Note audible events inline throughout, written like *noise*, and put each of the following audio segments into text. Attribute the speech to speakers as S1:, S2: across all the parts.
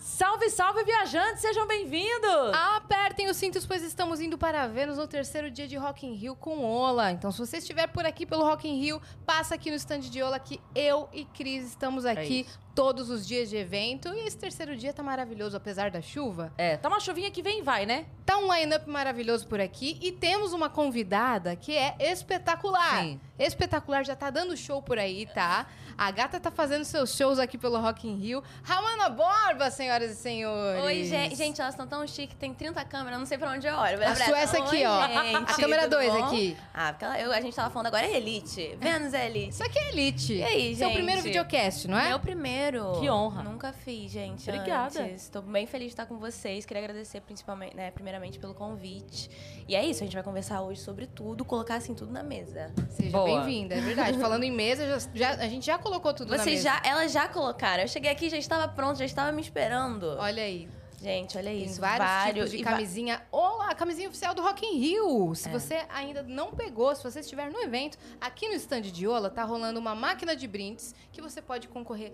S1: Salve, salve, viajantes! Sejam bem-vindos!
S2: Ah.
S3: Apertem os cintos, pois estamos indo para Vênus no terceiro dia de Rock in Rio com Ola. Então, se você estiver por aqui pelo Rock in Rio, passa aqui no stand de Ola que eu e Cris estamos aqui
S1: isso.
S3: todos os dias de evento. E esse terceiro dia tá maravilhoso, apesar da chuva.
S1: É, tá uma chuvinha que vem e vai, né?
S3: Tá um line-up maravilhoso por aqui e temos uma convidada que é espetacular.
S1: Sim.
S3: Espetacular, já tá dando show por aí, tá? A gata tá fazendo seus shows aqui pelo Rock in Rio. Ramana Borba, senhoras e senhores.
S2: Oi, gente. Gente, elas estão tão chique. Tem 30 câmeras, não sei pra onde eu olho.
S3: A sua é essa aqui,
S2: Oi,
S3: ó.
S2: gente,
S3: A câmera
S2: tudo
S3: dois
S2: bom?
S3: aqui.
S2: Ah, porque ela- eu- a gente tava falando agora é Elite. Vênus é Elite.
S3: Isso aqui é Elite.
S2: E aí,
S3: Seu
S2: gente?
S3: primeiro videocast, não é?
S2: Meu primeiro.
S1: Que honra.
S2: Nunca fiz, gente.
S1: Obrigada.
S2: Antes. Tô bem feliz de estar com vocês. Queria agradecer principalmente, né, primeiramente pelo convite. E é isso, a gente vai conversar hoje sobre tudo, colocar assim tudo na mesa.
S3: Seja
S1: Boa.
S3: bem-vinda, é verdade. Falando em mesa, já- já- a gente já colocou tudo na
S2: Vocês
S3: mesa.
S2: já, elas já colocaram. Eu cheguei aqui, já estava pronto, já estava me esperando.
S3: Olha aí,
S2: Gente, olha
S3: tem
S2: É isso.
S3: vários, tipos
S2: e
S3: de
S2: va-
S3: camisinha. Ou a camisinha oficial do Rock in Rio. Se você ainda não pegou, se você estiver no evento, aqui no stand de Ola tá rolando uma máquina de brindes que você pode concorrer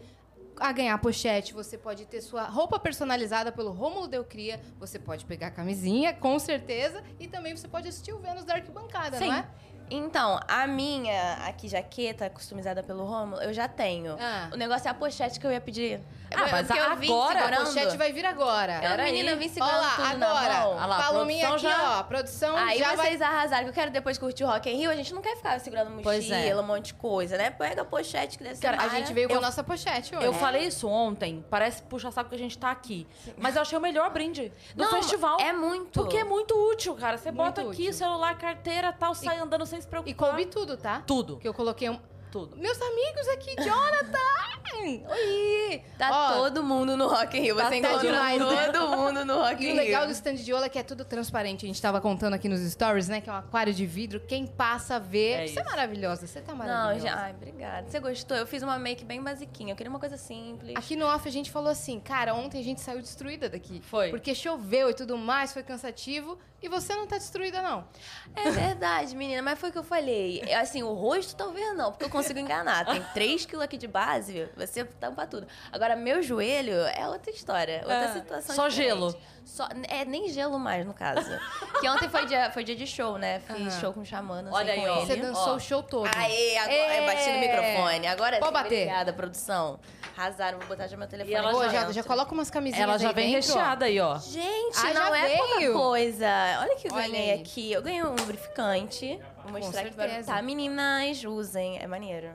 S3: a ganhar pochete, você pode ter sua roupa personalizada pelo Rômulo Delcria, você pode pegar a camisinha, com certeza, e também você pode assistir o Vênus da arquibancada,
S2: Sim.
S3: não é?
S2: Então, a minha aqui jaqueta customizada pelo Romulo, eu já tenho.
S3: Ah.
S2: O negócio é a pochete que eu ia pedir.
S1: Ah,
S2: Eu-
S1: mas
S2: porque eu
S1: a-
S2: vim
S1: agora a
S3: A
S2: segurando.
S3: pochete vai vir agora.
S2: Eu,
S1: Peraí.
S2: menina, vim
S3: Olha
S2: segurando
S3: lá,
S2: tudo na
S3: agora.
S2: mão.
S1: Olha lá, a
S3: Palominha aqui,
S1: produção já-
S3: ó. Produção
S2: Aí
S3: já vai.
S2: vocês arrasaram, que eu quero depois curtir o Rock in Rio. A gente não quer ficar segurando
S1: Pois
S2: mochila,
S1: é.
S2: um monte de coisa, né? Pega a pochete que deve ser
S1: Cara,
S3: A
S2: mara.
S3: gente veio com
S1: Eu-
S3: a nossa pochete
S2: É.
S3: hoje. É.
S1: Eu falei isso ontem, parece puxa saco que a gente tá aqui. Mas eu achei o melhor brinde do
S2: Não,
S1: festival.
S2: é muito.
S1: Porque é muito útil, cara. Você
S3: Muito
S1: bota aqui,
S3: útil.
S1: celular, carteira tal, sai andando sem se preocupar.
S3: E coube tudo, tá?
S1: Tudo.
S3: Que eu coloquei um.
S1: Tudo.
S3: Meus amigos aqui, Jonathan! Oi!
S2: Tá
S3: Ó,
S2: todo mundo no Rock in Rio.
S3: tá
S2: Você encontra
S3: demais, né?
S2: todo mundo no Rock
S3: E
S2: in
S3: o
S2: Rio.
S3: legal do stand de Ola é que é tudo transparente. A gente tava contando aqui nos stories, né? Que é um aquário de vidro. Quem passa vê.
S1: É
S3: você é
S1: isso.
S3: maravilhosa, você tá
S2: Não,
S3: maravilhosa.
S2: já... Ai, obrigada. Você gostou? Eu fiz uma make bem basiquinha. Eu queria uma coisa simples.
S3: Aqui no off a gente falou assim, cara, ontem a gente saiu destruída daqui.
S1: Foi.
S3: Porque choveu e tudo mais, foi cansativo. E você não tá destruída, não.
S2: É verdade, menina, mas foi o que eu falei. Eu, assim, o rosto talvez não, porque eu consigo enganar. *laughs* Tem 3 quilos aqui de base, você tampa tudo. Agora, meu joelho é outra história, outra
S1: É,
S2: situação.
S1: só
S2: diferente.
S1: gelo.
S2: Só, é, nem gelo mais, no caso. que ontem foi dia, foi dia de show, né? Fiz
S3: Aham.
S2: show com o xamã, não
S1: Olha
S2: sei
S1: aí,
S2: com
S1: ó.
S2: ele.
S3: Você dançou
S1: ó.
S3: o show todo.
S2: Aê, agora
S3: É.
S2: eu bati no microfone. Agora
S3: Pode
S2: sim,
S3: bater.
S2: Obrigada, produção. Arrasaram, vou botar já meu telefone.
S1: ela
S2: aqui
S3: Pô, já,
S2: dentro.
S3: já coloca umas camisinhas
S1: Ela já
S3: aí
S1: vem
S3: dentro, ó.
S1: recheada aí, ó.
S2: Gente,
S3: Ah,
S2: não
S3: já
S2: é
S3: veio?
S2: pouca coisa. Olha o que eu
S3: Olha
S2: ganhei
S3: aí.
S2: aqui. Eu ganhei um lubrificante. Vou mostrar aqui pra
S3: certeza.
S2: Tá, meninas, usem. É maneiro.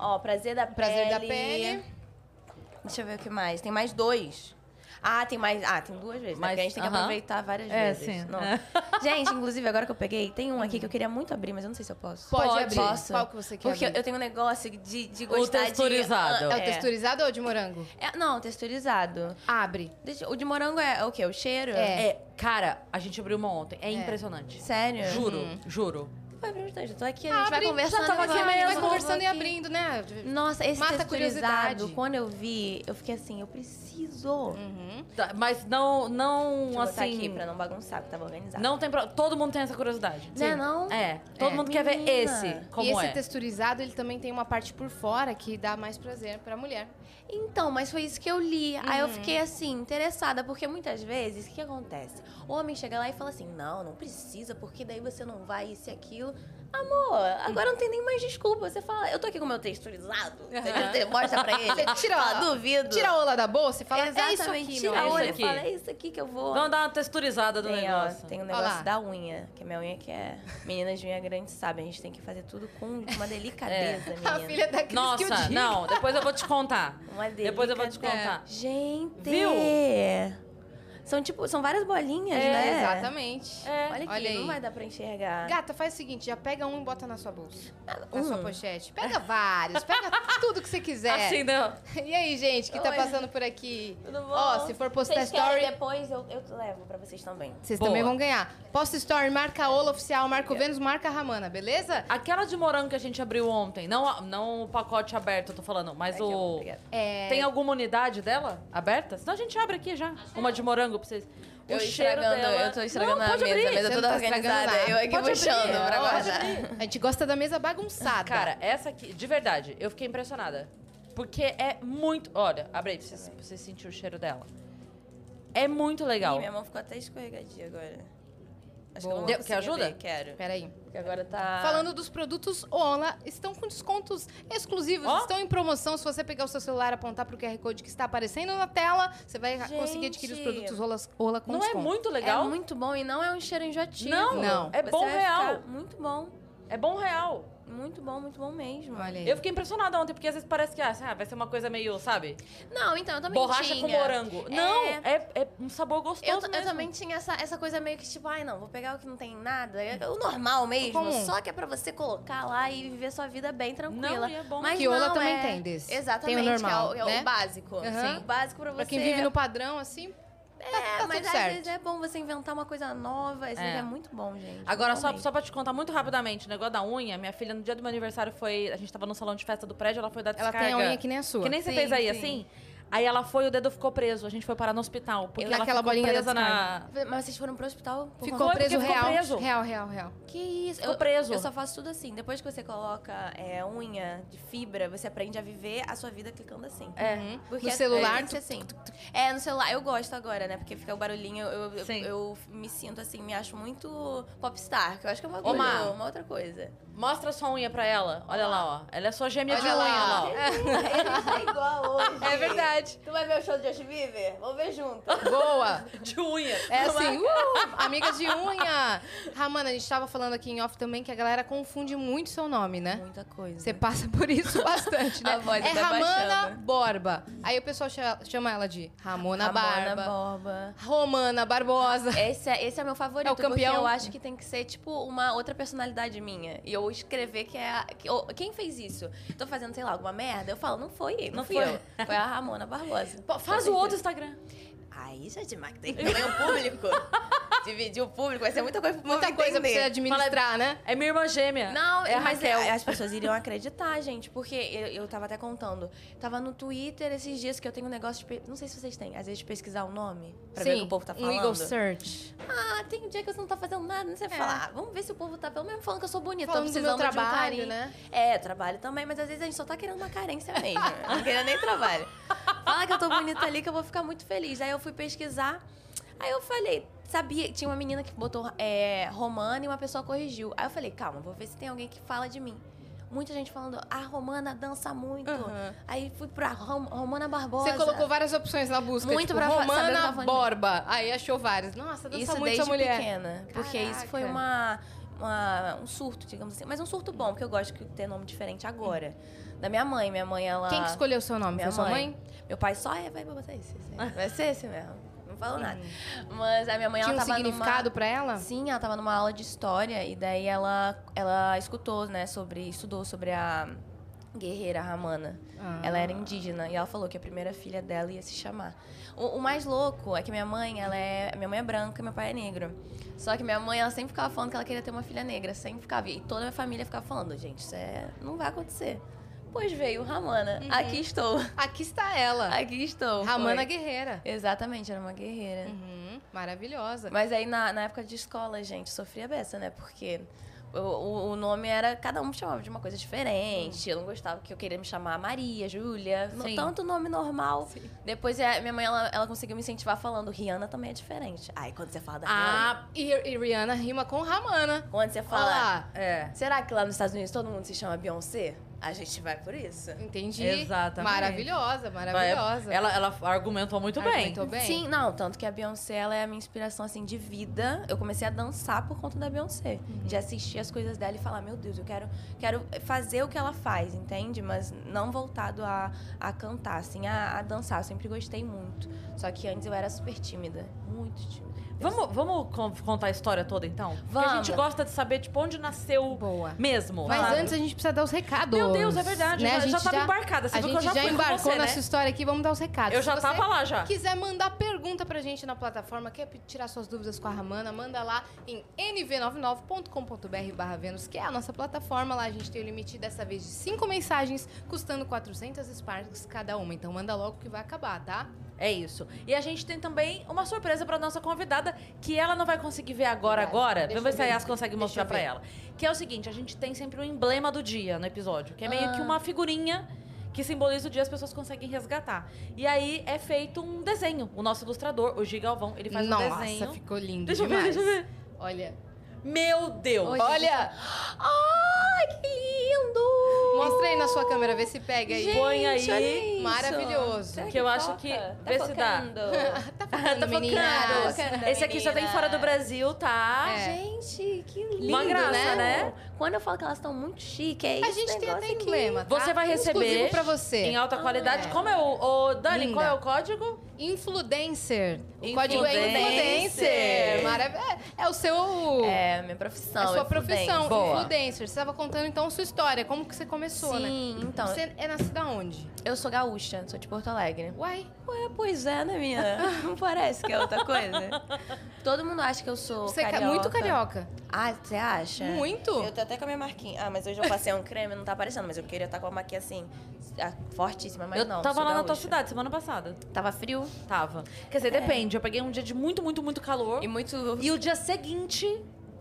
S2: Ó, prazer da
S3: Uhum. Prazer
S2: pele.
S3: da pele.
S2: Deixa eu ver o que mais. Tem mais dois. Ah, tem mais. Ah, tem duas vezes. né?
S1: Mais-
S2: Porque a gente tem que
S1: aham.
S2: aproveitar várias
S1: É,
S2: vezes.
S1: sim.
S3: *laughs*
S2: Não.
S1: É.
S2: Gente, inclusive, agora que eu peguei, tem um aqui que eu queria muito abrir, mas eu não sei se eu posso.
S3: Uhum. Pode abrir.
S2: Posso?
S3: Qual que você quer
S2: Porque
S3: abrir?
S2: eu tenho um negócio de, de gostar
S1: texturizado.
S2: de.
S3: É o
S2: É.
S3: texturizado ou de morango?
S2: É, não, texturizado.
S3: Abre.
S2: Deixa- o de morango é, é o quê? O cheiro?
S3: É.
S1: É, cara, a gente abriu uma ontem. É, impressionante.
S2: Sério?
S1: Juro, juro.
S2: Vai pra dois, eu tô aqui, a gente vai
S3: Abre,
S2: conversando.
S3: já tava
S2: e
S3: aqui
S2: vai,
S3: mesmo. Vai
S2: vou
S3: conversando e
S2: aqui.
S3: abrindo, né?
S2: Nossa, esse
S3: Mata a curiosidade.
S2: texturizado, quando eu vi, eu fiquei assim, eu preciso.
S3: Uhum.
S1: Tá, Mas não, não
S2: Deixa eu botar
S1: assim.
S2: aqui pra não bagunçar, porque tava organizado.
S1: Não tem pro... Todo mundo tem essa curiosidade.
S2: Né, não?
S1: É. Todo
S3: É.
S1: mundo quer ver
S2: Menina.
S1: esse. Como
S3: e esse
S1: é?
S3: texturizado, ele também tem uma parte por fora que dá mais prazer pra mulher.
S2: Então, mas foi isso que eu li. Aí
S3: Uhum.
S2: eu fiquei assim, interessada, porque muitas vezes, o que acontece? O homem chega lá e fala assim, não, não precisa, porque daí você não vai isso e aquilo. Amor, agora não tem nem mais desculpa. Você fala, eu tô aqui com o meu texturizado. Você mostra pra ele.
S3: Você tira-
S2: fala, duvido.
S3: Tira a ola da bolsa e fala, Uhum. é isso
S2: Exatamente,
S3: aqui,
S2: tira
S3: meu
S2: a
S3: amor.
S2: olho
S1: É isso
S2: e
S1: aqui.
S2: fala, é isso aqui que eu vou.
S1: Vamos dar uma texturizada do
S2: Tem, ó,
S1: negócio.
S2: tem um
S3: Olha lá.
S2: negócio da unha, que a minha unha que é. Meninas de unha grande sabem, a gente tem que fazer tudo com uma
S1: É.
S2: delicadeza,
S3: A
S2: menina.
S3: filha da Cris que eu
S1: Nossa,
S3: digo.
S1: não, depois eu vou te
S2: *laughs*
S1: contar.
S2: Uma delicadeza.
S1: Depois eu vou te
S2: né?
S1: contar.
S2: Gente!
S1: Viu?
S2: São tipo, são várias bolinhas,
S3: É,
S2: né?
S3: Exatamente.
S1: É.
S2: Olha aqui,
S3: Olha aí.
S2: não vai dar pra enxergar.
S3: Gata, faz o seguinte, já pega um e bota na sua bolsa. Na
S2: um.
S3: sua pochete. Pega vários, pega tudo que você quiser.
S1: Assim, né?
S3: *laughs* E aí, gente, que tá
S2: Oi.
S3: passando por aqui?
S2: Tudo bom?
S3: Ó, se for postar
S2: Vocês querem
S3: story,
S2: depois eu, eu levo pra vocês também.
S3: vocês
S1: Boa.
S3: também vão ganhar. Posta story, marca Ola oficial, marca o Vênus, marca a Ramana, beleza?
S1: Aquela de morango que a gente abriu ontem, não, a- não o pacote aberto, eu tô falando, mas
S2: Aqui, ó,
S1: o.
S2: obrigada.
S3: É.
S1: Tem alguma unidade dela aberta? Senão a gente abre aqui já. Uma de morango pra vocês. O
S2: eu
S1: cheiro
S2: estragando,
S1: dela.
S2: eu tô estragando
S1: não,
S2: a
S1: pode
S2: mesa,
S1: abrir.
S2: mas eu
S3: Você
S2: tô
S3: não
S2: toda
S3: tá estragando
S2: organizada.
S3: nada.
S2: Eu é aqui
S1: Pode
S2: puxando
S1: abrir,
S2: pra
S1: ó,
S2: guardar.
S1: pode abrir.
S2: tá.
S3: A gente gosta da mesa bagunçada.
S1: Cara, essa aqui, de verdade, eu fiquei impressionada. Porque é muito. Olha, abre aí pra você, pra você sentir o cheiro dela. É muito legal.
S2: Ih, minha mão ficou até escorregadia agora. Acho
S1: Boa.
S2: que
S1: Deu-
S2: eu não vou
S1: quer
S2: conseguir
S1: ajuda?
S2: abrir, Quero.
S3: Peraí.
S2: Porque agora tá...
S3: Falando dos produtos Ola, estão com descontos exclusivos,
S1: Ó.
S3: estão em promoção. Se você pegar o seu celular, apontar pro QR Code que está aparecendo na tela, você vai
S2: Gente.
S3: conseguir adquirir os produtos Ola, Ola com
S1: Não é
S3: desconto.
S1: muito
S2: legal.
S1: legal?
S2: É muito bom e não é um cheiro enjoativo.
S1: Não,
S3: Não.
S1: é
S2: Você
S1: bom
S2: vai ficar
S1: real.
S2: Muito bom.
S1: É bom real.
S2: Muito bom, muito bom mesmo.
S3: Olha aí.
S1: Eu fiquei impressionada ontem, porque às vezes parece que ah, ah, vai ser uma coisa meio, sabe?
S2: Não, então, eu também
S1: Borracha
S2: tinha.
S1: com morango. Não,
S2: É.
S1: é, é um sabor gostoso
S2: Eu, t- eu
S1: mesmo.
S2: também tinha essa, essa coisa meio que tipo, ai não, vou pegar o que não tem nada. É O normal mesmo,
S3: comum.
S2: só que é pra você colocar lá e viver sua vida bem tranquila.
S1: Não, e é bom.
S2: Mas
S3: Que Ola
S2: não,
S3: também
S2: é-
S3: tem desse.
S2: Exatamente,
S3: Tem o normal,
S2: que é o, é
S3: né?
S2: o básico.
S3: Aham.
S2: Sim, o básico pra você.
S3: Pra quem vive no padrão, assim,
S2: É,
S3: tá- tá
S2: mas
S3: tudo
S2: às
S3: certo.
S2: vezes é bom você inventar uma coisa nova. Isso
S1: É.
S2: é, muito bom, gente.
S1: Agora,
S2: Muito
S1: só,
S2: bom
S1: só pra te contar muito rapidamente, o negócio da unha, minha filha, no dia do meu aniversário, foi. A gente tava no salão de festa do prédio, ela foi dar
S3: ela
S1: descarga.
S3: tem a unha que nem a sua.
S1: Que nem você
S2: Sim,
S1: fez aí,
S2: sim.
S1: assim. Aí ela foi, o dedo ficou preso. A gente foi parar no hospital. Porque
S3: Eu-
S1: ela
S3: Naquela
S1: ficou
S3: bolinha da
S1: presa na.
S3: descarga.
S2: mesmo. Mas vocês foram pro hospital? por
S3: Ficou
S1: Foi,
S2: conta-
S1: porque
S3: preso
S1: ficou
S3: real.
S1: preso.
S3: Real, real, real.
S2: Que isso?
S1: Ficou preso.
S2: Eu só faço tudo assim. Depois que você coloca é, unha de fibra, você aprende a viver a sua vida clicando assim.
S1: É.
S3: Uhum.
S2: Porque
S3: no
S2: é-
S3: celular,
S2: tem que ser assim. É, no celular eu gosto agora, né? Porque fica o barulhinho, eu, eu,
S1: Sim.
S2: eu me sinto assim, me acho muito popstar, que eu acho que é uma,
S1: Ô, Má.
S2: coisa, uma outra coisa.
S1: Mostra sua unha pra ela. Olha lá, ó. Ela é sua gêmea de
S3: Olha
S1: unha
S3: lá,
S1: lá,
S3: ó.
S1: ó.
S2: Ele tá igual hoje.
S3: É verdade.
S2: Tu vai ver o show do Justin Bieber? Vamos ver junto.
S3: *laughs* Boa!
S1: *laughs* De unha.
S3: É assim, uh, amiga de unha! Ramana, a gente tava falando aqui em off também que a galera confunde muito seu nome, né?
S2: Muita coisa.
S3: Você passa por isso *laughs* bastante, né?
S2: A voz
S3: é
S2: tá
S3: Ramana
S2: baixando.
S3: Borba. Aí o pessoal cha- chama ela de Ramona,
S2: Ramona
S3: Barba,
S2: Borba.
S3: Romana
S2: *laughs*
S3: Barbosa.
S2: Esse é, esse é meu favorito,
S3: É o campeão.
S2: porque eu acho que tem que ser, tipo, uma outra personalidade minha. E eu escrever que é... a- que- ou- quem fez isso? Tô fazendo, sei lá, alguma merda? Eu falo, não foi, não,
S1: Não
S2: fui
S1: foi.
S2: eu. Foi a Ramona Barbosa.
S3: É.
S1: Pô, Faz o outro Instagram.
S2: Aí, já demais, que tem que ganhar É o público. Dividir o público vai ser muita coisa pro
S3: Muita
S2: público
S3: coisa pra
S2: entender.
S3: você administrar, né?
S1: É minha irmã gêmea.
S2: Não,
S1: é a
S2: mas
S1: Raquel.
S2: é- as pessoas iriam acreditar, gente, porque eu, eu tava até contando. Tava no Twitter esses dias que eu tenho um negócio de. pe- Não sei se vocês têm, às vezes de pesquisar o nome pra ver o que o povo tá falando.
S3: um Eagle Search.
S2: Ah, tem um dia que você não tá fazendo nada, não sei falar. Ah, vamos ver se o povo tá pelo menos falando que eu sou bonita.
S3: É. Falando
S2: tô
S3: do
S2: precisando
S3: meu
S2: de um
S3: trabalho,
S2: carinho.
S3: né?
S2: É, trabalho também, mas às vezes a gente só tá querendo uma carência
S3: *laughs*
S2: mesmo. não querendo nem trabalho. Fala que eu tô bonita ali, que eu vou ficar muito feliz. Aí eu fui pesquisar. Aí eu falei, sabia, tinha uma menina que botou é, Romana e uma pessoa corrigiu. Aí eu falei, calma, vou ver se tem alguém que fala de mim. Muita gente falando, a Romana dança muito.
S3: Aham.
S2: Aí fui pra Rom- Romana Barbosa.
S3: Você colocou várias opções na busca.
S2: Muito
S3: tipo,
S2: pra fa- saber o que eu
S3: Romana
S2: tava falando.
S3: Borba. Aí achou várias. Nossa, dança
S2: Isso
S3: muito
S2: desde
S3: essa mulher.
S2: pequena. Porque isso foi
S3: Caraca.
S2: uma, uma- um surto, digamos assim. Mas um surto bom, porque eu gosto de ter nome diferente agora. Da minha mãe. Minha mãe, ela...
S3: Quem que escolheu o seu nome?
S2: Minha
S3: Foi sua mãe?
S2: mãe. Meu pai só é, vai botar esse. esse aí. Vai ser esse mesmo.
S3: *laughs*
S2: Não falo nada. Mas a minha mãe,
S3: Tinha
S2: ela
S3: um
S2: tava
S3: significado
S2: numa...
S3: pra ela?
S2: Sim, ela tava numa aula de história e daí ela, ela escutou, né, sobre... Estudou sobre a guerreira Ramana.
S3: Ah.
S2: Ela era indígena e ela falou que a primeira filha dela ia se chamar. O, o mais louco é que minha mãe, ela é, minha mãe é branca e meu pai é negro. Só que minha mãe, ela sempre ficava falando que ela queria ter uma filha negra, sempre ficava e toda a minha família ficava falando, gente, isso é, não vai acontecer. Pois veio Ramana, aqui estou, *laughs*
S3: Aqui está ela.
S2: aqui estou.
S3: Uhum. Ramana
S2: foi.
S3: Guerreira.
S2: Exatamente, era uma guerreira.
S3: Uhum, maravilhosa.
S2: Mas aí na, na época de escola, gente, sofria beça, né? Porque o, o, o nome era. Cada um me chamava de uma coisa diferente. Eu não gostava que eu queria me chamar Maria, Júlia. no-
S1: Sim.
S2: Tanto nome normal. Depois é, minha mãe ela, ela conseguiu me incentivar falando, Rihanna também é diferente. Aí quando você fala da Rihanna.
S3: Ah, e, e Rihanna rima com Ramana.
S2: Quando você
S3: Olha
S2: fala.
S3: lá.
S1: É.
S2: Será que lá nos Estados Unidos todo mundo se chama Beyoncé? A gente vai por isso?
S3: Entendi.
S1: Exatamente.
S3: Maravilhosa, maravilhosa.
S1: Ela, é ela argumentou muito
S3: Argumentou
S1: bem.
S3: bem.
S2: Sim, não, tanto que a Beyoncé ela é a minha inspiração assim de vida. Eu comecei a dançar por conta da Beyoncé,
S1: Uhum.
S2: de assistir as coisas dela e falar, meu Deus, eu quero, quero fazer o que ela faz, entende? Mas não voltado a, a cantar, assim, a, a dançar. Eu sempre gostei muito. Só que antes eu era super tímida, muito tímida.
S1: Vamos, vamos con- contar a história toda, então? Porque a
S2: Vamos.
S1: gente gosta de saber, tipo, onde nasceu
S3: Boa.
S1: mesmo.
S3: Mas
S1: sabe?
S3: antes a gente precisa dar os recados.
S1: Meu Deus, é verdade.
S3: Né?
S1: Eu
S3: A
S1: já-
S3: gente
S1: já tava embarcada. Você
S3: a
S1: viu
S3: gente
S1: que eu já
S3: já
S1: fui com
S3: embarcou
S1: você,
S3: na
S1: né?
S3: sua história aqui, vamos dar os recados.
S1: Eu já
S3: você
S1: tava lá, já.
S3: quiser mandar pergunta pra gente na plataforma, quer pe- tirar suas dúvidas com a Ramana, manda lá em nv99.com.br barra Vênus, que é a nossa plataforma. Lá a gente tem o limite dessa vez de cinco mensagens, custando 400 Sparks cada uma. Então manda logo que vai acabar, tá?
S1: É isso. E a gente tem também uma surpresa pra nossa convidada, que ela não vai conseguir ver agora, agora.
S3: Deixa
S1: Vamos ver
S3: eu
S1: se a
S3: ver.
S1: Yas consegue
S3: Deixa
S1: mostrar
S3: eu
S1: pra
S3: ver. Ah.
S1: ela. Que é o seguinte, a gente tem sempre um emblema do dia no episódio, que é meio que uma figurinha que simboliza o dia as pessoas conseguem resgatar. E aí é feito um desenho. O nosso ilustrador, o Giga Alvão, ele faz
S3: Nossa,
S1: um desenho.
S3: ficou lindo
S1: Deixa eu ver,
S3: demais.
S1: deixa eu ver.
S3: Olha,
S1: Meu Deus!
S3: Olha.
S2: Ai, que lindo!
S3: mostra aí na sua câmera, vê se pega aí.
S1: Gente, Põe aí.
S2: olha isso.
S3: Maravilhoso.
S2: Será
S1: Que eu acho
S2: foca?
S1: que-
S2: Tá
S1: vê se dá. *laughs*
S2: focando?
S3: tá focando,
S1: Tá
S3: meninas.
S1: focando. Esse aqui só tem fora do Brasil, tá?
S3: É.
S2: Ah, Gente, que lindo,
S1: Uma graça, né?
S2: Quando eu falo que elas estão muito chique, é isso.
S3: A gente tem até
S2: aqui.
S3: emblema, tá?
S1: Você vai receber
S3: Exclusivo pra você.
S1: em alta qualidade.
S3: é.
S1: Como é o. Ô, Dani,
S3: Linda.
S1: qual é o código?
S3: Influencer. O código é
S1: Influencer.
S3: influencer. Maravilha. É, é o seu...
S2: É, minha profissão.
S3: é sua
S2: eu fui
S3: profissão,
S2: dentro. Boa.
S3: influencer. Você estava contando, então, sua história. Como que você começou, né?
S2: Sim, então,
S3: Você é nascida onde?
S2: eu sou gaúcha, sou de Porto Alegre.
S3: Uai.
S2: Ué, pois é, né, *laughs* minha? Não parece que é outra coisa? Todo mundo acha que eu sou
S3: Você é ca-
S2: carioca.
S3: muito carioca.
S2: Ah, você acha?
S3: Muito.
S2: Eu tô até com a minha marquinha. Ah, mas hoje eu passei um creme, não tá aparecendo. Mas eu queria estar com a marquinha assim, ah, fortíssima, mas
S1: eu
S2: não.
S1: tava
S2: sou
S1: lá na tua
S2: gaúcha.
S1: cidade semana passada.
S2: Tava frio
S1: Tava. Quer dizer, depende. Eu peguei um dia de muito, muito, muito calor.
S2: e muito.
S1: E o dia seguinte,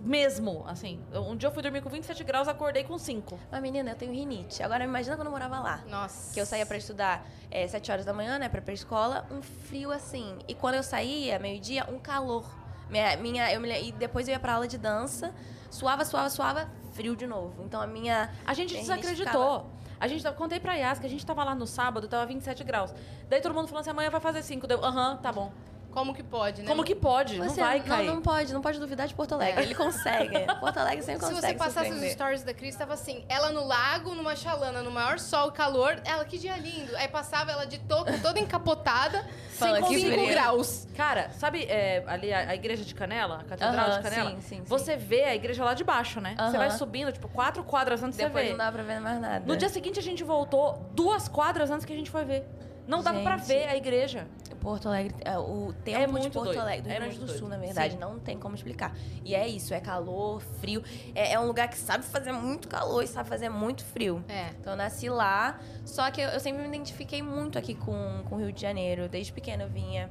S1: mesmo, assim. eu- Um dia eu fui dormir com 27 graus, acordei com 5.
S2: Mas, Ah, menina, eu tenho rinite. Agora, imagina quando eu morava lá.
S3: Nossa.
S2: Que eu saía pra estudar é, 7 horas da manhã, né? Pra ir pra escola, um frio assim. E quando eu saía, meio-dia, um calor. Minha, minha, eu me le- e depois eu ia pra aula de dança, suava, suava, suava, frio de novo. Então a minha.
S1: A gente
S2: minha rinite ficava-
S1: desacreditou. A gente tava- contei pra Yas que a gente tava lá no sábado, tava 27 graus. Daí todo mundo falando assim: amanhã vai fazer 5. Deu, aham, tá bom.
S3: Como que pode, né?
S1: Como que pode?
S2: Você
S1: não vai cair.
S2: é, Não, pode, não pode duvidar de Porto Alegre.
S3: É.
S2: Ele consegue. Porto Alegre sempre
S3: Se você
S2: consegue.
S3: passasse os
S2: surpreender.
S3: stories da Cris, tava assim, ela no lago, numa chalana, no maior sol e calor. Ela, que dia lindo. Aí passava ela de toco, toda encapotada,
S2: Fala,
S3: com
S2: que
S3: 5
S2: frio.
S3: graus.
S1: Cara, sabe é, ali a, a igreja de Canela? A catedral
S2: Aham,
S1: de Canela?
S2: sim, sim, sim.
S1: Você vê a igreja lá de baixo, né? Você
S2: Aham.
S1: vai subindo, tipo, quatro quadras antes de você
S2: Depois
S1: ver.
S2: não dá pra ver mais nada.
S1: No dia seguinte a gente voltou duas quadras antes que a gente foi ver. Não dava pra
S2: Gente.
S1: ver a igreja.
S2: Porto Alegre, é, o tempo de
S1: muito
S2: Porto
S1: doido,
S2: Alegre, do
S1: é
S2: Rio Grande
S1: muito
S2: do Sul,
S1: doido.
S2: na verdade,
S1: Sim.
S2: não tem como explicar. E é isso, é calor, frio. É, é um lugar que sabe fazer muito calor e sabe fazer muito frio.
S3: É.
S2: Então eu nasci lá, só que eu, eu sempre me identifiquei muito aqui com, com o Rio de Janeiro. Desde pequena eu vinha.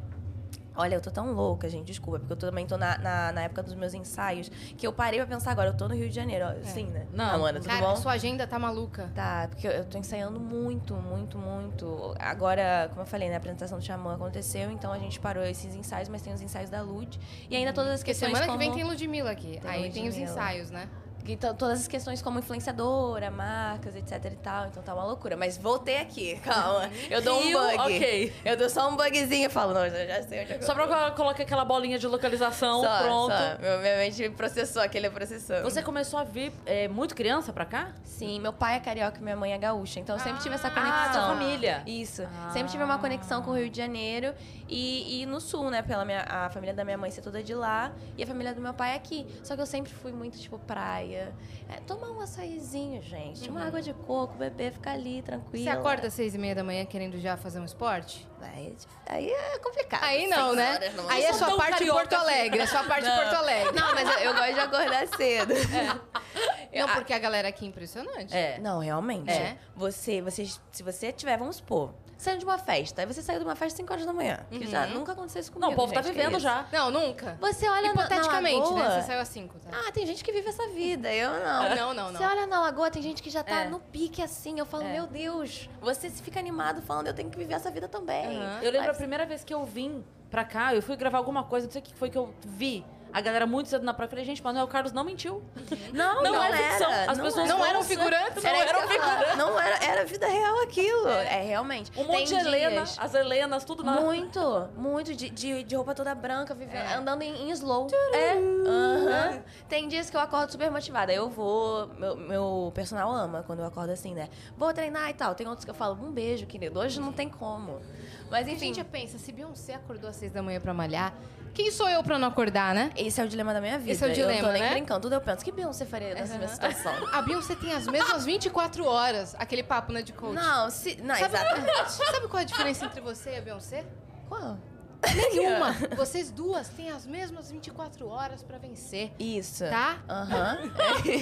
S2: Olha, eu tô tão louca, gente, desculpa, porque eu tô- também tô na, na, na época dos meus ensaios, que eu parei pra pensar agora, eu tô no Rio de Janeiro, ó, sim, né?
S1: É. Não.
S2: Amanda, tudo
S3: Cara,
S2: bom?
S3: sua agenda tá maluca.
S2: Tá, porque eu- eu tô ensaiando muito, muito, muito. Agora, como eu falei, né, a apresentação do Xamã aconteceu, então a gente parou esses ensaios, mas tem os ensaios da Lud. E ainda todas as
S3: Porque
S2: questões
S3: semana
S2: como...
S3: que vem tem Ludmilla aqui.
S2: Tem
S3: Aí tem os
S2: Ludmilla.
S3: ensaios, né?
S2: que to- todas as questões como influenciadora, marcas, etc e tal. Então tá uma loucura. Mas voltei aqui, *laughs* calma. Eu dou
S1: Rio,
S2: um bug.
S1: ok.
S2: Eu dou só um bugzinho e falo, não, já, já sei onde é que
S1: Só
S2: eu tô.
S1: pra colocar aquela bolinha de localização,
S2: Só,
S1: pronto.
S2: só. Meu- Minha mente processou, aquele é processou.
S1: Você começou a vir é, muito criança pra cá?
S2: Sim, meu pai é carioca e minha mãe é gaúcha, então eu sempre tive essa
S3: Ah,
S2: conexão.
S1: Ah, sua família.
S2: Isso.
S1: Ah.
S2: Sempre tive uma conexão com o Rio de Janeiro e, e no sul, né? Pela minha, a família da minha mãe ser toda de lá e a família do meu pai é aqui. Só que eu sempre fui muito, tipo, praia. É, tomar um açaizinho, gente.
S1: Uhum.
S2: Uma água de coco, beber, ficar ali, tranquilo.
S3: Você acorda às seis e meia da manhã querendo já fazer um esporte?
S2: Aí, é dif- aí é complicado.
S3: Aí não,
S2: Seis
S3: né?
S2: horas não-
S3: Aí é
S1: Eu sou
S3: sua
S1: tão
S3: parte
S1: carioca,
S3: Porto Alegre. É sua parte
S2: Não.
S3: Porto Alegre.
S2: Não, mas eu, eu gosto de acordar cedo.
S3: *laughs* Não, porque a galera aqui *laughs* é impressionante.
S1: É.
S2: Não, realmente.
S3: É.
S2: Você, você, se você tiver, vamos supor, saindo de uma festa, aí você saiu de uma festa às 5 horas da manhã. Que já nunca aconteceu isso comigo.
S1: Uhum. Não, o povo tá
S2: gente, que
S1: vivendo
S2: isso.
S1: já.
S3: Não, nunca.
S2: Você olha na-
S3: Hipoteticamente,
S2: na, lagoa...
S3: né? Você saiu às cinco, tá?
S2: Ah, tem gente que vive essa vida, eu não.
S3: Não, não, não.
S2: Você olha na lagoa, tem gente que já tá
S1: Ah, É.
S2: no pique assim. Eu falo,
S1: É.
S2: meu Deus, você se fica animado falando, eu tenho que viver essa vida também. assim.
S3: Aham.
S1: Eu lembro a
S2: Mas-
S1: primeira vez que eu vim pra cá, eu fui gravar alguma coisa, não sei o que foi que eu vi. A galera muito cedo na praia, eu falei, gente, Manuel Carlos não mentiu.
S2: Não,
S1: Não, é
S2: era,
S1: ficção. As pessoas
S3: Não um
S1: vão
S3: eram
S1: ser-
S3: figurantes,
S1: não
S2: Era isso
S1: eram
S2: que eu ia falar.
S1: figurantes.
S2: Não era, era vida real aquilo. É, realmente.
S1: Um monte de
S2: Tem
S1: Helena,
S2: dias-
S1: as Helenas, tudo na.
S2: Muito, muito. De, de, de roupa toda branca, vivendo, andando em, em slow.
S1: É.
S2: Aham. Tem dias que eu acordo super motivada. Eu vou. Meu, meu personal ama quando eu acordo assim, né? Vou treinar e tal. Tem outros que eu falo, um beijo, querido. Hoje não tem como. Mas
S3: A
S2: enfim.
S3: gente já pensa, se Beyoncé acordou às seis da manhã pra malhar, quem sou eu pra não acordar, né?
S2: Esse é o dilema da minha vida.
S3: Esse é o
S2: eu
S3: dilema,
S2: não tô nem
S3: né?
S2: brincando. Tudo eu penso. Que Beyoncé faria nessa minha situação?
S3: A Beyoncé tem as mesmas 24 horas, aquele papo, né, de *laughs* coach.
S2: não, se. Não,
S3: Sabe,
S2: exatamente.
S3: sabe qual é a diferença entre você e a Beyoncé?
S2: Qual?
S3: Nenhuma. Vocês duas têm as mesmas 24 horas pra vencer,
S2: Isso.
S3: tá?
S2: Aham. *laughs*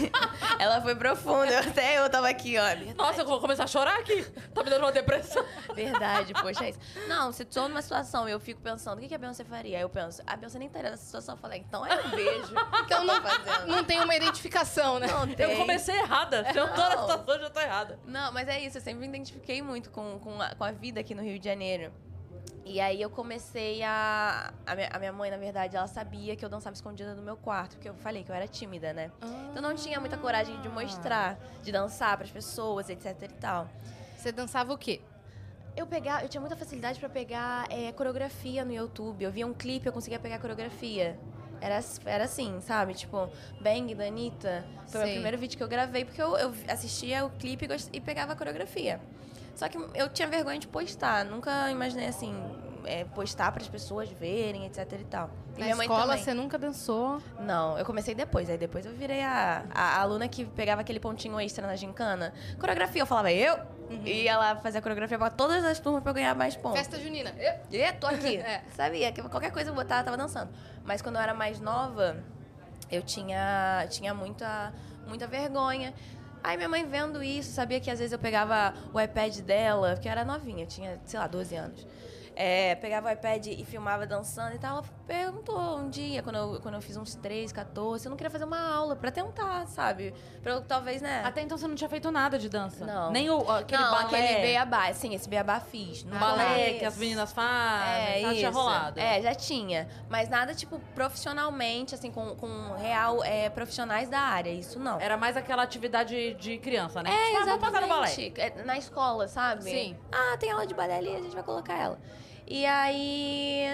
S2: Ela foi profunda. Até eu tava aqui, olha.
S1: Nossa, eu vou começar a chorar aqui. Tá me dando uma depressão.
S2: Verdade, poxa, é isso. Não, se tô numa situação e eu fico pensando, o que, que a Beyoncé faria? Aí eu penso, a Beyoncé nem estaria nessa situação. Eu falei, então é um beijo. O que eu não tô fazendo?
S3: Não tem uma identificação, né?
S2: Não tem.
S1: Eu comecei errada. Se eu tô na
S2: Não.
S1: situação, eu já tô errada.
S2: Não, mas é isso, eu sempre me identifiquei muito com, com, a, com a vida aqui no Rio de Janeiro. E aí eu comecei a. A minha, a minha mãe, na verdade, ela sabia que eu dançava escondida no meu quarto, porque eu falei que eu era tímida, né? Então
S3: Ah,
S2: eu não tinha muita coragem de mostrar, de dançar pras pessoas, etc e tal.
S3: Você dançava o quê?
S2: Eu pegava, eu tinha muita facilidade pra pegar é, coreografia no YouTube. Eu via um clipe, eu conseguia pegar coreografia. Era, as- era assim, sabe? Tipo, Bang da Anitta. Foi o
S3: Sei.
S2: meu primeiro vídeo que eu gravei, porque eu, eu assistia o clipe e gost- e pegava a coreografia. Só que eu tinha vergonha de postar. Nunca imaginei, assim, é, postar pras pessoas verem, etc e tal. E
S3: Na
S2: minha mãe
S3: escola
S2: também.
S3: você nunca dançou.
S2: Não, eu comecei depois. Aí depois eu virei a, a- a aluna que pegava aquele pontinho extra na gincana. Coreografia, eu falava eu. E ela fazia coreografia pra todas as turmas pra eu ganhar mais pontos.
S3: Festa junina. Ê,
S2: E eu tô aqui.
S3: É.
S2: Sabia que qualquer coisa eu botava, eu tava dançando. Mas quando eu era mais nova, eu tinha, tinha muita, muita vergonha. Aí minha mãe vendo isso, sabia que às vezes eu pegava o iPad dela, porque eu era novinha, tinha, sei lá, 12 anos. É, pegava o iPad e filmava dançando e tal. Ela perguntou um dia, quando eu, quando eu fiz uns 3, 14, eu não queria fazer uma aula pra tentar, sabe? Pra eu talvez, né?
S1: Até então você não tinha feito nada de dança.
S2: Não.
S1: Nem o, aquele
S2: não, é.
S1: balé.
S2: aquele beabá, sim, esse beabá fiz. No
S1: o é. balé que
S2: começo.
S1: as meninas fazem.
S2: É,
S1: nada tinha
S2: isso.
S1: rolado.
S2: É, já tinha. Mas nada, tipo, profissionalmente, assim, com, com real é, profissionais da área. Isso não.
S1: Era mais aquela atividade de criança, né? É, ah,
S2: exatamente.
S1: vamos passar no balé.
S2: É, na escola, sabe?
S3: Sim.
S2: Ah, tem aula de balé ali, a gente vai colocar ela. E aí.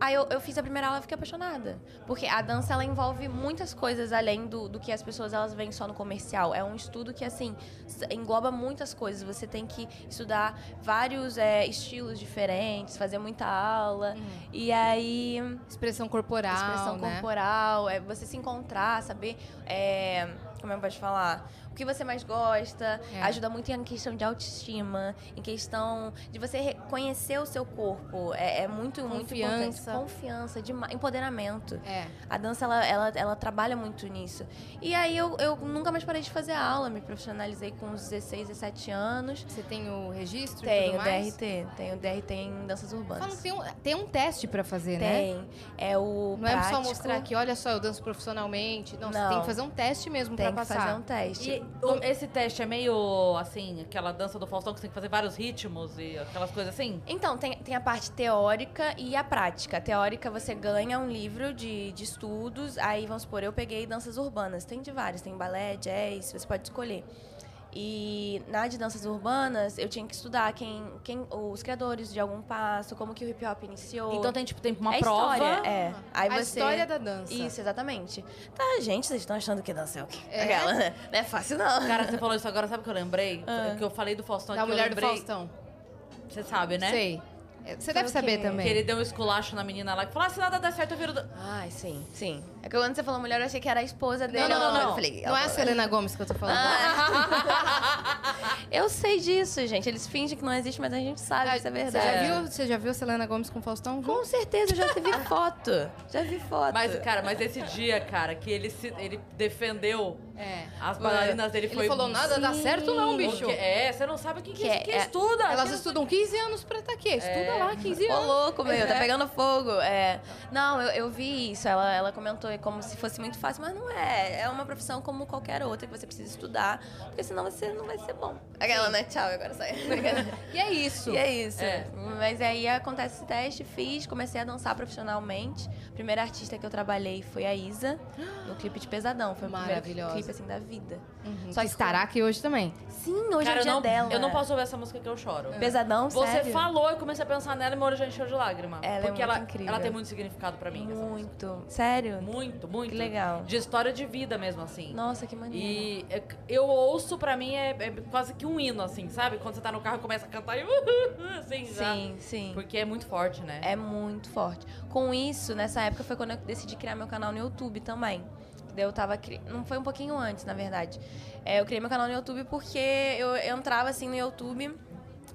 S2: Aí eu, eu fiz a primeira aula e fiquei apaixonada. Porque a dança, ela envolve muitas coisas além do, do que as pessoas elas veem só no comercial. É um estudo que, assim, s- engloba muitas coisas. Você tem que estudar vários é, estilos diferentes, fazer muita aula. E aí
S3: Uhum. Expressão corporal,
S2: expressão
S3: né?
S2: corporal, é você se encontrar, saber é, como eu posso falar, o que você mais gosta,
S3: É.
S2: ajuda muito em questão de autoestima, em questão de você reconhecer o seu corpo, é, é muito muito
S3: Confiança.
S2: importante. confiança, dema- empoderamento.
S3: É.
S2: A dança ela, ela, ela trabalha muito nisso. E aí eu, eu nunca mais parei de fazer aula, me profissionalizei com uns 16, 17 anos.
S3: Você tem o registro e
S2: Tenho
S3: tudo mais?
S2: DRT, tenho DRT em danças
S3: Falam que
S2: urbanas.
S3: tem um, tem um teste pra fazer, né?
S2: Tem. É o
S3: Não é só
S2: prático.
S3: mostrar que, olha só, eu danço profissionalmente. Não, você
S2: Não.
S3: tem que fazer um teste mesmo pra
S2: Tem que
S3: passar.
S2: fazer um teste.
S1: E o- esse teste é meio assim, aquela dança do Faustão que você tem que fazer vários ritmos e aquelas coisas assim?
S2: Então, tem, tem a parte teórica e a prática. A teórica, você ganha um livro de, de estudos. Aí, vamos supor, eu peguei danças urbanas. Tem de várias. Tem balé, jazz, você pode escolher. E na de danças urbanas, eu tinha que estudar quem, quem os criadores de algum passo, como que o hip hop iniciou.
S1: Então tem tipo tem uma
S2: É
S1: prova. Ah.
S2: história, é. Aí
S3: a
S2: você...
S3: história da dança.
S2: Isso, exatamente. Tá, gente, vocês estão achando que dança é o quê?
S3: É?
S2: Aquela, né? Não é fácil, não.
S1: Cara, você falou isso agora, sabe o que eu lembrei?
S2: Ah.
S1: Que eu falei do Faustão
S3: Da
S1: que eu
S3: mulher do
S1: lembrei.
S3: Faustão.
S1: Você sabe, né?
S3: Sei. É, Você deve
S2: o
S3: saber
S2: quê?
S1: Que
S3: também.
S1: ele deu um esculacho na menina lá que falou: ah, se nada der certo, eu viro. *laughs* Dan...
S2: Ai, sim, sim. É que quando você falou mulher, eu achei que era a esposa dele.
S3: Não, não, não.
S2: Eu
S3: Não,
S2: falei,
S3: é a
S2: ela- Ah,
S3: Selena Gomes que eu tô falando.
S2: Eu sei disso, gente. Eles fingem que não existe, mas a gente sabe que isso é
S3: Ah, Você
S2: verdade.
S3: já viu, você já viu a Selena Gomes com o Faustão?
S2: Com certeza, eu já vi foto. Já vi foto.
S1: Mas, cara, mas esse dia, cara, que ele se ele defendeu
S3: É.
S1: as bailarinas dele
S3: Ele
S1: foi.
S3: falou, nada dá
S2: Sim.
S3: certo não,
S1: Porque-
S3: bicho.
S1: É, você não sabe o que, que,
S2: Que é-
S1: que
S2: é-
S1: estuda.
S3: Elas
S1: que-
S3: estudam 15 anos pra tá aqui. Estuda lá 15
S2: Ô,
S3: anos.
S2: louco, meu, tá
S3: É.
S2: pegando fogo. É. Não, eu, eu vi isso. Ela, ela comentou é como se fosse muito fácil, mas não é. É uma profissão como qualquer outra que você precisa estudar, porque senão você não vai ser bom. Aquela, né? Tchau, agora sai.
S3: E é isso.
S2: *laughs* E é isso.
S1: É.
S2: Mas aí acontece esse teste, fiz, comecei a dançar profissionalmente. A primeira artista que eu trabalhei foi a Isa, no clipe de Pesadão. Foi o primeiro
S3: Maravilhosa.
S2: clipe assim da vida.
S3: Uhum,
S2: Só
S3: que
S2: que-
S3: estará aqui hoje também.
S2: Sim, hoje
S1: Cara,
S2: é o
S1: eu
S2: dia
S1: não,
S2: dela.
S1: eu não posso ouvir essa música que eu choro.
S2: Pesadão,
S1: Você
S2: sério?
S1: falou, eu comecei a pensar nela e meu olho já encheu de lágrima.
S2: Ela é
S1: porque
S2: muito
S1: ela,
S2: incrível.
S1: ela tem muito significado pra mim. essa música.
S2: Muito. Sério?
S1: Muito, muito.
S2: Que legal.
S1: De história de vida mesmo, assim.
S2: Nossa, que maneiro.
S1: E é, eu ouço, pra mim, é, é quase que um hino, assim, sabe? Quando você tá no carro e começa a cantar e. *laughs* assim, já.
S2: Sim, sim.
S1: Porque é muito forte, né?
S2: É muito forte. Com isso, nessa época foi quando eu decidi criar meu canal no YouTube também. Daí eu tava. cri- Não foi um pouquinho antes, na verdade. É, eu criei meu canal no YouTube porque eu eu entrava assim no YouTube.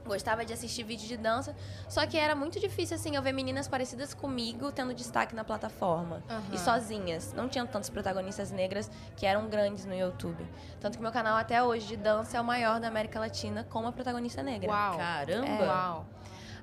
S2: Gostava de assistir vídeo de dança, só que era muito difícil, assim, eu ver meninas parecidas comigo tendo destaque na plataforma.
S3: Aham.
S2: E sozinhas. Não tinha tantos protagonistas negras que eram grandes no YouTube. Tanto que meu canal até hoje de dança é o maior da América Latina com uma protagonista negra.
S3: Uau.
S2: É
S1: Caramba!
S3: Uau.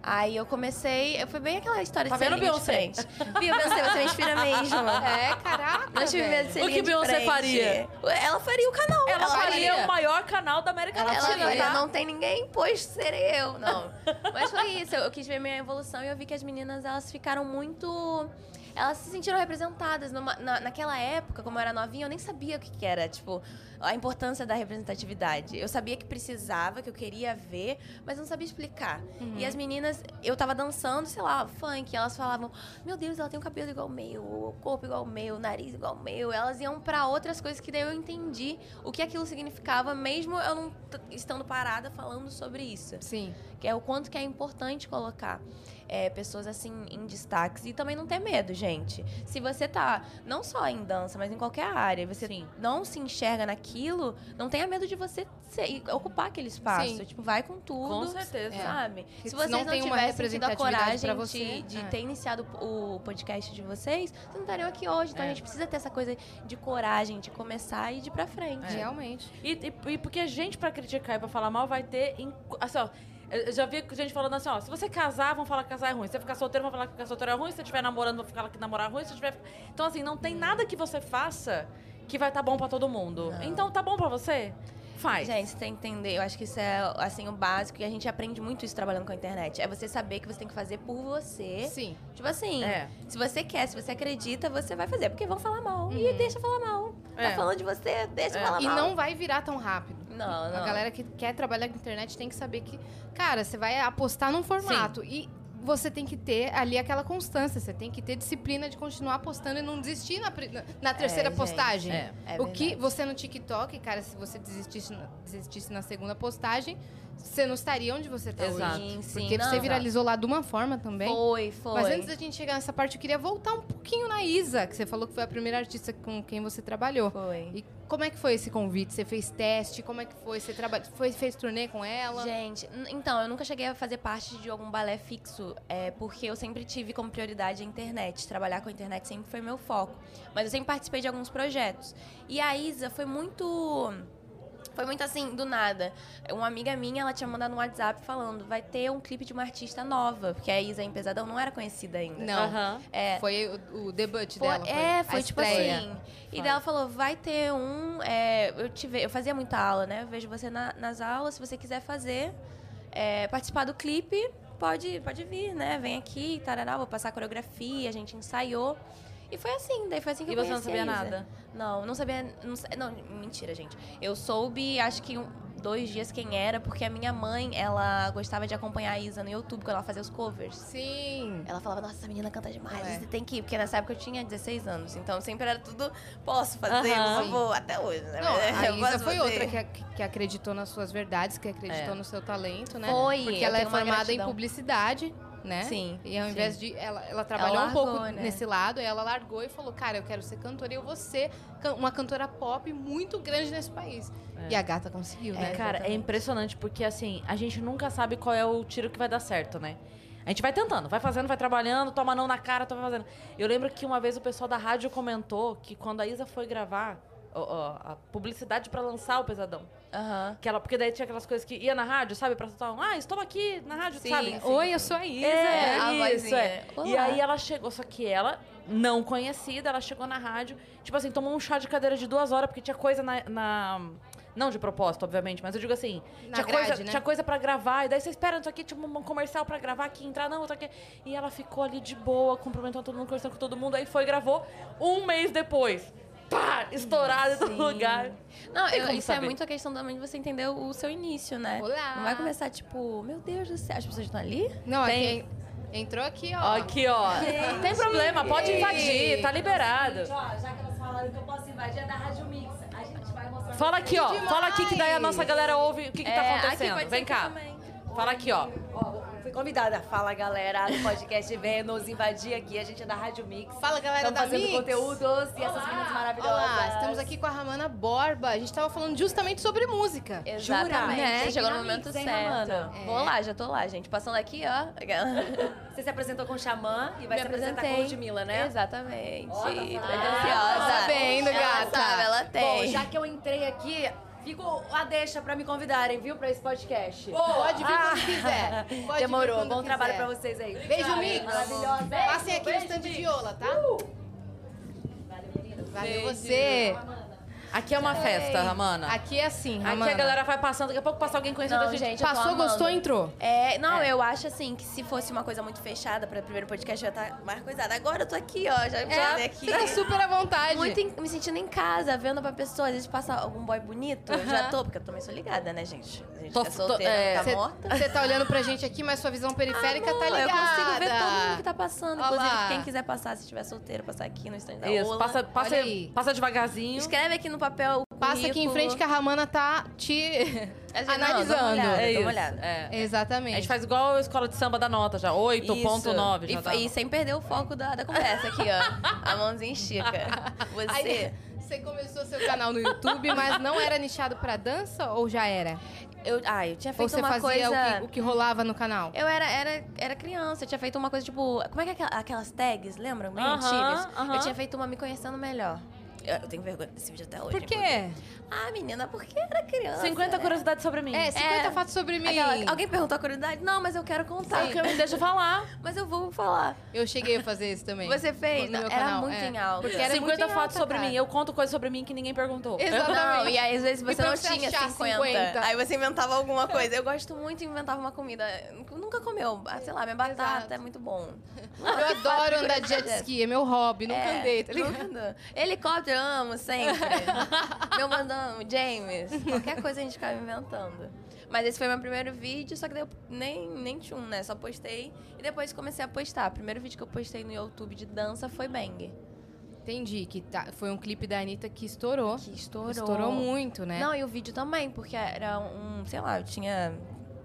S2: Aí eu comecei, eu fui bem aquela história
S1: Tá
S2: de ser
S1: vendo,
S2: linha de
S1: Beyoncé?
S2: frente. Viu, Beyoncé,
S1: *laughs*
S2: você me inspira mesmo.
S3: É, caraca.
S2: Não tive medo de ser
S1: O que
S2: linha de
S1: Beyoncé
S2: frente.
S1: faria?
S2: Ela faria o canal.
S1: Ela faria
S3: faria.
S1: o maior canal da América
S2: Ela,
S1: Latina.
S2: falou,
S1: tá?
S2: "Ainda não tem ninguém, pois serei eu. Não. Mas foi isso, eu quis ver minha evolução e eu vi que as meninas, elas ficaram muito... Elas se sentiram representadas. numa- na, naquela época, como eu era novinha, eu nem sabia o que, que era, tipo, a importância da representatividade. Eu sabia que precisava, que eu queria ver, mas eu não sabia explicar.
S3: Uhum.
S2: E as meninas, eu tava dançando, sei lá, funk, elas falavam, meu Deus, ela tem um cabelo igual o meu, o corpo igual o meu, o nariz igual o meu. Elas iam pra outras coisas que daí eu entendi o que aquilo significava, mesmo eu não t- estando parada falando sobre isso.
S3: Sim.
S2: Que é o quanto que é importante colocar é, pessoas assim em destaques. E também não ter medo, gente. Se você tá não só em dança, mas em qualquer área, e você
S1: Sim.
S2: não se enxerga naquilo, não tenha medo de você ser- e ocupar aquele espaço.
S3: Sim.
S2: Tipo, vai com tudo.
S1: Com certeza.
S3: É.
S2: Sabe?
S3: Se
S2: Se vocês
S3: não
S2: não,
S3: tem uma
S2: tivessem tido a
S3: representatividade
S2: coragem
S3: pra você,
S2: de, de
S3: é.
S2: ter iniciado o podcast de vocês, vocês não estariam aqui hoje. Então
S1: É.
S2: a gente precisa ter essa coisa de coragem, de começar e de ir pra frente.
S3: Realmente.
S1: E, e- e porque a gente, pra criticar e pra falar mal, vai ter. em- Assim, ó. Eu já vi gente falando assim, ó, se você casar, vão falar que casar é ruim. Se você ficar solteiro, vão falar que ficar solteiro é ruim. Se você estiver namorando, vão falar que namorar é ruim. Se você tiver... Então, assim, não
S2: Hum.
S1: tem nada que você faça que vai estar bom pra todo mundo.
S2: Não.
S1: Então, tá bom pra você? Faz.
S2: Gente, você tem que entender. Eu acho que isso é assim o básico e a gente aprende muito isso trabalhando com a internet. É você saber que você tem que fazer por você.
S3: Sim.
S2: Tipo assim,
S1: é.
S2: se você quer, se você acredita, você vai fazer. Porque vão falar mal. E deixa falar mal.
S1: É.
S2: Tá falando de você, deixa
S1: É.
S2: falar
S3: Uhum. E
S2: mal.
S3: não vai virar tão rápido.
S2: Não, não.
S3: A galera que quer trabalhar com internet tem que saber que, cara, você vai apostar num formato e você tem que ter ali aquela constância, você tem que ter disciplina de continuar apostando e não desistir na, pri- na- na terceira
S2: gente,
S3: postagem.
S1: é,
S2: é
S3: o que
S2: verdade.
S3: você no TikTok, cara, se você desistisse na, desistisse na segunda postagem, você não estaria onde você tá
S1: Exato.
S3: hoje.
S2: Sim, sim,
S3: Porque
S2: não,
S3: você
S2: exato.
S3: viralizou lá de uma forma também.
S2: Foi, foi.
S3: Mas antes da gente chegar nessa parte, eu queria voltar um pouquinho na Isa, que você falou que foi a primeira artista com quem você trabalhou.
S2: Foi.
S3: E como é que foi esse convite? Você fez teste? Como é que foi? Você trabalhou? Foi, fez turnê com ela?
S2: Gente, n- então, eu nunca cheguei a fazer parte de algum balé fixo, é, porque eu sempre tive como prioridade a internet. Trabalhar com a internet sempre foi meu foco. Mas eu sempre participei de alguns projetos. E a Isa foi muito. Foi muito assim, do nada. Uma amiga minha, ela tinha mandado um WhatsApp falando: vai ter um clipe de uma artista nova, porque a Isa é em Pesadão não era conhecida ainda.
S3: Não.
S1: Aham.
S2: É,
S3: Foi o, o debut
S2: foi-
S3: dela. Foi
S2: é,
S3: a
S2: foi tipo
S3: estreia.
S2: assim.
S3: Foi.
S2: E daí ela falou: vai ter um. é, eu, te ve- eu fazia muita aula, né? Eu vejo você na- nas aulas, se você quiser fazer, é, participar do clipe, pode, pode vir, né? Vem aqui, tarará, vou passar a coreografia, a gente ensaiou. E foi assim, daí foi assim que
S1: E
S2: eu
S1: você não
S2: conheci a
S1: sabia
S2: Isa.
S1: nada?
S2: Não, não sabia. Não, sa- não, mentira, gente. Eu soube, acho que um- dois dias quem era, porque a minha mãe, ela gostava de acompanhar a Isa no YouTube quando ela fazia os covers.
S3: Sim.
S2: Ela falava, nossa, essa menina canta demais,
S3: É.
S2: você tem que ir. Porque nessa época eu tinha 16 anos, então sempre era tudo, posso fazer,
S1: Aham.
S2: por favor, até hoje. Né?
S3: Não, a
S2: *laughs* Eu
S3: Isa
S2: posso
S3: foi
S2: fazer.
S3: outra que, ac- que acreditou nas suas verdades, que acreditou
S1: É.
S3: no seu talento, né?
S2: Foi,
S3: Porque
S2: eu
S3: ela é
S2: tenho uma
S3: formada em
S2: gratidão.
S3: publicidade, né?
S2: Sim,
S3: E ao
S2: sim.
S3: invés de. Ela, ela trabalhou
S2: Ela
S3: um
S2: largou,
S3: pouco
S2: né?
S3: nesse lado, aí ela largou e falou: Cara, eu quero ser cantora e eu vou ser can- uma cantora pop muito grande nesse país.
S1: É.
S3: E a gata conseguiu, né?
S1: É, cara, é impressionante porque assim, a gente nunca sabe qual é o tiro que vai dar certo, né? A gente vai tentando, vai fazendo, vai trabalhando, toma não na cara, toma fazendo. Eu lembro que uma vez o pessoal da rádio comentou que quando a Isa foi gravar ó, ó, a publicidade pra lançar o Pesadão,
S2: Aham.
S1: que ela, porque daí tinha aquelas coisas que ia na rádio, sabe, Pra soltar um, ah, estou aqui na rádio,
S2: Sim,
S1: sabe?
S2: sim.
S3: assim, Oi, eu sou a Isa.
S1: É,
S2: a
S1: isso,
S2: vozinha.
S1: é. E
S2: Olá.
S1: aí ela chegou, só que ela, não conhecida, ela chegou na rádio, tipo assim, tomou um chá de cadeira de duas horas, porque tinha coisa na. na- não de propósito, obviamente, mas eu digo assim,
S3: Na
S1: tinha,
S3: grade,
S1: coisa,
S3: né?
S1: tinha coisa pra gravar, e daí você espera, não sei o que, tipo, um comercial pra gravar aqui, entrar, não, não sei o que. E ela ficou ali de boa, cumprimentou todo mundo, conversando com todo mundo, aí foi e gravou um mês depois. Pá! Estourado do
S2: Sim.
S1: lugar.
S2: Não,
S1: tem
S2: eu-
S1: como
S2: isso é
S1: saber.
S2: muito a questão também de você entender o seu início, né?
S3: Olá.
S2: Não vai começar, tipo, meu Deus do céu, as pessoas estão ali?
S3: Não,
S1: Tem-
S3: aqui, entrou aqui, ó.
S1: Aqui, ó. Não tem problema, pode invadir, tá liberado.
S4: Ó, já que elas falaram que eu posso invadir a da Rádio Mix, a gente vai mostrar.
S1: Fala aqui, ó.
S3: Demais!
S1: Fala aqui que daí a nossa galera ouve o que, que tá
S2: É, aqui
S1: acontecendo.
S2: pode
S1: Vem
S2: ser
S1: cá.
S2: também.
S1: Fala aqui, ó.
S4: fui convidada. Fala, galera do podcast vem nos invadir aqui. A gente é da Rádio Mix.
S3: Fala, galera
S4: Estamos
S3: da
S4: fazendo
S3: Mix.
S4: conteúdos e essas meninas maravilhosas.
S3: Olá, estamos aqui com a Ramana Borba. A gente tava falando justamente sobre música.
S2: É. Exatamente.
S3: Jura? Né?
S2: Você Chegou no
S4: Tem
S2: momento
S4: amigos, hein,
S2: certo.
S4: Amanda?
S3: É.
S2: Vou lá, já tô lá, gente. Passando aqui, *laughs* ó.
S4: Você se apresentou com o Xamã e vai
S2: Me
S4: se apresentar com
S2: apresentei.
S4: o Ludmilla, né?
S2: Exatamente.
S4: Ó, tá
S2: Ah, ansiosa.
S3: sabendo,
S2: Ela
S3: gata.
S2: sabe, ela
S4: Bom,
S2: tem.
S4: já que eu entrei aqui, fico a deixa pra me convidarem, viu, pra esse podcast.
S3: Pode vir quando quiser. Pode vir
S4: Demorou.
S3: quando
S4: Bom
S3: quiser.
S4: trabalho pra vocês aí.
S3: Beijo, Mix.
S4: Maravilhosa.
S3: Passem aqui no
S4: Beijo,
S3: stand de
S4: Mix.
S3: Iola, tá? Valeu
S2: Beijo.
S3: você.
S1: Aqui é uma festa, Ramana. Aqui,
S3: Aqui é assim, Ramana.
S1: a galera vai passando, daqui a pouco passa alguém conhecido
S2: Não,
S1: a gente.
S2: gente, eu tô
S3: Passou,
S2: amando.
S3: gostou, entrou.
S2: É, não, eu acho assim que se fosse uma coisa muito fechada para o primeiro podcast, eu ia estar mais coisada. Agora eu tô aqui, ó, já me
S3: É,
S2: aqui. *laughs*
S3: fica super à vontade.
S2: Muito em- me sentindo em casa, vendo pra pessoa. Às vezes passa algum boy bonito, eu já tô, porque eu também sou ligada, né, gente? A gente
S1: Tô-
S2: tá
S1: tô-
S2: solteira,
S1: é,
S2: tá
S3: Cê-
S2: morta.
S3: Você tá olhando pra gente aqui, mas sua visão periférica tá
S2: Amor,
S3: ligada.
S2: Eu consigo ver todo mundo que tá passando.
S3: Ó
S2: Inclusive,
S3: lá.
S2: quem quiser passar, se tiver solteiro, passar aqui no stand da
S1: Isso,
S2: é Ola.
S1: passa, passa,
S3: olha aí.
S1: passa devagarzinho.
S2: Escreve aqui no papel o
S3: Passa aqui em frente que a Ramana tá
S2: *laughs*
S3: te analisando.
S2: É
S1: é
S2: dá
S1: isso.
S2: uma olhada.
S1: é.
S3: Exatamente.
S1: A gente faz igual a escola de samba da nota já, 8.9. já
S2: E,
S1: tá.
S2: fa-
S1: dá.
S2: e sem perder o foco da, da conversa aqui, ó. A mãozinha estica. *laughs* Você.
S3: Aí, você começou seu canal no YouTube, mas não era nichado pra dança ou já era?
S2: Eu, ah, eu tinha feito
S3: Ou você
S2: uma
S3: fazia
S2: coisa.
S3: o, que, o que rolava no canal?
S2: Eu era, era, era criança, eu tinha feito uma coisa tipo. Como é que é aquela- aquelas tags, lembram? Bem
S1: Aham,
S2: antigas.
S1: aham.
S2: Eu tinha feito uma me conhecendo melhor. Eu, eu tenho vergonha desse vídeo até hoje.
S3: Por
S2: inclusive.
S3: quê?
S2: Ah, menina, porque era criança.
S1: 50
S2: né?
S1: curiosidades sobre mim.
S3: É, 50
S2: É.
S3: fatos sobre mim.
S2: Aquela- alguém perguntou a curiosidade? Não, mas eu quero contar.
S1: Sabe o que me deixa *laughs* falar?
S2: *laughs* Mas eu vou falar.
S3: Eu cheguei a fazer isso também.
S2: Você fez?
S3: No meu
S2: Era
S3: canal,
S2: muito
S3: é.
S2: em alta.
S3: Porque era
S1: 50
S3: muito em
S1: fatos
S3: alta,
S1: sobre
S3: cara.
S1: mim. Eu conto coisas sobre mim que ninguém perguntou.
S3: *laughs* Exatamente.
S2: Não, e aí às vezes
S3: E
S2: você
S3: pra
S2: não
S3: você
S2: tinha
S3: achar
S2: 50,
S3: 50.
S2: Aí você
S3: *laughs*
S2: inventava alguma coisa. Eu gosto muito de inventar uma comida. Nunca comeu, ah, sei lá, minha batata
S3: Exato.
S2: é muito bom. *laughs*
S3: Eu adoro andar de jet ski, é meu hobby, nunca
S2: É,
S3: andei, tá ligado?
S2: nunca andou. Helicóptero, eu amo sempre.
S3: *laughs*
S2: meu mandão, James. Qualquer coisa a gente ficava inventando. Mas esse foi meu primeiro vídeo, só que daí eu nem, nem tinha um, né? Só postei. E depois comecei a postar. O primeiro vídeo que eu postei no YouTube de dança foi Bang.
S3: Entendi, que tá- foi um clipe da Anitta que estourou.
S2: Que estourou.
S3: Estourou muito, né?
S2: Não, e o vídeo também, porque era um, sei lá, eu tinha,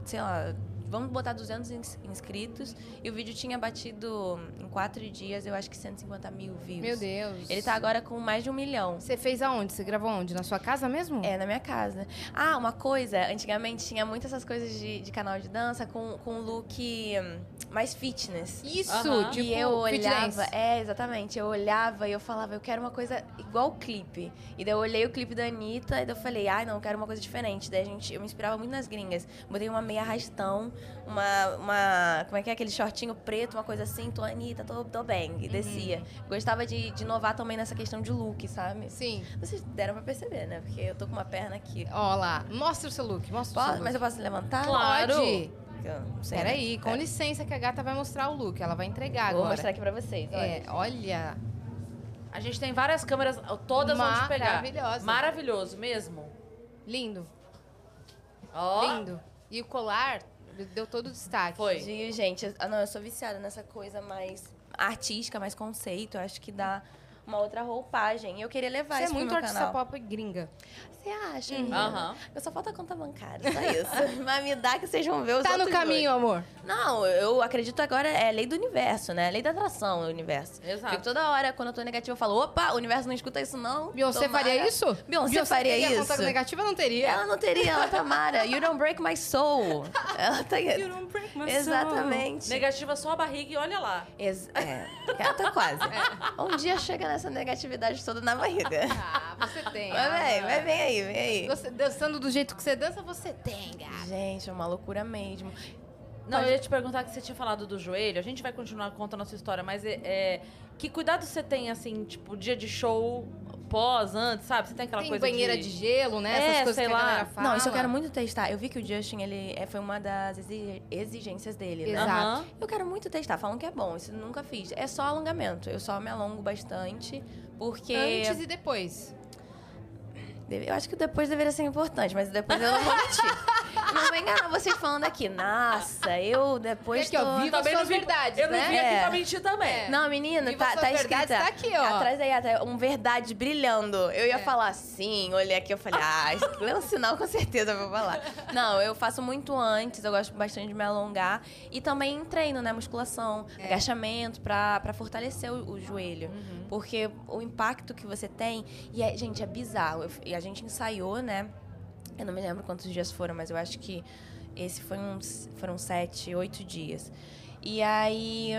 S2: sei lá, vamos botar 200 ins- inscritos e o vídeo tinha batido em quatro dias, eu acho que 150 mil views.
S3: Meu Deus.
S2: Ele tá agora com mais de um milhão.
S3: Você fez aonde? Você gravou aonde? Na sua casa mesmo?
S2: É, na minha casa. Ah, uma coisa, antigamente tinha muito essas coisas de, de canal de dança com, com look hum, mais fitness.
S3: Isso,
S1: Aham.
S3: tipo,
S2: e eu
S3: fit
S2: olhava,
S3: dance.
S2: é, exatamente, eu olhava e eu falava, eu quero uma coisa igual o clipe. E daí eu olhei o clipe da Anitta e daí eu falei, ai, não, eu quero uma coisa diferente. Daí a gente, eu me inspirava muito nas gringas. Botei uma meia arrastão, uma, uma, como é que é, aquele shortinho preto, uma coisa assim, tô Anitta, tô, tô bang,
S3: Uhum.
S2: descia. Gostava de, de inovar também nessa questão de look, sabe?
S3: Sim.
S2: Vocês deram pra perceber, né? Porque eu tô com uma perna aqui.
S3: Ó lá, mostra o seu look, mostra o
S2: Posso-
S3: seu
S2: mas
S3: look.
S2: eu posso levantar?
S1: Claro.
S3: Pode.
S2: Porque eu não sei, né?
S3: Peraí, com
S2: É.
S3: licença que a gata vai mostrar o look. Ela vai entregar
S2: Vou
S3: agora.
S2: mostrar aqui pra vocês, olha.
S3: É, olha.
S1: A gente tem várias câmeras, todas onde pegar.
S3: Maravilhosa.
S1: Maravilhoso mesmo.
S3: Lindo,
S1: Ó.
S3: lindo. E o colar deu todo o destaque.
S1: Foi.
S2: Digo, gente, eu- ah, não, eu sou viciada nessa coisa mais artística, mais conceito. Eu acho que dá uma outra roupagem. E Eu queria levar
S3: Você é
S2: isso pro
S3: muito
S2: meu
S3: artista
S2: canal.
S3: pop Uhum. gringa.
S2: Você acha?
S1: Aham.
S2: menina? Eu só falta a conta bancária, só
S3: *laughs*
S2: isso. Mas me dá que vocês vão ver os
S3: Tá no
S2: outros
S3: caminho, amor.
S2: dois. Não, eu acredito agora, é lei do universo, né? Lei da atração, é o universo.
S1: Exato.
S2: Fico toda hora, quando eu tô negativa, eu falo, opa, o universo não escuta isso não.
S3: Beyoncé
S2: Tomara.
S3: faria isso?
S2: Beyoncé, faria
S3: teria
S2: isso?
S3: contato negativo? Eu não teria.
S2: Ela não teria, ela tá Mara. You don't break my soul. Ela tá. Exatamente.
S1: Negativa só a barriga e olha lá.
S2: Ex- é, ela tá quase.
S3: É.
S2: Um dia chega nessa negatividade toda
S3: *laughs*
S2: na barriga.
S3: Ah, você tem.
S2: Vai bem,
S3: ah.
S2: vai bem aí, vem aí.
S3: Você dançando do jeito que você dança, você tem, gata.
S2: Gente, é uma loucura mesmo.
S1: Não,
S2: Pode-
S1: eu ia te perguntar que você tinha falado do joelho. A gente vai continuar contando a sua história, mas é, é, que cuidado você tem, assim, tipo, dia de show, pós, antes, sabe? Você tem aquela
S3: Tem
S1: coisa
S3: banheira de... gelo, né?
S1: É,
S3: Essas coisas
S1: sei
S3: que
S1: lá.
S3: a galera fala.
S2: Não, isso eu quero muito testar. Eu vi que o Justin, ele é, foi uma das exi- exigências dele, né?
S3: Exato.
S1: Aham.
S2: Eu quero muito testar, falam que é bom, isso eu nunca fiz. É só alongamento, eu só me alongo bastante, porque...
S3: Antes e depois. *laughs*
S2: Deve- Eu acho que o depois deveria ser importante, mas o depois eu não vou mentir. não vem enganar vocês falando aqui. Nossa, eu depois
S3: Aqui, ó,
S2: tô-
S3: viva
S1: Também não
S3: suas
S1: vim-
S3: verdades,
S1: Eu
S3: né?
S1: não vim
S2: É.
S1: aqui pra mentir também.
S3: É.
S2: Não, menina,
S3: Viva
S2: tá,
S3: suas
S2: tá
S3: verdades,
S2: escrita.
S3: tá aqui, ó.
S2: Atrás aí, atrás, um verdade brilhando. Eu ia
S3: É.
S2: falar assim, olhei aqui, eu falei, ah, isso é um sinal com certeza eu vou falar. Não, eu faço muito antes, eu gosto bastante de me alongar. E também treino, né, musculação,
S3: É.
S2: agachamento, pra, pra fortalecer o, o joelho.
S3: Uhum.
S2: Porque o impacto que você tem, e é, gente, é bizarro. Eu- e a gente ensaiou, né, eu não me lembro quantos dias foram, mas eu acho que esse foi uns, foram sete, oito dias. E aí,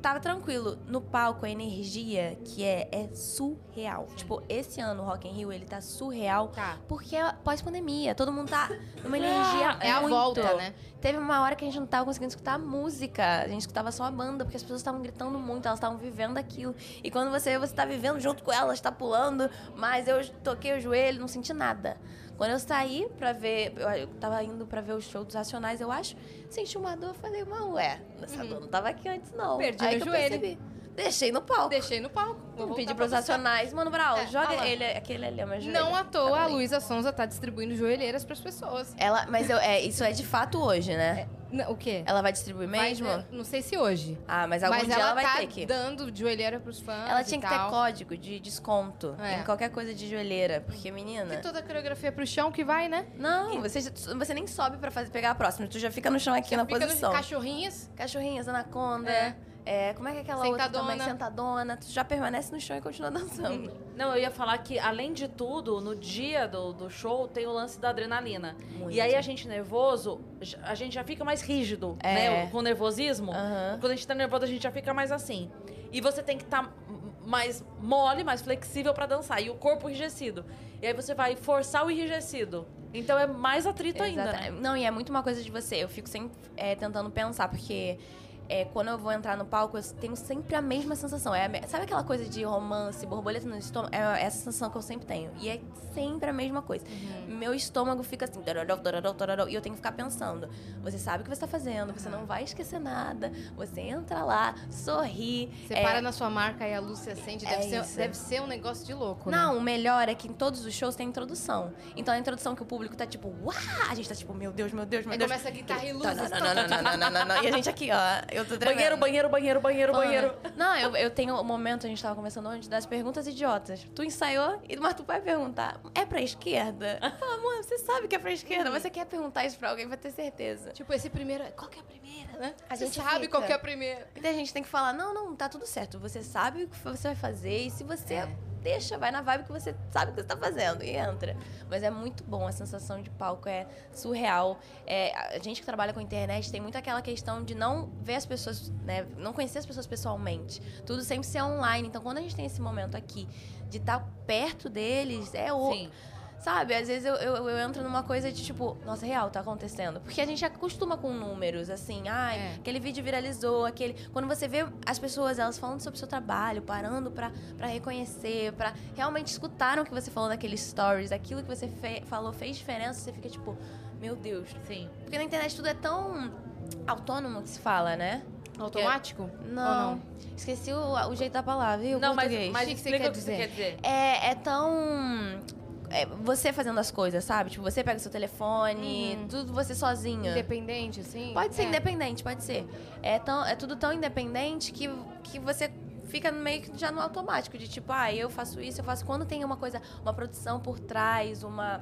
S2: tava tranquilo. No palco, a energia que é, é surreal. Tipo, esse ano o Rock in Rio, ele tá surreal.
S3: Tá.
S2: Porque é pós-pandemia, todo mundo tá numa energia
S3: É a
S2: muito.
S3: volta, né?
S2: Teve uma hora que a gente não tava conseguindo escutar a música. A gente escutava só a banda, porque as pessoas estavam gritando muito, elas estavam vivendo aquilo. E quando você você tá vivendo junto com elas, tá pulando, mas eu toquei o joelho, não senti nada. Quando eu saí pra ver, eu, eu tava indo pra ver os shows dos Racionais, eu acho, senti uma dor, eu falei, mas ué, essa dor não tava aqui antes não.
S3: Uhum. Perdi
S2: Aí
S3: meu
S2: que eu
S3: joelho.
S2: percebi. Deixei no palco.
S3: Deixei no palco. Vou
S2: Não
S3: voltar
S2: pedi
S3: pra
S2: pros
S3: buscar.
S2: Racionais. Mano Brau,
S3: É, olha lá.
S2: joga ele, aquele ali, é meu joelho.
S3: Não à toa,
S2: Tá
S3: a
S2: bem.
S3: Luísa Sonza tá distribuindo joelheiras pras pessoas.
S2: Ela, mas eu, é, isso é de fato hoje, né?
S3: N- O quê?
S2: Ela vai distribuir mesmo?
S3: Vai ter- não sei se hoje.
S2: Ah, mas algum
S3: mas
S2: dia
S3: ela,
S2: ela, vai
S3: tá
S2: ter que.
S3: dando joelheira pros fãs.
S2: Ela tinha
S3: e
S2: que ter
S3: tal.
S2: código de desconto
S3: É.
S2: em qualquer coisa de joelheira, porque menina.
S3: E toda a coreografia pro chão que vai, né?
S2: Não, você, já- você nem sobe pra fazer pegar a próxima, tu já fica no chão aqui na
S3: Fica nos
S2: posição.
S3: cachorrinhas.
S2: Cachorrinhas, anaconda.
S3: É.
S2: É. como é que é aquela outra também?
S3: Sentadona.
S2: Sentadona. Tu já permanece no chão e continua dançando.
S1: Não, eu ia falar que, além de tudo, no dia do, do show tem o lance da adrenalina.
S2: Muito.
S1: E aí a gente nervoso, j- a gente já fica mais rígido,
S2: É.
S1: né? Com o nervosismo.
S2: Aham.
S1: Quando a gente tá nervoso, a gente já fica mais assim. E você tem que estar mais mole, mais flexível pra dançar. E o corpo enrijecido. E aí você vai forçar o enrijecido. Então é mais
S3: tá
S1: atrito ainda,
S2: Exata-
S1: né?
S2: Não, e é muito uma coisa de você. Eu fico sempre é, tentando pensar, porque é, quando eu vou entrar no palco, eu tenho sempre a mesma sensação. É a me- sabe aquela coisa de romance, borboleta no estômago? É essa sensação que eu sempre tenho. E é sempre a mesma coisa. Meu estômago fica assim, dororó, dororó, dororó, e eu tenho que ficar pensando. Você sabe o que você tá fazendo, você não vai esquecer nada. Você entra lá, sorri.
S3: Você
S2: é,
S3: para na sua marca e a luz se acende. Deve,
S2: É
S3: ser,
S2: isso.
S3: deve ser um negócio de louco, né?
S2: Não, o melhor é que em todos os shows tem introdução. Então a introdução que o público tá tipo, uau! A gente tá tipo, meu Deus, meu Deus, meu
S3: Aí
S2: Deus.
S3: começa a guitarra e
S2: Tá,
S3: luzes.
S2: Não, não, não, não, não,
S3: tá,
S2: não, não, não. E a gente aqui, ó. Eu tô
S1: Banheiro,
S2: tremendo.
S1: banheiro, banheiro, banheiro, banheiro.
S2: Mano, Não, eu, eu tenho um momento, a gente tava conversando antes, das perguntas idiotas. Tu ensaiou, e- mas tu vai perguntar, é pra
S3: *laughs*
S2: esquerda? Fala, amor, você sabe que é pra esquerda,
S3: Uhum.
S2: mas você quer perguntar isso pra alguém pra ter certeza.
S3: Tipo, esse primeiro... Qual que é a primeira, né?
S2: A
S3: Você
S2: gente
S3: sabe
S2: fica.
S3: qual que é a primeira.
S2: E daí a gente tem que falar, não, não, tá tudo certo. Você sabe o que você vai fazer e se você
S3: É.
S2: deixa, vai na vibe que você sabe o que você tá fazendo e entra. Mas é muito bom, a sensação de palco é surreal. É, a gente que trabalha com internet tem muito aquela questão de não ver as pessoas, né, não conhecer as pessoas pessoalmente. Tudo sempre ser online. Então quando a gente tem esse momento aqui de estar perto deles, é o...
S1: Sim.
S2: Sabe, às vezes eu, eu, eu entro numa coisa de tipo, nossa, real, tá acontecendo. Porque a gente acostuma com números, assim, ai,
S3: É.
S2: aquele vídeo viralizou, aquele. Quando você vê as pessoas, elas falando sobre o seu trabalho, parando pra, pra reconhecer, pra realmente escutaram o que você falou naqueles stories, aquilo que você fe- falou fez diferença, você fica tipo, meu Deus.
S1: Sim.
S2: Porque na internet tudo é tão autônomo que se fala, né?
S3: Automático?
S2: Não. Esqueci o, o jeito da palavra, viu?
S1: Não, mas,
S2: Português.
S1: mas
S3: O que que você
S1: explica
S3: quer
S1: o que você
S3: dizer?
S1: quer dizer.
S2: É, é tão. é, você fazendo as coisas, sabe? Tipo, você pega o seu telefone, tudo você sozinha.
S3: Uhum. Independente, assim?
S2: Pode ser
S3: É.
S2: independente, pode ser. É, tão, é tudo tão independente que, que você fica meio que já no automático de tipo, ah, eu faço isso, eu faço. Quando tem uma coisa, uma produção por trás, uma.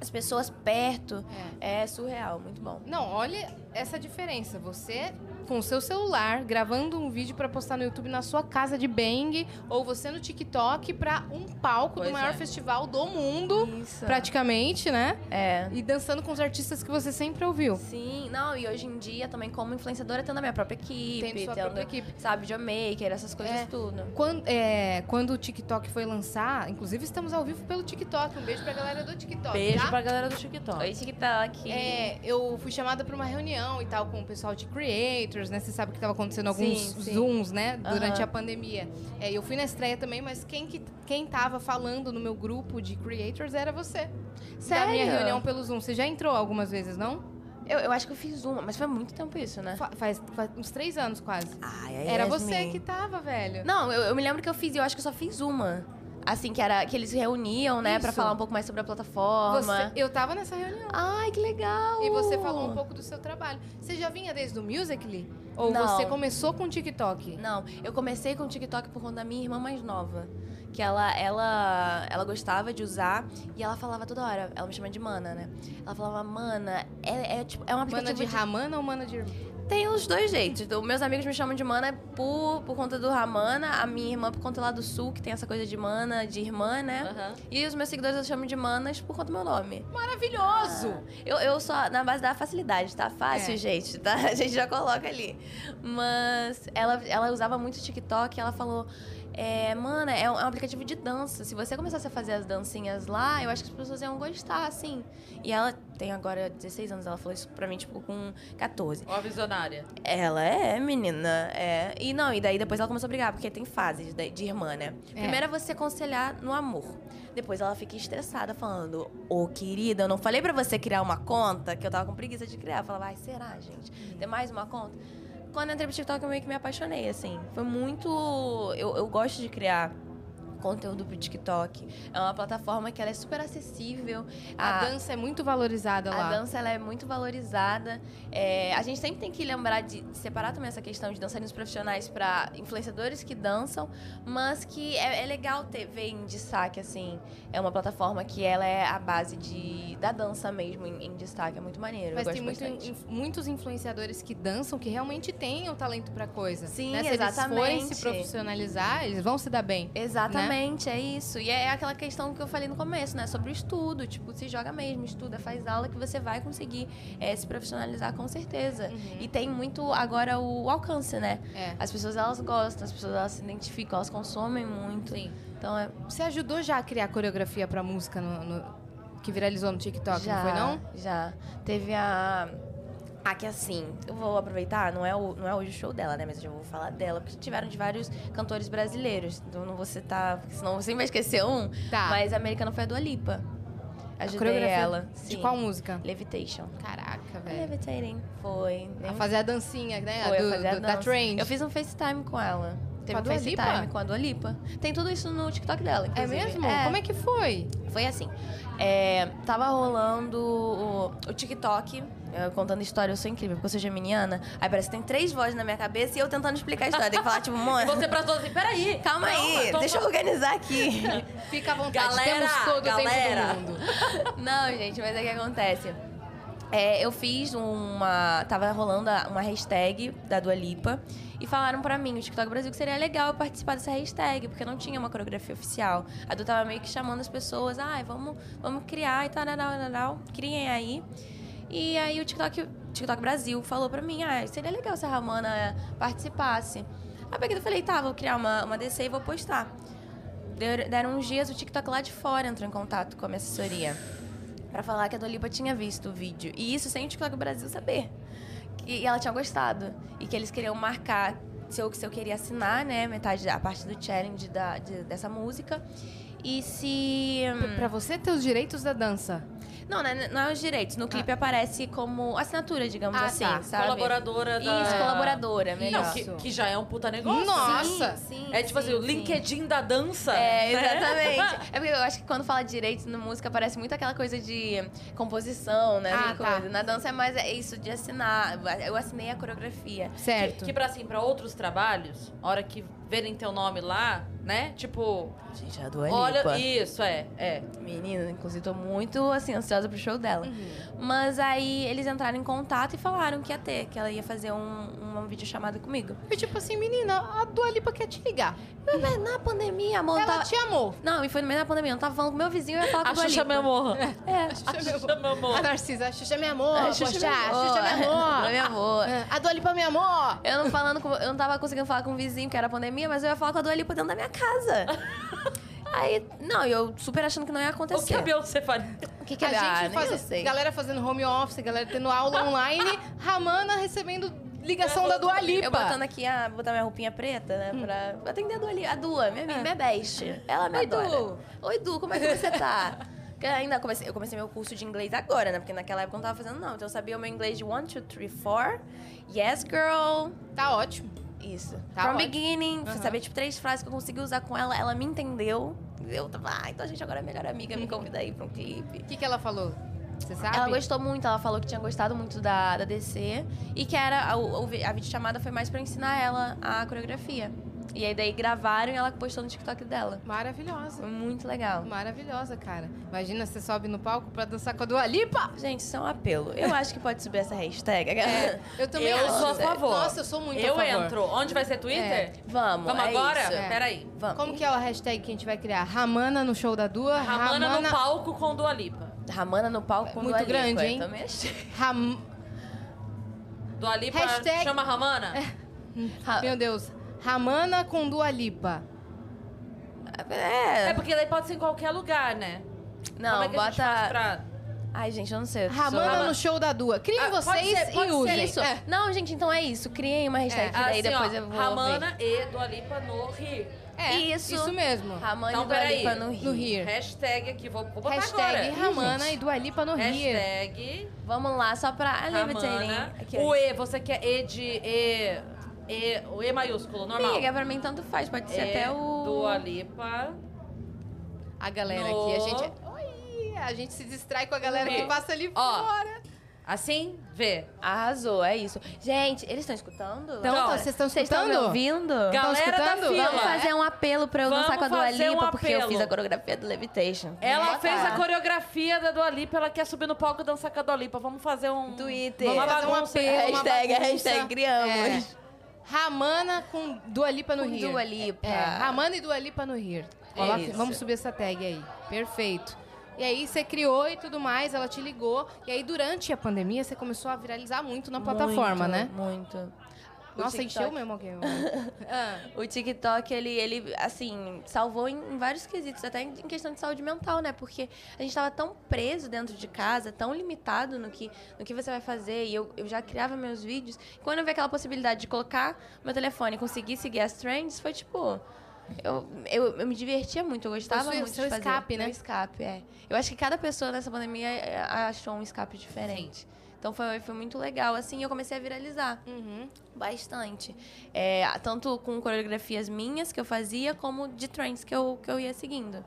S2: as pessoas perto,
S3: É.
S2: é surreal, muito bom.
S3: Não, olha essa diferença. Você com o seu celular gravando um vídeo pra postar no YouTube na sua casa de bang ou você no TikTok pra um palco
S1: Pois
S3: do maior
S1: é.
S3: festival do mundo,
S2: Isso.
S3: praticamente, né?
S2: É.
S3: E dançando com os artistas que você sempre ouviu.
S2: Sim, não, e hoje em dia também, como influenciadora, tendo a minha própria equipe,
S3: Tendo sua
S2: tendo,
S3: própria equipe. então, né?
S2: sabe, videomaker, essas coisas
S3: É.
S2: tudo.
S3: Quando, é, quando o TikTok foi lançar, inclusive estamos ao vivo pelo TikTok. Um beijo pra galera do TikTok.
S1: Beijo
S3: tá?
S1: pra galera do TikTok.
S2: Oi, TikTok.
S3: É, eu fui chamada pra uma reunião e tal com o pessoal de creators, né? Você sabe que tava acontecendo
S2: Sim,
S3: alguns
S2: sim.
S3: zooms, né?
S2: Aham.
S3: Durante a pandemia. É, eu fui na estreia também, mas quem, que, quem tava falando no meu grupo de creators era você. Da minha reunião pelo Zoom. Você já entrou algumas vezes, não?
S2: Eu, eu acho que eu fiz uma, mas foi muito tempo isso, né?
S3: Fa- faz, faz uns três anos quase.
S2: Ai, ai,
S3: Era você que tava, velho.
S2: Não, eu, eu me lembro que eu fiz, e eu acho que eu só fiz uma. Assim, que, era, que eles reuniam, né, pra
S3: Isso.
S2: falar um pouco mais sobre a plataforma.
S3: Você- eu tava nessa reunião.
S2: Ai, que legal!
S3: E você falou um pouco do seu trabalho. Você já vinha desde o Musical.ly? Ou
S2: Não.
S3: você começou com o TikTok?
S2: Não, eu comecei com o TikTok por conta da minha irmã mais nova. Que ela, ela, ela gostava de usar e ela falava toda hora. Ela me chama de Mana, né? Ela falava, Mana, é, é, tipo, é um
S3: Mana
S2: aplicativo
S3: de Ramana ou mana de irmã?
S2: Tem os dois jeitos. Então, meus amigos me chamam de Mana por, por conta do Ramana, a minha irmã por conta lá do Sul, que tem essa coisa de Mana, de irmã, né?
S1: Aham.
S2: E os meus seguidores eu chamo de Manas por conta do meu nome. Ah,
S3: Maravilhoso!
S2: Eu, eu só na base da facilidade, tá? Fácil,
S3: É.
S2: gente, tá? *laughs* A gente já coloca ali. Mas ela, ela usava muito o TikTok e ela falou: é, Mana, é um, é um aplicativo de dança. Se você começasse a fazer as dancinhas lá, eu acho que as pessoas iam gostar, assim. E ela tem agora 16 anos, ela falou isso pra mim, tipo, com 14.
S1: Ó, a visionária.
S2: Ela é, menina, é. E não, e daí depois ela começou a brigar, porque tem fases de, de irmã, né?
S3: É.
S2: Primeiro é você aconselhar no amor. Depois ela fica estressada, falando: Ô querida, eu não falei pra você criar uma conta, que eu tava com preguiça de criar. Eu falava: Ai, será, gente? Tem mais uma conta? Quando eu entrei pro TikTok, eu meio que me apaixonei, assim. Foi muito. Eu, eu gosto de criar conteúdo pro TikTok. É uma plataforma que ela é super acessível.
S3: A
S2: A-
S3: dança é muito valorizada lá.
S2: Ah. a dança ela é muito valorizada. É, a gente sempre tem que lembrar de separar também essa questão de dançarinos profissionais para influenciadores que dançam, mas que é, é legal ter ver em destaque assim. É uma plataforma que ela é a base de da dança mesmo em, em destaque, é muito maneiro.
S3: Mas
S2: eu
S3: tem
S2: gosto
S3: muito
S2: bastante.
S3: in- muitos influenciadores que dançam que realmente têm o talento pra coisa.
S2: Sim,
S3: né? Se
S2: exatamente.
S3: eles forem se profissionalizar, eles vão se dar bem.
S2: Exatamente, é isso. E é aquela questão que eu falei no começo, né? Sobre o estudo. Tipo, se joga mesmo, estuda, faz aula, que você vai conseguir é, se profissionalizar com certeza. E tem muito agora o alcance, né?
S3: É.
S2: As pessoas elas gostam, as pessoas elas se identificam, elas consomem muito.
S1: Sim.
S2: Então é.
S3: Você ajudou já a criar coreografia pra música no- no- que viralizou no TikTok,
S2: já,
S3: não foi não?
S2: Já. Teve a. Ah, que assim, eu vou aproveitar, não é, o, não é hoje o show dela, né? Mas eu já vou falar dela, porque tiveram de vários cantores brasileiros. Então eu não vou citar, porque senão você vai esquecer um.
S3: Tá.
S2: Mas a americana foi a Dua Lipa. Ajudei ela.
S3: De
S2: sim.
S3: qual música?
S2: Levitation.
S3: Caraca, velho.
S2: Levitating. Foi.
S3: A
S2: Nem
S3: fazer a dancinha, né?
S2: Foi,
S3: a do-
S2: eu fazia
S3: do- da
S2: dança.
S3: trend.
S2: Eu fiz um FaceTime com ela. Teve
S3: a
S2: um
S3: Dua
S2: FaceTime
S3: Lipa?
S2: com a Dua Lipa. Tem tudo isso no TikTok dela,
S3: É
S2: inclusive.
S3: mesmo? Como é que foi?
S2: Foi assim. é, tava rolando o, o TikTok, é, contando história, eu sou incrível, porque eu sou geminiana. Aí parece que tem três vozes na minha cabeça e eu tentando explicar a história. Tem que falar,
S1: *laughs*
S2: tipo,
S1: E
S2: mano,
S1: você pra todos assim, peraí.
S2: calma aí,
S1: tô-
S2: deixa eu organizar aqui.
S1: *laughs*
S3: Fica à vontade,
S2: Galera,
S3: temos todo
S2: galera.
S3: o tempo do mundo.
S2: Não, gente, mas é que acontece. É, eu fiz uma. Tava rolando a- uma hashtag da Dua Lipa e falaram pra mim, o TikTok Brasil, que seria legal eu participar dessa hashtag, porque não tinha uma coreografia oficial. A Du tava meio que chamando as pessoas, ai, vamos, vamos criar e tal, tal, tal, tal, criem aí. E aí o TikTok, TikTok Brasil falou pra mim, ah, seria legal se a Ramana participasse. Aí eu peguei e falei, tá, vou criar uma, uma DC e vou postar. Der- Deram uns dias, o TikTok lá de fora entrou em contato com a minha assessoria. Pra falar que a Dolipa tinha visto o vídeo. E isso sem o TikTok Brasil saber. Que ela tinha gostado. E que eles queriam marcar se eu, se eu queria assinar, né? Metade da a parte do challenge da, de- dessa música. E se.
S3: Pra você ter os direitos da dança.
S2: Não, não é, não é os direitos. No clipe aparece como assinatura, digamos
S3: Ah,
S2: assim,
S3: tá.
S2: sabe?
S1: Colaboradora da...
S2: Isso, colaboradora, melhor.
S1: Não, que, que já é um puta negócio.
S3: Nossa.
S2: sim,
S1: É tipo assim, o
S2: sim, sim.
S1: LinkedIn da dança.
S2: É,
S1: né?
S2: exatamente. É porque eu acho que quando fala direito na música, parece muito aquela coisa de composição, né?
S3: Ah,
S2: de
S3: tá.
S2: coisa. Na dança é mais é isso de assinar. Eu assinei a coreografia.
S3: Certo.
S1: Que pra, assim, pra outros trabalhos, a hora que verem teu nome lá, né? Tipo,
S2: Gente, a Dua
S1: olha... Isso, é, é.
S2: Menina, inclusive, tô muito, assim, ansiosa pro show dela.
S3: Uhum.
S2: Mas aí eles entraram em contato e falaram que ia ter, que ela ia fazer um, um videochamada comigo.
S3: E tipo assim, menina, a Dua Lipa quer te ligar.
S2: Mas na pandemia, amor, tá
S3: Ela
S2: tava...
S3: te amou.
S2: Não, e foi no meio da pandemia. Eu tava falando com meu vizinho e eu ia falar com
S1: A
S2: o Dua
S1: Xuxa,
S2: Lipa.
S1: meu
S3: *laughs*
S1: amor.
S2: É, um-
S1: A Xuxa, meu amor.
S3: A Narcisa, a Xuxa é minha amor,
S2: a
S3: poxa, a Xuxa é minha
S2: Ela é
S3: amor.
S2: minha amor.
S3: É, A Dua Lipa é minha amor.
S2: Eu não falando com- eu não tava conseguindo falar com o vizinho, que era pandemia, mas eu ia falar com a Dua Lipa dentro da minha
S3: *laughs*
S2: casa. Aí, não, eu super achando que não ia
S3: Tá
S1: O que
S3: é
S2: acontecer.
S1: a Beyoncé faria?
S2: O que,
S3: a gente
S2: faz
S3: faz, galera fazendo home office, galera tendo aula online, Ramana recebendo ligação da Dua Lipa. Hum.
S2: Eu botando aqui, ah, botar minha roupinha preta, né? Pra atender a Dua, Li- a Dua minha, minha best. Ela me
S3: Ah. Oi,
S2: adora.
S3: Du.
S2: Oi, Du, como é que você tá? *laughs* Porque ainda comecei, eu comecei meu curso de inglês agora, né? Porque naquela época eu não tava fazendo, não. Então eu sabia o meu inglês de one, two, three, four. Yes, girl.
S3: Tá ótimo.
S2: Isso.
S3: Tá
S2: From
S3: ótimo.
S2: beginning,
S3: Aham.
S2: saber tipo três frases que eu consegui usar com ela, ela me entendeu. Eu tava, ah, então a gente agora é melhor amiga, me convida aí pra um clipe.
S3: O que, que ela falou? Você sabe?
S2: Ela gostou muito, ela falou que tinha gostado muito da, da DC e que era a, o- a videochamada foi mais pra ensinar ela a coreografia. E aí daí gravaram e ela postou no TikTok dela.
S3: Maravilhosa.
S2: Foi muito legal.
S3: Maravilhosa, cara. Imagina você sobe no palco pra dançar com a Dua Lipa.
S2: Gente, isso é um apelo. Eu acho que pode subir essa hashtag.
S3: Eu também
S1: Eu
S3: acho.
S1: sou a favor.
S3: Nossa, eu sou muito
S1: Eu
S3: a favor.
S1: entro. Onde vai ser Twitter?
S2: Vamos,
S1: Vamos
S2: é
S1: agora?
S2: isso.
S3: É.
S1: Peraí.
S2: Vamos.
S3: Como que é a hashtag que a gente vai criar? Ramana no show da Dua?
S1: Ramana, no palco com Dua Lipa.
S2: Ramana no palco com
S3: Muito
S2: Dua Lipa,
S3: grande,
S2: eu
S3: hein?
S2: também achei.
S3: Ram-
S1: Dua Lipa
S3: Hashtag-
S1: chama Ramana?
S2: É. Ra-
S3: Meu Deus. Ramana com Dua Lipa.
S1: É
S2: *laughs* É.
S1: porque daí pode ser em qualquer lugar, né?
S2: Não,
S1: Como é que a gente faz
S2: bota.
S1: pra...
S2: Ai, gente, eu não sei. eu sou-
S3: Ramana
S1: Rama-
S3: no show da Dua. Criem
S1: Ah, pode
S3: vocês
S1: ser, pode
S3: e
S1: ser
S3: usem.
S2: Isso.
S3: É.
S2: Não, gente, então é isso. Criei uma hashtag
S3: É,
S2: que daí
S1: Assim,
S2: depois
S1: ó,
S2: eu vou.
S1: Ramana e Dua Lipa no Rio.
S3: É,
S2: Isso.
S3: isso mesmo.
S2: ver. Ramana
S1: Então,
S2: e Dua
S1: peraí.
S2: Lipa no Rio.
S3: No Rir.
S1: Hashtag aqui, vou, vou botar
S3: Hashtag
S1: agora.
S3: Ramana e Dua Lipa no Rir.
S1: Hashtag
S2: Vamos lá, só pra. Ah,
S1: Ramana.
S2: levitating. Aqui, ó.
S1: O E, você quer E de E... E, o E maiúsculo, normal.
S2: Amiga, pra mim tanto faz. Pode ser
S1: E,
S2: até o.
S1: Dua Lipa.
S3: A galera
S1: No-
S3: aqui, a gente... Oi! A gente se distrai com a galera
S1: Rir.
S3: que passa ali
S1: Ó.
S3: fora.
S1: Assim, V.
S2: Arrasou, é isso. Gente, eles estão escutando?
S3: Então,
S1: Então,
S3: vocês estão
S2: Vocês estão me
S3: escutando?
S2: ouvindo?
S3: Tão
S1: Galera da
S3: escutando?
S1: fila.
S2: Vamos fazer um apelo pra eu
S1: Vamos
S2: dançar com a Dua
S1: fazer um
S2: Lipa, porque eu
S1: apelo. É
S2: fiz a coreografia do Levitation.
S1: Ela
S2: Ah,
S1: fez
S2: tá.
S1: a coreografia da Dua Lipa, ela quer subir no palco e dançar com a Dua Lipa. Vamos fazer um...
S2: Twitter.
S1: Uma
S3: Vamos um fazer um
S1: bagunça.
S3: apelo, uma
S2: Hashtag,
S3: bagunça. É.
S2: hashtag criamos.
S3: Ramana com Dua Lipa no
S2: Com
S3: Rio.
S2: Dua Lipa.
S3: É, Ramana e Dua Lipa no Rio.
S2: É
S3: Coloca-
S2: Ah. isso.
S3: vamos subir essa tag aí. Perfeito. E aí você criou e tudo mais, ela te ligou. E aí durante a pandemia você começou a viralizar muito na plataforma, né?
S2: Muito. O
S3: Nossa,
S2: TikTok-
S3: encheu mesmo
S2: *laughs*
S3: alguém. Ah,
S2: O TikTok, ele, ele, assim, salvou em em vários quesitos, até em em questão de saúde mental, né? Porque a gente tava tão preso dentro de casa, tão limitado no que, no que você vai fazer. E eu, eu já criava meus vídeos. E quando eu vi aquela possibilidade de colocar meu telefone e conseguir seguir as trends, foi tipo. Eu, eu, eu me divertia muito, eu gostava
S3: Foi seu-
S2: muito
S3: seu
S2: de fazer.
S3: escape, né?
S2: Meu escape, é. Eu acho que cada pessoa nessa pandemia é, achou um escape diferente. Então foi, foi muito legal, assim, e eu comecei a viralizar.
S3: uhum.
S2: Bastante. É, tanto com coreografias minhas que eu fazia, como de trends que eu, que eu ia seguindo.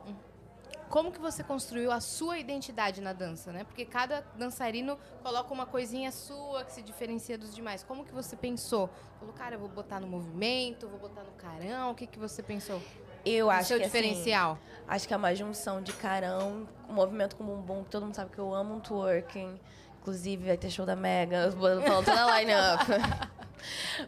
S3: Como que você construiu a sua identidade na dança, né? Porque cada dançarino coloca uma coisinha sua que se diferencia dos demais. Como que você pensou? Falou, cara, eu vou botar no movimento, vou botar no carão. O que que você pensou?
S2: Eu
S3: O
S2: acho
S3: seu
S2: que, assim,
S3: diferencial.
S2: acho que é uma junção de carão, um movimento com bumbum, que todo mundo sabe que eu amo um twerking. Inclusive, vai ter show da Mega, eu vou falando toda a line-up. *laughs*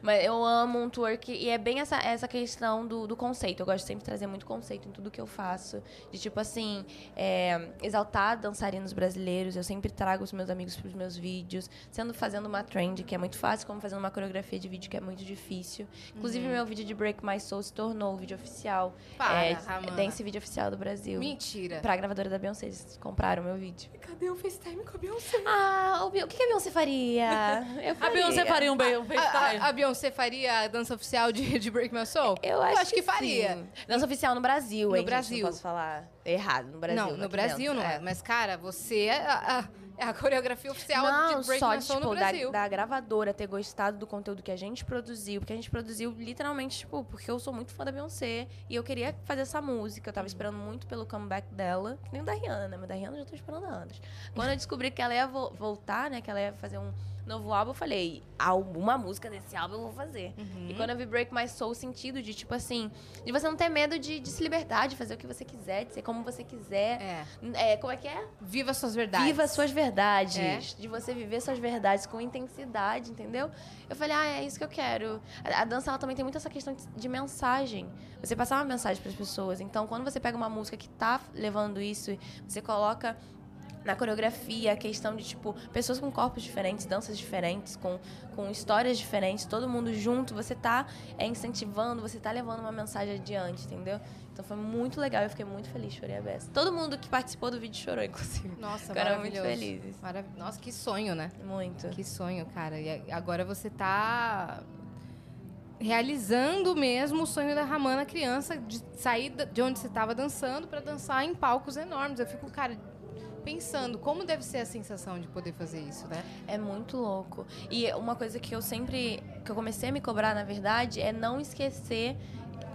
S2: Mas eu amo um twerk e é bem essa, essa questão do, do conceito. Eu gosto sempre de trazer muito conceito em tudo que eu faço. De tipo assim, é, exaltar dançarinos brasileiros. Eu sempre trago os meus amigos pros meus vídeos. Sendo fazendo uma trend, que é muito fácil, como fazendo uma coreografia de vídeo, que é muito difícil. Inclusive, meu vídeo de Break My Soul se tornou o vídeo oficial.
S3: Para,
S2: é,
S3: Ramana.
S2: Dance Video Oficial do Brasil.
S3: Mentira.
S2: Pra gravadora da Beyoncé, eles compraram meu vídeo.
S3: Cadê o FaceTime com a Beyoncé?
S2: Ah, o, Be- o que que a
S3: *laughs*
S2: Beyoncé faria? Eu
S1: A Beyoncé faria um bem-
S2: Ah,
S1: um
S3: A,
S1: FaceTime.
S3: a- a Beyoncé faria a dança oficial de, de Break My Soul?
S2: Eu acho,
S3: que, faria.
S2: sim. Dança oficial no Brasil,
S3: No
S2: hein? gente?
S3: Brasil.
S2: Não posso falar errado. No Brasil.
S3: não, no
S2: aqui
S3: Brasil
S2: dentro.
S3: não é. Mas, cara, você é a, a- é a coreografia oficial
S2: Não,
S3: de Break
S2: só
S3: My Soul
S2: tipo,
S3: no
S2: da,
S3: Brasil.
S2: da gravadora ter gostado do conteúdo que a gente produziu, porque a gente produziu literalmente, tipo, porque eu sou muito fã da Beyoncé e eu queria fazer essa música.
S3: Uhum.
S2: Eu tava esperando muito pelo comeback dela, que nem o da Rihanna, né, mas da Rihanna eu já tô esperando há anos. Quando eu descobri que ela ia vo- voltar, né, que ela ia fazer um novo álbum, eu falei, alguma música desse álbum eu vou fazer.
S3: Uhum.
S2: E quando eu vi Break My Soul, o sentido de, tipo assim, de você não ter medo de, de se libertar, de fazer o que você quiser, de ser como você quiser.
S3: É.
S2: É, como é que é?
S3: Viva suas verdades.
S2: Viva suas verdades.
S3: É.
S2: De você viver suas verdades com intensidade, entendeu? Eu falei, ah, é isso que eu quero. A, a dança, ela também tem muito essa questão de, de mensagem. Você passar uma mensagem para as pessoas. Então, quando você pega uma música que tá levando isso, você coloca na coreografia a questão de, tipo, pessoas com corpos diferentes, danças diferentes, com, com histórias diferentes, todo mundo junto, você tá é, incentivando, você tá levando uma mensagem adiante, entendeu? Então foi muito legal, eu fiquei muito feliz, chorei a beça. Todo mundo que participou do vídeo chorou, *laughs* inclusive.
S3: Nossa,
S2: Ficaram muito
S3: maravilhoso.
S2: felizes.
S3: Marav- Nossa, que sonho, né?
S2: Muito.
S3: Que sonho, cara. E a- agora você tá realizando mesmo o sonho da Ramana criança de sair da- de onde você tava dançando pra dançar em palcos enormes. Eu fico, cara, pensando como deve ser a sensação de poder fazer isso, né?
S2: É muito louco. E uma coisa que eu sempre. que eu comecei a me cobrar, na verdade, é não esquecer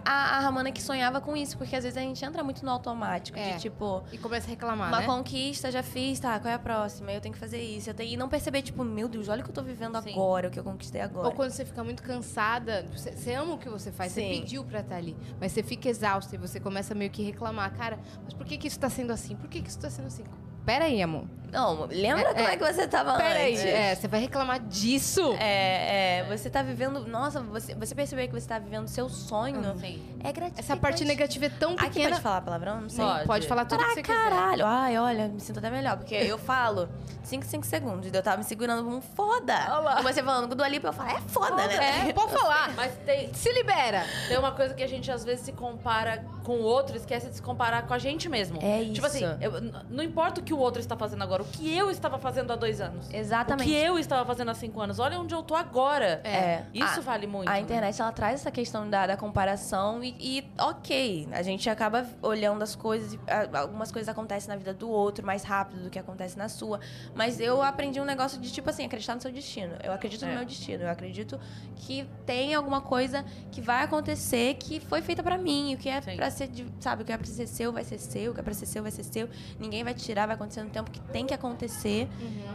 S2: a, a Ramana que sonhava com isso. Porque às vezes a gente entra muito no automático,
S3: É.
S2: de tipo.
S3: E começa a reclamar,
S2: Uma
S3: né?
S2: conquista, já fiz, tá, qual é a próxima? Eu tenho que fazer isso. Eu tenho... E não perceber, tipo, meu Deus, olha o que eu tô vivendo
S1: Sim.
S2: agora, o que eu conquistei agora.
S3: Ou quando você fica muito cansada, você, você ama o que você faz, você
S2: Sim.
S3: pediu pra estar ali, mas você fica exausta e você começa meio que reclamar, cara, mas por que que isso tá sendo assim? Por que que isso tá sendo assim? Pera aí, amor.
S2: Não, lembra
S3: É,
S2: como
S3: é.
S2: é. que você tava
S3: Pera aí.
S2: antes?
S3: É, você vai reclamar disso?
S2: É, é, você tá vivendo. Nossa, você, você perceber que você tá vivendo seu sonho
S1: Sim.
S2: é gratificante.
S3: Essa parte negativa é tão
S2: Aqui
S3: pequena.
S2: pode falar palavrão? Não sei.
S1: Pode.
S3: Pode, falar tudo que
S2: Pra
S3: você quiser.
S2: caralho. Ai, olha, me sinto até melhor, porque eu falo 5, 5 segundos. Eu tava me segurando como um foda. E você falando com o Dualipa, eu falo, é foda, né?
S3: É, pode falar.
S1: Mas tem,
S3: Se libera.
S1: tem uma coisa que a gente às vezes se compara com o outro, esquece de se comparar com a gente mesmo.
S2: É
S1: Tipo assim,
S2: isso.
S1: eu- n- não importa o que o outro está fazendo agora, o que eu estava fazendo há dois anos. é. O
S2: *laughs* Exatamente.
S1: que eu estava fazendo há cinco anos. Olha onde eu tô agora.
S2: É.
S1: Isso
S2: A-
S1: vale muito.
S2: A
S1: né?
S2: internet, ela traz essa questão da, da comparação e, e, ok, a gente acaba olhando as coisas, e, a- algumas coisas acontecem na vida do outro mais rápido do que acontece na sua, mas eu aprendi um negócio de, tipo assim, acreditar no seu destino. Eu acredito
S1: É.
S2: no meu destino, eu acredito que tem alguma coisa que vai acontecer que foi feita pra mim, o que é
S1: Sim.
S2: pra ser, de- sabe, o que é pra ser seu vai ser seu, o que é pra ser seu vai ser seu, ninguém vai te tirar, vai acontecer no tempo que tem que acontecer,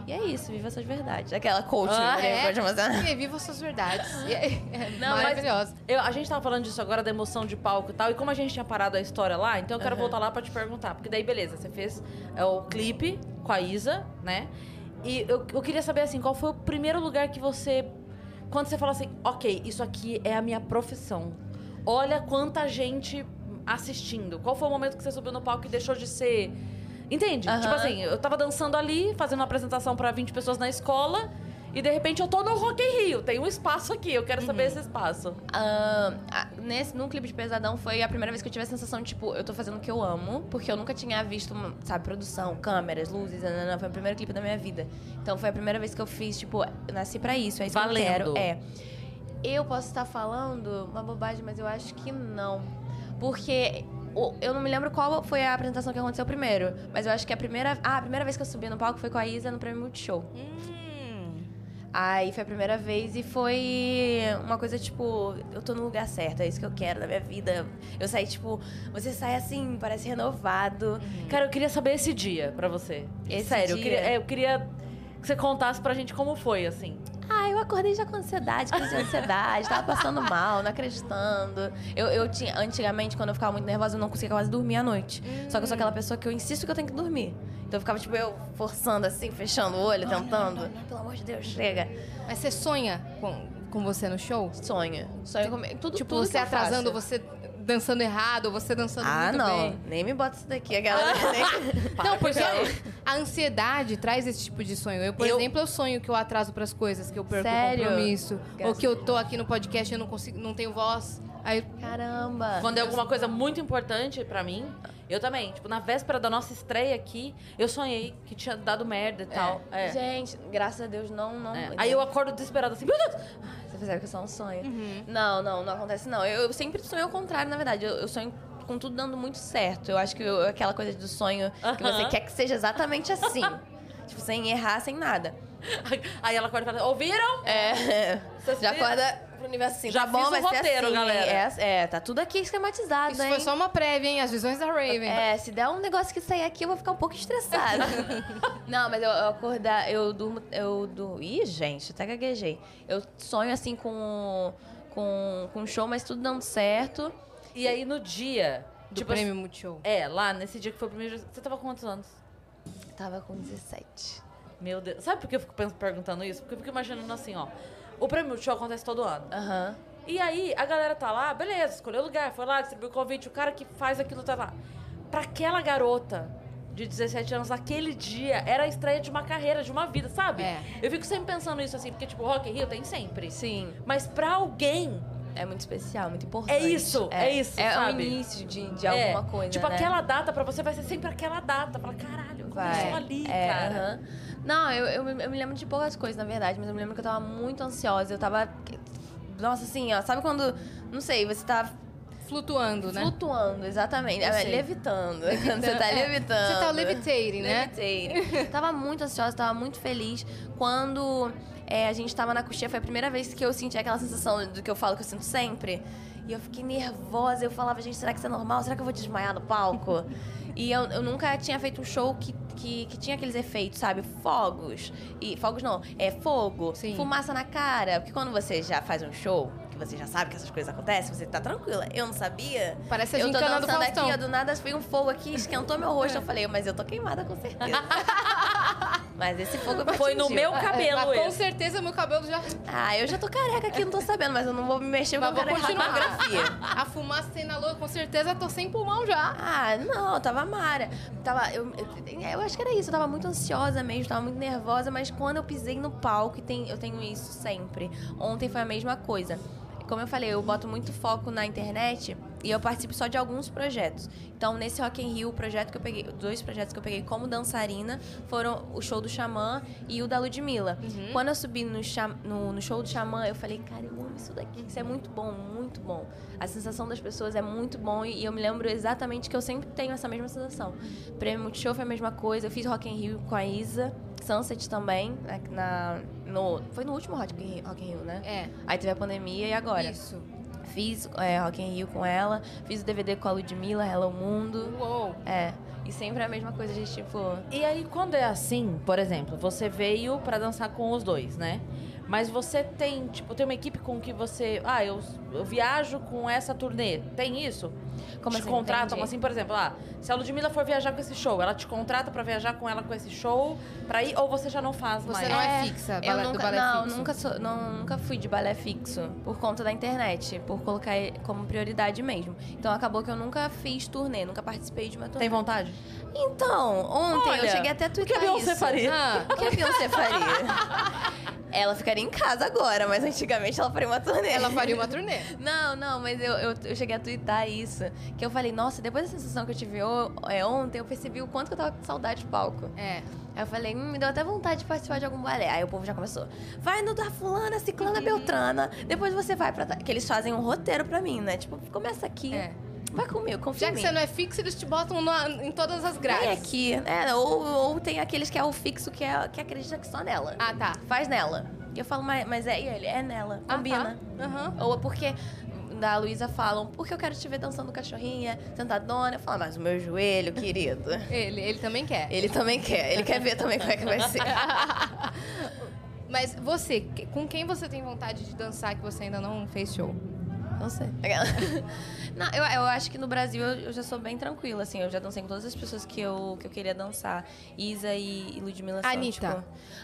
S2: e é isso, viva suas verdades. Aquela coach,
S1: Ah,
S2: né?
S3: é?
S2: Pode mostrar.
S3: E aí, viva suas verdades. E aí,
S2: *laughs*
S3: É
S1: Não, mas-
S3: maravilhosa.
S1: Eu- a gente tava falando disso agora, da emoção de palco e tal, e como a gente tinha parado a história lá, então eu quero voltar lá pra te perguntar. Porque daí, beleza, você fez é, o clipe com a Isa, né? E eu, eu queria saber, assim, qual foi o primeiro lugar que você. Quando você falou assim, ok, isso aqui é a minha profissão. Olha quanta gente assistindo. Qual foi o momento que você subiu no palco e deixou de ser. Entende?
S2: Aham.
S1: Tipo assim, eu tava dançando ali, fazendo uma apresentação pra 20 pessoas na escola, e de repente eu tô no Rock in Rio, tem um espaço aqui, eu quero saber esse espaço.
S2: Ah, ah, nesse, num clipe de Pesadão foi a primeira vez que eu tive a sensação de, tipo, eu tô fazendo o que eu amo, porque eu nunca tinha visto, uma, sabe, produção, câmeras, luzes, nananã, foi o primeiro clipe da minha vida. Então foi a primeira vez que eu fiz, tipo, eu nasci pra isso, é isso que eu
S1: Valendo.
S2: quero. É. Eu posso estar falando uma bobagem, mas eu acho que não. Porque o- eu não me lembro qual foi a apresentação que aconteceu primeiro, mas eu acho que a primeira, ah, a primeira vez que eu subi no palco foi com a Isa no Prêmio Multishow. Hum. Aí foi a primeira vez e foi uma coisa tipo, eu tô no lugar certo, é isso que eu quero da minha vida. Eu saí tipo, você sai assim, parece renovado.
S1: Cara, eu queria saber esse dia pra você.
S2: Esse
S1: Sério, eu
S2: dia?
S1: queria, é, eu queria que você contasse pra gente como foi, assim.
S2: Ah, eu acordei já com ansiedade, crise de ansiedade, tava passando mal, não acreditando. Eu, eu tinha, antigamente, quando eu ficava muito nervosa, eu não conseguia quase dormir à noite. Só que eu sou aquela pessoa que eu insisto que eu tenho que dormir. Então eu ficava, tipo, eu forçando assim, fechando o olho, tentando. Pelo amor de Deus, chega.
S3: Mas você sonha com, com você no show?
S2: Sonho. Sonho comigo. Tudo,
S3: tipo,
S2: tudo
S3: você
S2: que eu
S3: atrasando,
S2: faço.
S3: você dançando errado, ou você dançando
S2: Ah,
S3: muito
S2: não.
S3: bem.
S2: Nem me bota isso daqui, a galera. *laughs* nem-
S3: Não, porque a ansiedade traz esse tipo de sonho. Eu, por
S2: Eu-
S3: exemplo, eu sonho que eu atraso pras coisas, que eu perco
S2: Sério?
S3: o compromisso. ou
S2: Graças
S3: que eu tô aqui no podcast e eu não consigo, não tenho voz. Aí,
S2: Caramba.
S1: Quando é alguma coisa muito importante pra mim, eu também. Tipo, na véspera da nossa estreia aqui, eu sonhei que tinha dado merda e tal. É.
S2: Gente, graças a Deus, não... não
S1: É. Aí eu acordo desesperado assim, meu Deus! *laughs*
S2: Você fizeram que é só um sonho.
S1: Uhum.
S2: Não, não, não acontece não. Eu, eu sempre sonho ao contrário, na verdade. Eu, eu sonho com tudo dando muito certo. Eu acho que eu- aquela coisa do sonho que
S1: Aham.
S2: você quer que seja
S1: *laughs*
S2: exatamente assim. tipo, sem errar, sem nada.
S1: Aí ela acorda e fala, ouviram?
S2: *laughs* É.
S1: Vocês
S2: Já
S1: viram?
S2: acorda pro universo assim,
S1: Já
S2: tá bom,
S1: fiz o
S2: vai ser
S1: roteiro,
S2: assim.
S1: galera.
S2: É, é, tá tudo aqui esquematizado,
S3: isso
S2: hein?
S3: foi só uma prévia, hein? As visões da Raven.
S2: É, se der um negócio que sair aqui, eu vou ficar um pouco estressada. *laughs* não, mas eu, eu acordar, eu durmo, eu durmo. Ih, gente, até gaguejei. Eu sonho assim com com, com um show, mas tudo dando certo.
S1: E aí no dia.
S3: Do
S1: tipo,
S3: prêmio Multishow.
S1: É, lá nesse dia que foi o primeiro. Você tava com quantos anos?
S2: Tava com 17.
S1: Meu Deus. Sabe por que eu fico pens- perguntando isso? Porque eu fico imaginando assim, ó. O prêmio show acontece todo ano.
S2: Aham.
S1: E aí, a galera tá lá, beleza, escolheu o lugar, foi lá, distribuiu o convite, o cara que faz aquilo tá lá. Pra aquela garota de 17 anos, aquele dia, era a estreia de uma carreira, de uma vida, sabe?
S3: É.
S1: Eu fico sempre pensando isso assim, porque, tipo, Rock in Rio tem sempre.
S2: Sim.
S1: Mas pra alguém,
S2: É muito especial, muito importante.
S1: É isso, é isso,
S2: É
S1: sabe?
S2: o início de, de
S1: é,
S2: alguma coisa,
S1: Tipo,
S2: né?
S1: aquela data pra você vai ser sempre aquela data. Fala, caralho, começou
S2: Vai.
S1: ali,
S2: É,
S1: cara.
S2: aham. Não, eu, eu, me- eu me lembro de poucas coisas, na verdade, mas eu me lembro que eu tava muito ansiosa. Eu tava. Nossa, assim, ó, sabe quando. Não sei, você tá.
S3: flutuando, né?
S2: Flutuando, exatamente. É,
S3: sei.
S2: levitando. *laughs* Você tá
S3: É,
S2: levitando.
S3: Você tá levitating, né?
S2: Levitating. tava muito ansiosa, tava muito feliz. Quando é, a gente tava na coxinha, foi a primeira vez que eu senti aquela sensação do que eu falo que eu sinto sempre. E eu fiquei nervosa, eu falava, gente, será que isso é normal? Será que eu vou desmaiar no palco? e eu, eu nunca tinha feito um show que, que, que tinha aqueles efeitos, sabe? Fogos. E fogos não, é fogo,
S3: Sim.
S2: fumaça na cara. Porque quando você já faz um show, que você já sabe que essas coisas acontecem, você tá tranquila. Eu não sabia.
S3: Parece a
S2: Eu tô
S3: gincana do
S2: dançando
S3: Faustão.
S2: aqui, ó, do nada veio um fogo aqui, esquentou meu rosto. Eu falei, mas eu tô queimada com
S3: *laughs*
S2: certeza. mas esse fogo me
S1: Foi no
S2: atingiu.
S1: meu cabelo
S3: É,
S2: *laughs*
S3: Mas com
S1: esse.
S3: certeza meu cabelo já...
S2: Ah, eu já tô careca aqui, não tô sabendo, mas eu não vou me mexer
S3: Mas
S2: porque eu
S3: vou
S2: quero errar a
S3: continuar.
S2: coreografia.
S3: A fumaça tem na lua, com certeza tô sem pulmão já.
S2: Ah, não, eu tava mara. Tava, eu, eu, é, eu acho que era isso, eu tava muito ansiosa mesmo, tava muito nervosa, mas quando eu pisei no palco, e tem, eu tenho isso sempre. Ontem foi a mesma coisa. Como eu falei, eu boto muito foco na internet e eu participo só de alguns projetos. Então, nesse Rock in Rio, o projeto que eu peguei, dois projetos que eu peguei como dançarina foram o show do Xamã e o da Ludmilla.
S3: Uhum.
S2: Quando eu subi no, Xa- no- no show do Xamã, eu falei, cara, eu amo isso daqui, isso é muito bom, muito bom. A sensação das pessoas é muito bom e eu me lembro exatamente que eu sempre tenho essa mesma sensação. Prêmio Multishow foi a mesma coisa, eu fiz Rock in Rio com a Isa, Sunset também, na, na- no, foi no último Rock in Rio, Rock in Rio, né?
S3: É,
S2: Aí teve a pandemia e agora?
S3: isso.
S2: Fiz é, Rock in Rio com ela, fiz o DVD com a Ludmilla, Hello Mundo,
S3: Uou.
S2: é. E sempre é a mesma coisa, a gente, tipo...
S1: E aí, quando é assim, por exemplo, você veio pra dançar com os dois, né? Mas você tem, tipo, tem uma equipe com que você. Ah, eu, eu viajo com essa turnê. Tem isso?
S2: Como
S1: te
S2: assim?
S1: contratam,
S2: Entendi.
S1: assim, por exemplo, ah, se a Ludmilla for viajar com esse show, ela te contrata pra viajar com ela com esse show pra ir, ou você já não faz
S3: Você
S1: mais?
S3: não é,
S2: É,
S3: fixa,
S2: Eu
S3: balé, do
S2: nunca,
S3: balé
S2: não,
S3: fixo.
S2: nunca, sou- não, nunca fui de balé fixo por conta da internet, por colocar ele como prioridade mesmo. Então acabou que eu nunca fiz turnê, nunca participei de uma turnê.
S1: É. Tem vontade?
S2: Então, ontem eu
S1: Olha,
S2: cheguei até a
S1: O que
S2: twittar
S1: a Beyoncé
S2: isso.
S1: faria?
S3: Ah,
S2: O que a Beyoncé faria? *laughs* ela ficaria em casa agora, mas antigamente ela faria uma turnê.
S3: ela faria uma
S2: *laughs*
S3: turnê.
S2: Não, não, mas eu, eu, eu cheguei a twittar isso. Que eu falei, nossa, depois da sensação que eu tive o- é, ontem, eu percebi o quanto que eu tava com saudade de palco.
S3: É.
S2: Aí eu falei, hum, me deu até vontade de participar de algum balé. Aí o povo já começou, vai no da fulana, ciclana,
S3: Uhum.
S2: beltrana, depois você vai pra... ta-" Que eles fazem um roteiro pra mim, né? Tipo, começa aqui,
S3: É.
S2: vai comigo,
S3: Já
S2: confia em
S3: que
S2: mim.
S3: você não é fixa, eles te botam na- em todas as grades.
S2: Vem aqui. É, ou, ou tem aqueles que é o fixo, que, é, que acredita que só nela.
S3: Ah, tá.
S2: Faz nela. E eu falo, mas, mas é e ele? É nela,
S3: Ah,
S2: combina.
S3: tá. Aham.
S2: Ou é porque da Luísa falam, porque eu quero te ver dançando cachorrinha, sentadona. Eu falo, mas o meu joelho, querido...
S3: Ele, ele também quer.
S2: Ele também quer, ele quer ver também como é que vai ser.
S3: *laughs* Mas você, que- com quem você tem vontade de dançar que você ainda não fez show?
S2: Não sei. Aquela. *laughs* Não, eu, eu acho que no Brasil eu, eu já sou bem tranquila, assim. Eu já dancei com todas as pessoas que eu, que eu queria dançar. Isa e, e Ludmilla são,
S3: Anitta.
S2: tipo-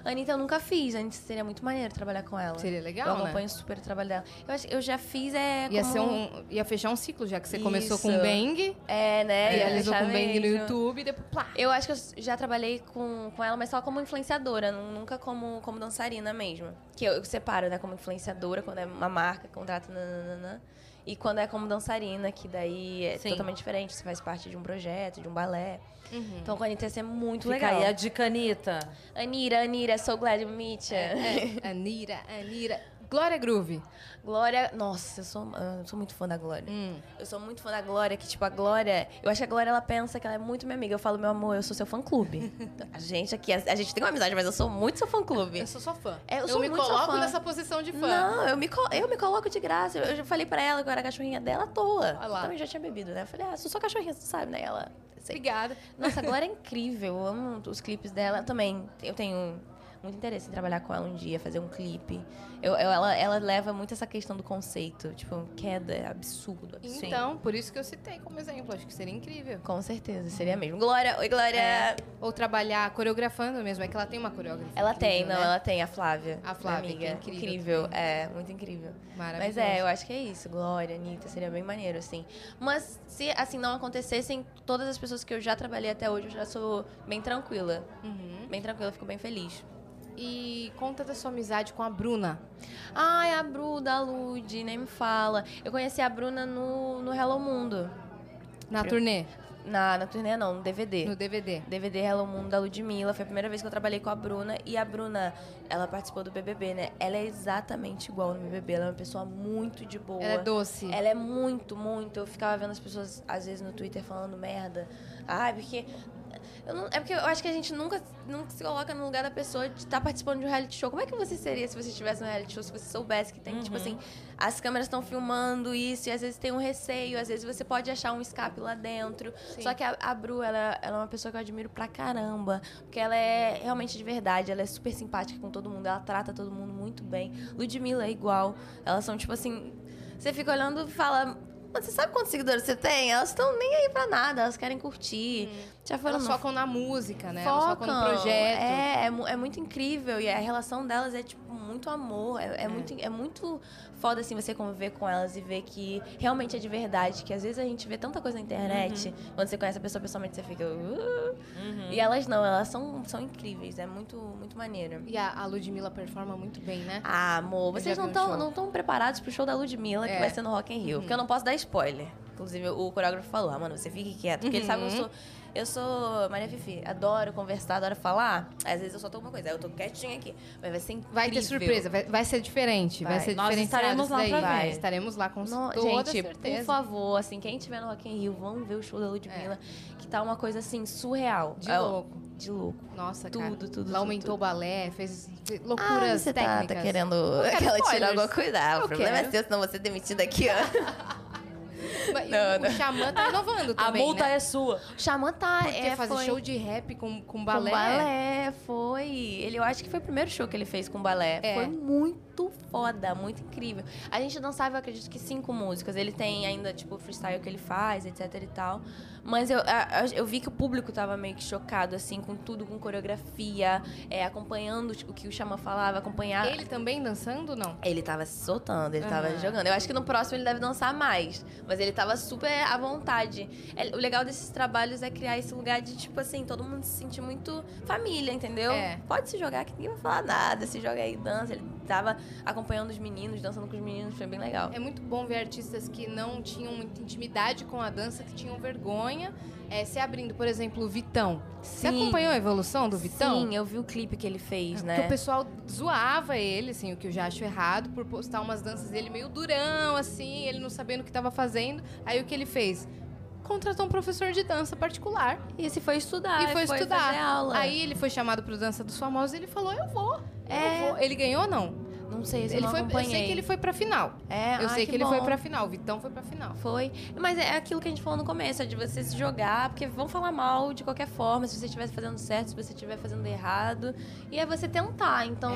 S2: Anitta eu nunca fiz. Anitta seria muito maneiro trabalhar com ela.
S3: Seria legal,
S2: Eu
S3: né?
S2: acompanho super o trabalho dela. Eu acho que eu já fiz, é,
S3: Ia,
S2: como-
S3: ser um, ia fechar um ciclo, já que você começou com um
S2: Isso.
S3: Bang,
S2: É, né? Ia
S3: realizou
S2: deixar
S3: com um Bang no
S2: mesmo.
S3: YouTube, e depois plá.
S2: Eu acho que eu já trabalhei com, com ela, mas só como influenciadora, nu- nunca como, como dançarina mesmo. Que eu, eu separo, né? Como influenciadora, quando é uma marca, contrata, nananana. E quando é como dançarina, que daí é
S1: Sim.
S2: totalmente diferente. Você faz parte de um projeto, de um balé. Então com a Anitta ia ser muito
S1: Fica
S2: legal.
S1: aí a dica, Anitta.
S2: Anira, Anira, so glad to meet ya.
S3: É. Anira, Anira. Glória Groove.
S2: Glória, nossa, eu sou, eu sou muito fã da Glória. Eu sou muito fã da Glória, que tipo, a Glória, eu acho que a Glória ela pensa que ela é muito minha amiga. Eu falo, meu amor, eu sou seu
S1: *laughs*
S2: fã clube. a gente aqui, a, a gente tem uma amizade, mas eu sou muito seu fã clube.
S3: Eu sou sua fã.
S2: É, eu sou
S3: me
S2: muito sua
S3: coloco
S2: fã.
S3: nessa posição de fã.
S2: Não, eu me, co- eu me coloco de graça. Eu, eu já falei pra ela que eu era cachorrinha dela à toa.
S3: Olha lá.
S2: Eu também já tinha bebido, né? Eu falei, ah, sou só cachorrinha, você sabe, né? Ela. Sei.
S3: Obrigada.
S2: Nossa, a Glória é incrível. Eu amo os clipes dela. Eu também. Eu tenho muito interesse em trabalhar com ela um dia, fazer um clipe. Eu, eu- ela, ela leva muito essa questão do conceito. Tipo, queda, absurdo, absurdo.
S3: Então, por isso que eu citei como exemplo. Acho que seria incrível.
S2: Com certeza, seria mesmo. Glória, oi, Glória!
S3: Ou trabalhar coreografando mesmo. É que ela tem uma coreógrafa.
S2: Ela tem,
S3: incrível,
S2: não,
S3: né?
S2: ela tem, a Flávia.
S3: A Flávia,
S2: minha
S3: que é
S2: amiga.
S3: incrível
S2: é, muito incrível.
S3: Maravilhoso.
S2: Mas é, eu acho que é isso. Glória, Anitta, seria bem maneiro, assim. Mas se assim não acontecessem, todas as pessoas que eu já trabalhei até hoje, eu já sou bem tranquila.
S3: Uhum.
S2: Bem tranquila, fico bem feliz.
S3: E conta da sua amizade com a Bruna.
S2: Ai, a Bru, da Lud, nem me fala. Eu conheci a Bruna no, no Hello Mundo.
S3: Na turnê.
S2: Na, na turnê, não, no DVD.
S3: No DVD.
S2: DVD Hello Mundo da Ludmilla. Foi a primeira vez que eu trabalhei com a Bruna. E a Bruna, ela participou do BBB, né? Ela é exatamente igual no BBB. Ela é uma pessoa muito de boa.
S3: Ela é doce.
S2: Ela é muito, muito. Eu ficava vendo as pessoas, às vezes, no Twitter falando merda. Ah, porque. eu não- é porque eu acho que a gente nunca, nunca se coloca no lugar da pessoa de estar participando de um reality show. Como é que você seria se você estivesse no reality show, se você soubesse que tem, tipo assim, as câmeras estão filmando isso, e às vezes tem um receio, às vezes você pode achar um escape lá dentro. Só que a, a Bru, ela, ela é uma pessoa que eu admiro pra caramba, porque ela é realmente de verdade, ela é super simpática com todo mundo, ela trata todo mundo muito bem. Ludmilla é igual, elas são, tipo assim, você fica olhando e fala. "Mas Você sabe quantos seguidores você tem? Elas estão nem aí pra nada, elas querem curtir. Já foram
S3: Tipo, Elas
S2: no
S3: focam na música, né? Elas focam no projeto.
S2: é, é, mu- é muito incrível. E a relação delas é, tipo, muito amor. É, é Muito, é muito foda, assim, você conviver com elas e ver que realmente é de verdade. Que às vezes a gente vê tanta coisa na
S3: Uhum.
S2: internet. Quando você conhece a pessoa pessoalmente, você fica... "Uh". E elas não, elas são, são incríveis. É muito, muito maneiro.
S3: E a, a Ludmilla performa muito bem, né?
S2: Ah, amor,
S3: Eu já
S2: vocês
S3: vi
S2: não
S3: um
S2: estão
S3: show.
S2: não tão preparados pro show da Ludmilla,
S3: É.
S2: que vai ser no Rock in Rio. Porque eu não posso dar spoiler. Inclusive, o coreógrafo falou, ah, mano, você fique quieto. Porque ele sabe que eu
S3: Uhum.
S2: sou... Eu sou Maria Fifi, adoro conversar, adoro falar. Às vezes eu solto alguma coisa, aí eu tô quietinha aqui. Mas vai ser incrível.
S3: Vai ter surpresa, vai, vai ser diferente. Vai,
S2: Vai.
S3: ser
S1: Nós
S3: diferenciado
S1: estaremos
S3: isso
S1: lá
S3: daí.
S1: pra ver.
S3: Vai, Estaremos lá com
S2: No-
S3: toda
S2: gente,
S3: certeza.
S2: por favor, assim, quem estiver no Rock in Rio, vão ver o show da Ludmilla. Que tá uma coisa, assim, surreal.
S3: É. De
S2: É,
S3: louco.
S2: De louco.
S3: Nossa,
S2: Tudo,
S3: cara.
S2: tudo,
S3: Lá
S2: tudo,
S3: aumentou o balé, fez
S2: Ah,
S3: loucuras
S2: você tá,
S3: técnicas.
S2: tá querendo
S3: quero
S2: que ela tire
S3: spoilers.
S2: alguma coisa. Ah,
S3: Eu
S2: o problema
S3: quero.
S2: é seu, senão você é demitido aqui, ó.
S3: Mas
S2: Não,
S3: o, o Xamã tá *laughs* inovando
S1: A
S3: também,
S1: multa
S3: né?
S1: é sua.
S2: Xamã tá,
S3: Porque
S2: é,
S3: fazer
S2: foi-
S3: show de rap com, com
S2: Com
S3: balé.
S2: balé, foi. Ele, eu acho que foi o primeiro show que ele fez com balé.
S3: É.
S2: Foi muito foda, muito incrível. A gente dançava, eu acredito que cinco músicas. Ele tem ainda, tipo, o freestyle que ele faz, etc e tal. Mas eu, a- a- eu vi que o público tava meio que chocado, assim, com tudo, com coreografia, é, acompanhando o que o Xamã falava, acompanhar.
S3: Ele também dançando, não?
S2: Ele tava se soltando, ele tava
S3: Aham.
S2: jogando. Eu acho que no próximo ele deve dançar mais. Mas ele tava super à vontade. É, O legal desses trabalhos é criar esse lugar de, tipo assim, todo mundo se sentir muito família, entendeu?
S3: É.
S2: Pode se jogar que ninguém vai falar nada. Se joga aí, dança. Ele tava acompanhando os meninos, dançando com os meninos, foi bem legal.
S3: É muito bom ver artistas que não tinham muita intimidade com a dança, que tinham vergonha, é, se abrindo. Por exemplo, o Vitão. Você
S2: Sim.
S3: acompanhou a evolução do Vitão? É,
S2: Sim, eu vi o clipe que ele fez,
S3: Porque o
S2: né?
S3: pessoal zoava ele, assim, o que eu já acho errado, por postar umas danças dele meio durão, assim, ele não sabendo o que tava fazendo. Aí o que ele fez? Contratou um professor de dança particular.
S2: E se foi estudar,
S3: E foi estudar.
S2: fazer aula.
S3: Aí ele foi chamado pro Dança dos Famosos e ele falou, eu vou.
S2: É.
S3: Eu vou. Ele ganhou ou não?
S2: não sei, se eu
S3: Ele
S2: não
S3: foi, eu
S2: acompanhei.
S3: sei que ele foi pra final.
S2: É,
S3: eu
S2: ai,
S3: sei que, ele
S2: bom.
S3: foi pra final, o Vitão foi pra final.
S2: Foi. Mas é aquilo que a gente falou no começo, é de você se jogar, porque vão falar mal de qualquer forma, se você estiver fazendo certo, se você estiver fazendo errado. E é você tentar. Então,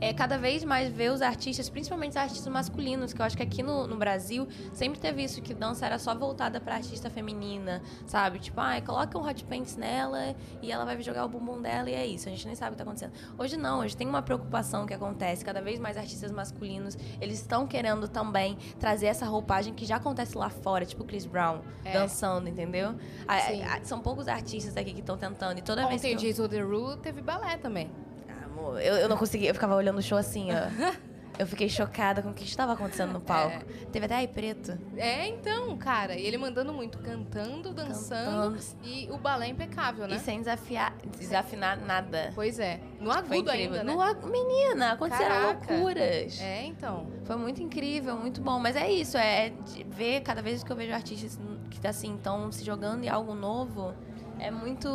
S2: é. cada vez mais ver os artistas, principalmente os artistas masculinos, que eu acho que aqui no, no Brasil sempre teve isso, que dança era só voltada pra artista feminina, sabe? Tipo, ai, coloca um hot pants nela e ela vai jogar o bumbum dela e é isso. A gente nem sabe o que tá acontecendo. Hoje não, hoje tem uma preocupação que acontece, cada vez mais artistas masculinos, eles estão querendo também trazer essa roupagem que já acontece lá fora, tipo Chris Brown,
S3: É.
S2: dançando, entendeu? A-
S3: Sim.
S2: a- são poucos artistas aqui que estão tentando e toda vez que
S3: Ontem
S2: eu...
S3: o Jason Derulo teve balé também.
S2: Ah, amor, eu, eu não consegui, eu ficava olhando o show assim, ó. Eu fiquei chocada com o que estava acontecendo no palco. Teve até ai preto.
S3: É, então, cara. E ele mandando muito, cantando, dançando. E o balé é impecável, né?
S2: E sem desafiar, desafinar nada.
S3: Pois é. No
S2: Foi
S3: agudo
S2: incrível.
S3: ainda, né?
S2: No ag- Menina, aconteceram
S3: Caraca.
S2: loucuras.
S3: É, então.
S2: Foi muito incrível, muito bom. Mas é isso, é de ver cada vez que eu vejo artistas que tá assim, estão se jogando em algo novo. É muito,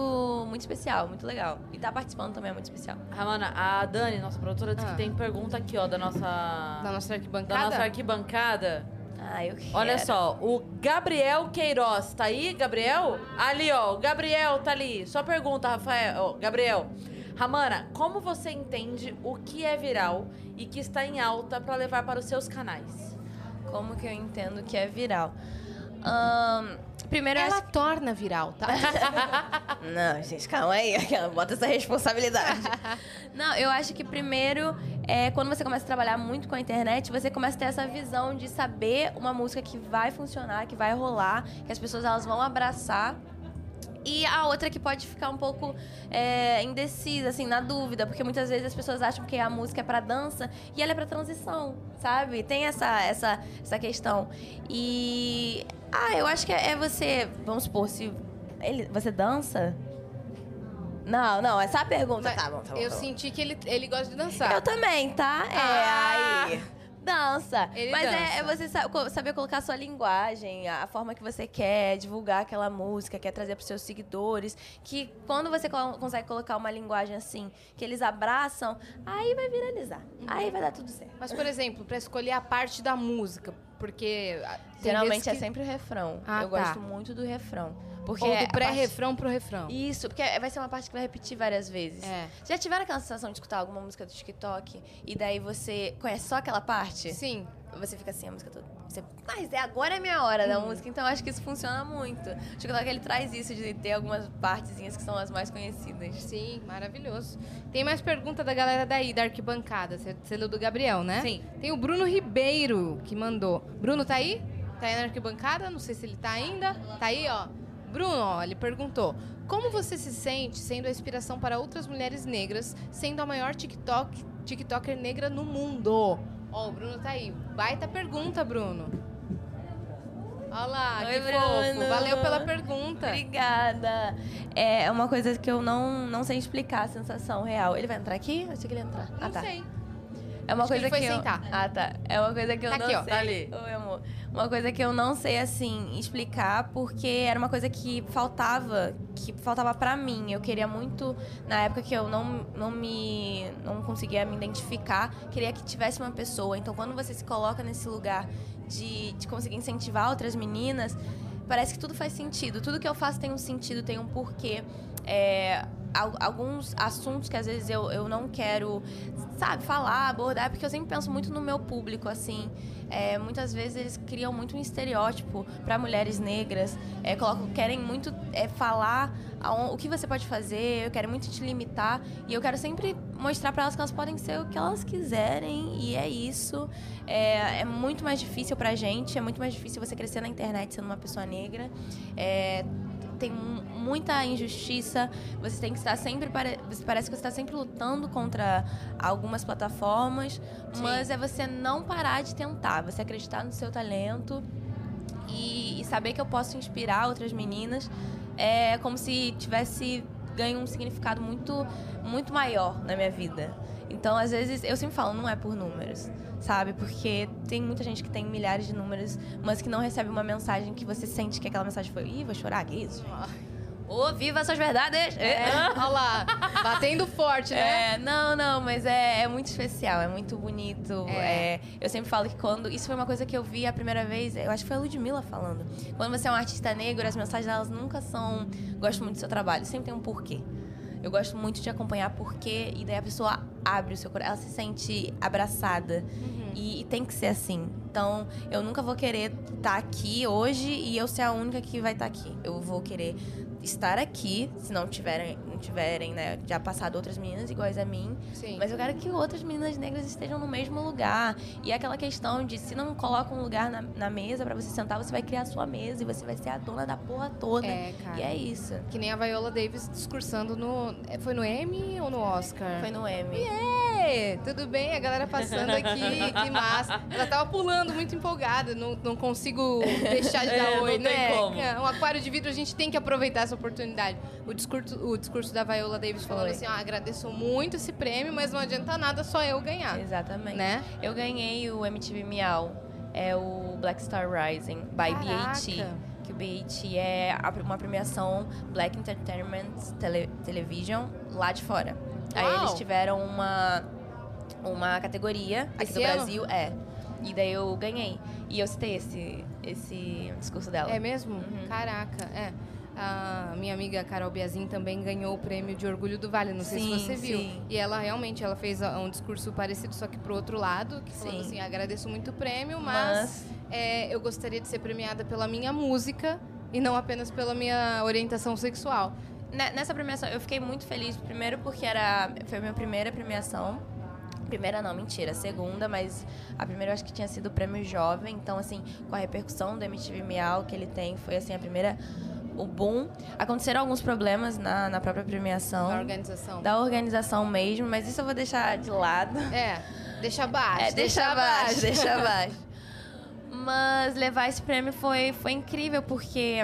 S2: muito especial, muito legal. E tá participando também é muito especial.
S1: Ramana, a Dani, nossa produtora, disse
S3: Ah.
S1: que tem pergunta aqui, ó, da nossa.
S3: Da nossa arquibancada.
S1: da nossa arquibancada.
S2: Ah, eu quero.
S1: Olha só, o Gabriel Queiroz, tá aí, Gabriel? Ali, ó, o Gabriel tá ali. Só pergunta, Rafael, ó, Gabriel. Ramana, como você entende o que é viral e que está em alta pra levar para os seus canais?
S2: Como que eu entendo que é viral? Ahn, primeiro eu
S3: Ela
S2: acho
S3: torna viral,
S2: *laughs*
S3: tá?
S2: Não, gente, calma aí. *laughs* Bota essa responsabilidade. Não, eu acho que primeiro, é, quando você começa a trabalhar muito com a internet, você começa a ter essa visão de saber uma música que vai funcionar, que vai rolar, que as pessoas elas vão abraçar. E a outra que pode ficar um pouco é, indecisa, assim, na dúvida, porque muitas vezes as pessoas acham que a música é pra dança e ela é pra transição, sabe? Tem essa, essa, essa questão. E. Ah, eu acho que é é você, vamos supor, se Ele, você dança? Não, não, essa é a pergunta.
S3: Mas
S2: tá bom, tá bom.
S3: eu
S2: tá bom.
S3: senti que ele, ele gosta de dançar.
S2: Eu também, tá? É,
S3: Ah!
S2: aí. Dança.
S3: Ele
S2: Mas
S3: dança.
S2: É, é você sa- co- saber colocar a sua linguagem, a a forma que você quer divulgar aquela música, quer trazer pros seus seguidores. Que quando você co- consegue colocar uma linguagem assim, que eles abraçam, aí vai viralizar.
S3: Uhum.
S2: Aí vai dar tudo certo.
S3: Mas, por exemplo, pra escolher a parte da música, porque... ah, tem
S2: Geralmente
S3: vezes
S2: é
S3: que-
S2: sempre o refrão.
S3: Ah,
S2: Eu
S3: tá.
S2: gosto muito do refrão. Porque
S3: Ou
S2: é a
S3: do
S2: parte-
S3: pré-refrão pro refrão.
S2: Isso, porque vai ser uma parte que vai repetir várias vezes.
S3: É.
S2: Já tiveram aquela sensação de escutar alguma música do TikTok e daí você conhece só aquela parte?
S3: Sim.
S2: Você fica assim a música toda. Você, mas é agora é minha hora da música, então eu acho que isso funciona muito. O TikTok ele traz isso de ter algumas partezinhas que são as mais conhecidas.
S3: Sim, maravilhoso. Tem mais pergunta da galera daí, da arquibancada. Você você leu do Gabriel,
S2: É?
S3: né?
S1: Sim.
S3: Tem o Bruno Ribeiro que mandou. Bruno tá aí? Tá aí na arquibancada? Não sei se ele tá ainda. Tá aí, ó. Bruno, ó, ele perguntou: Como você se sente sendo a inspiração para outras mulheres negras, sendo a maior TikTok, TikToker negra no mundo? Ó, o Bruno tá aí. Baita pergunta, Bruno. Olha lá,
S2: Oi,
S3: que fofo.
S2: Bruno.
S3: Valeu pela pergunta.
S2: Obrigada. É uma coisa que eu não, não sei explicar a sensação real. Ele vai entrar aqui? Eu achei que ele ia entrar.
S3: Não
S2: ah, tá.
S3: sei.
S2: É uma
S3: Acho que
S2: coisa
S3: ele foi
S2: eu-
S3: sentar.
S2: Ah, tá. É uma coisa que eu
S3: Tá
S2: não
S3: aqui, ó.
S2: sei.
S3: Tá ali.
S2: Oi, amor. Uma coisa que eu não sei assim explicar porque era uma coisa que faltava, que faltava pra mim. Eu queria muito na época que eu não não me não conseguia me identificar, queria que tivesse uma pessoa. Então quando você se coloca nesse lugar de, de conseguir incentivar outras meninas, parece que tudo faz sentido. Tudo que eu faço tem um sentido, tem um porquê. É, al- alguns assuntos que às vezes eu, eu não quero, sabe, falar, abordar, porque eu sempre penso muito no meu público, assim. É, muitas vezes eles criam muito um estereótipo para mulheres negras, é, colocam, querem muito é, falar aon- o que você pode fazer, eu quero muito te limitar, e eu quero sempre mostrar para elas que elas podem ser o que elas quiserem, e é isso. É, é muito mais difícil pra gente, é muito mais difícil você crescer na internet sendo uma pessoa negra. É, tem mu- muita injustiça, você tem que estar sempre. pare- você- Parece que você está sempre lutando contra algumas plataformas,
S3: Sim.
S2: mas é você não parar de tentar, você acreditar no seu talento e, e saber que eu posso inspirar outras meninas. É como se tivesse ganho um significado muito, muito maior na minha vida. Então, às vezes, eu sempre falo, não é por números, sabe? Porque tem muita gente que tem milhares de números, mas que não recebe uma mensagem que você sente que aquela mensagem foi, ih, vou chorar, que isso? Ô, viva suas verdades! É.
S3: Olha lá, batendo forte, né?
S2: É, não, não, mas é, é muito especial, é muito bonito.
S3: É.
S2: é, eu sempre falo que quando. Isso foi uma coisa que eu vi a primeira vez, eu acho que foi a Ludmilla falando. Quando você é um artista negro, as mensagens delas nunca são. Gosto muito do seu trabalho, sempre tem um porquê. Eu gosto muito de acompanhar porquê, e daí a pessoa abre o seu coração, ela se sente abraçada. E, e tem que ser assim. Então, eu nunca vou querer estar aqui hoje e eu ser a única que vai estar aqui. Eu vou querer estar aqui, se não tiverem, não tiverem né, já passado outras meninas iguais a mim.
S3: Sim.
S2: Mas eu quero que outras meninas negras estejam no mesmo lugar. E é aquela questão de se não coloca um lugar na, na mesa pra você sentar, você vai criar a sua mesa e você vai ser a dona da porra toda.
S3: É, cara.
S2: E é isso.
S3: Que nem a Viola Davis discursando no. é, Foi no M ou no Oscar?
S2: Foi no M.
S3: É, tudo bem, a galera passando aqui, que massa. Ela tava pulando muito empolgada, não, não consigo deixar de dar
S1: É,
S3: oi,
S1: não tem
S3: né?
S1: como.
S3: É, Um aquário de vidro, a gente tem que aproveitar essa oportunidade. O discurso, o discurso da Viola Davis falando
S2: Foi.
S3: assim: ó, agradeço muito esse prêmio, mas não adianta nada só eu ganhar.
S2: Exatamente.
S3: Né?
S2: Eu ganhei o MTV Miau, é o Black Star Rising by BET,
S3: Caraca.
S2: que o BET é a- uma premiação Black Entertainment Tele- Television lá de fora. Aí
S3: Uau!
S2: eles tiveram uma uma categoria aqui
S3: Esse
S2: do
S3: ano?
S2: Brasil, é. E daí eu ganhei. E eu citei esse esse discurso dela.
S3: É mesmo?
S2: Uhum.
S3: Caraca, é. A minha amiga Carol Biazin também ganhou o prêmio de Orgulho do Vale, não sei
S2: Sim,
S3: se você viu.
S2: sim.
S3: E ela realmente ela fez ah, um discurso parecido, só que pro outro lado, que falando
S2: Sim.
S3: assim, agradeço muito o prêmio, mas,
S2: Mas,
S3: é, eu gostaria de ser premiada pela minha música e não apenas pela minha orientação sexual.
S2: Ne- Nessa premiação, eu fiquei muito feliz. Primeiro porque era, foi a minha primeira premiação. Primeira não, mentira. Segunda, mas a primeira eu acho que tinha sido o Prêmio Jovem. Então, assim, com a repercussão do MTV Miau que ele tem, foi assim a primeira... O boom. Aconteceram alguns problemas na, na própria premiação.
S3: Da organização.
S2: Da organização mesmo, mas isso eu vou deixar de lado.
S3: É, deixa abaixo.
S2: É, deixa abaixo, deixa *laughs* abaixo. Mas levar esse prêmio foi, foi incrível, porque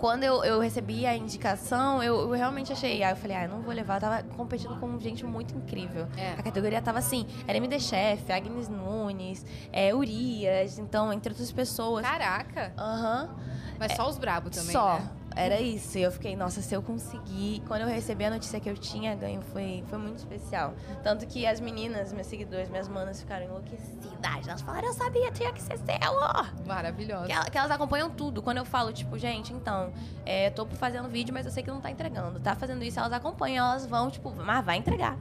S2: quando eu, eu recebi a indicação, eu, eu realmente achei. Aí eu falei, ah, eu não vou levar. Eu tava competindo com gente muito incrível.
S3: É.
S2: A categoria tava assim: era MD Chef, Agnes Nunes, é, Urias, então, entre outras pessoas.
S3: Caraca.
S2: Aham.
S3: Mas só os brabo também,
S2: É. Só.
S3: né?
S2: Era isso. E eu fiquei, nossa, se eu conseguir. Quando eu recebi a notícia que eu tinha ganho, foi, foi muito especial. Tanto que as meninas, meus seguidores, minhas manas ficaram enlouquecidas. Elas falaram, eu sabia, tinha que ser seu. ó."
S3: Maravilhosa.
S2: Que, ela- que elas acompanham tudo. Quando eu falo, tipo, gente, então, é, tô fazendo vídeo, mas eu sei que não tá entregando. Tá fazendo isso, elas acompanham, elas vão, tipo, mas vai entregar.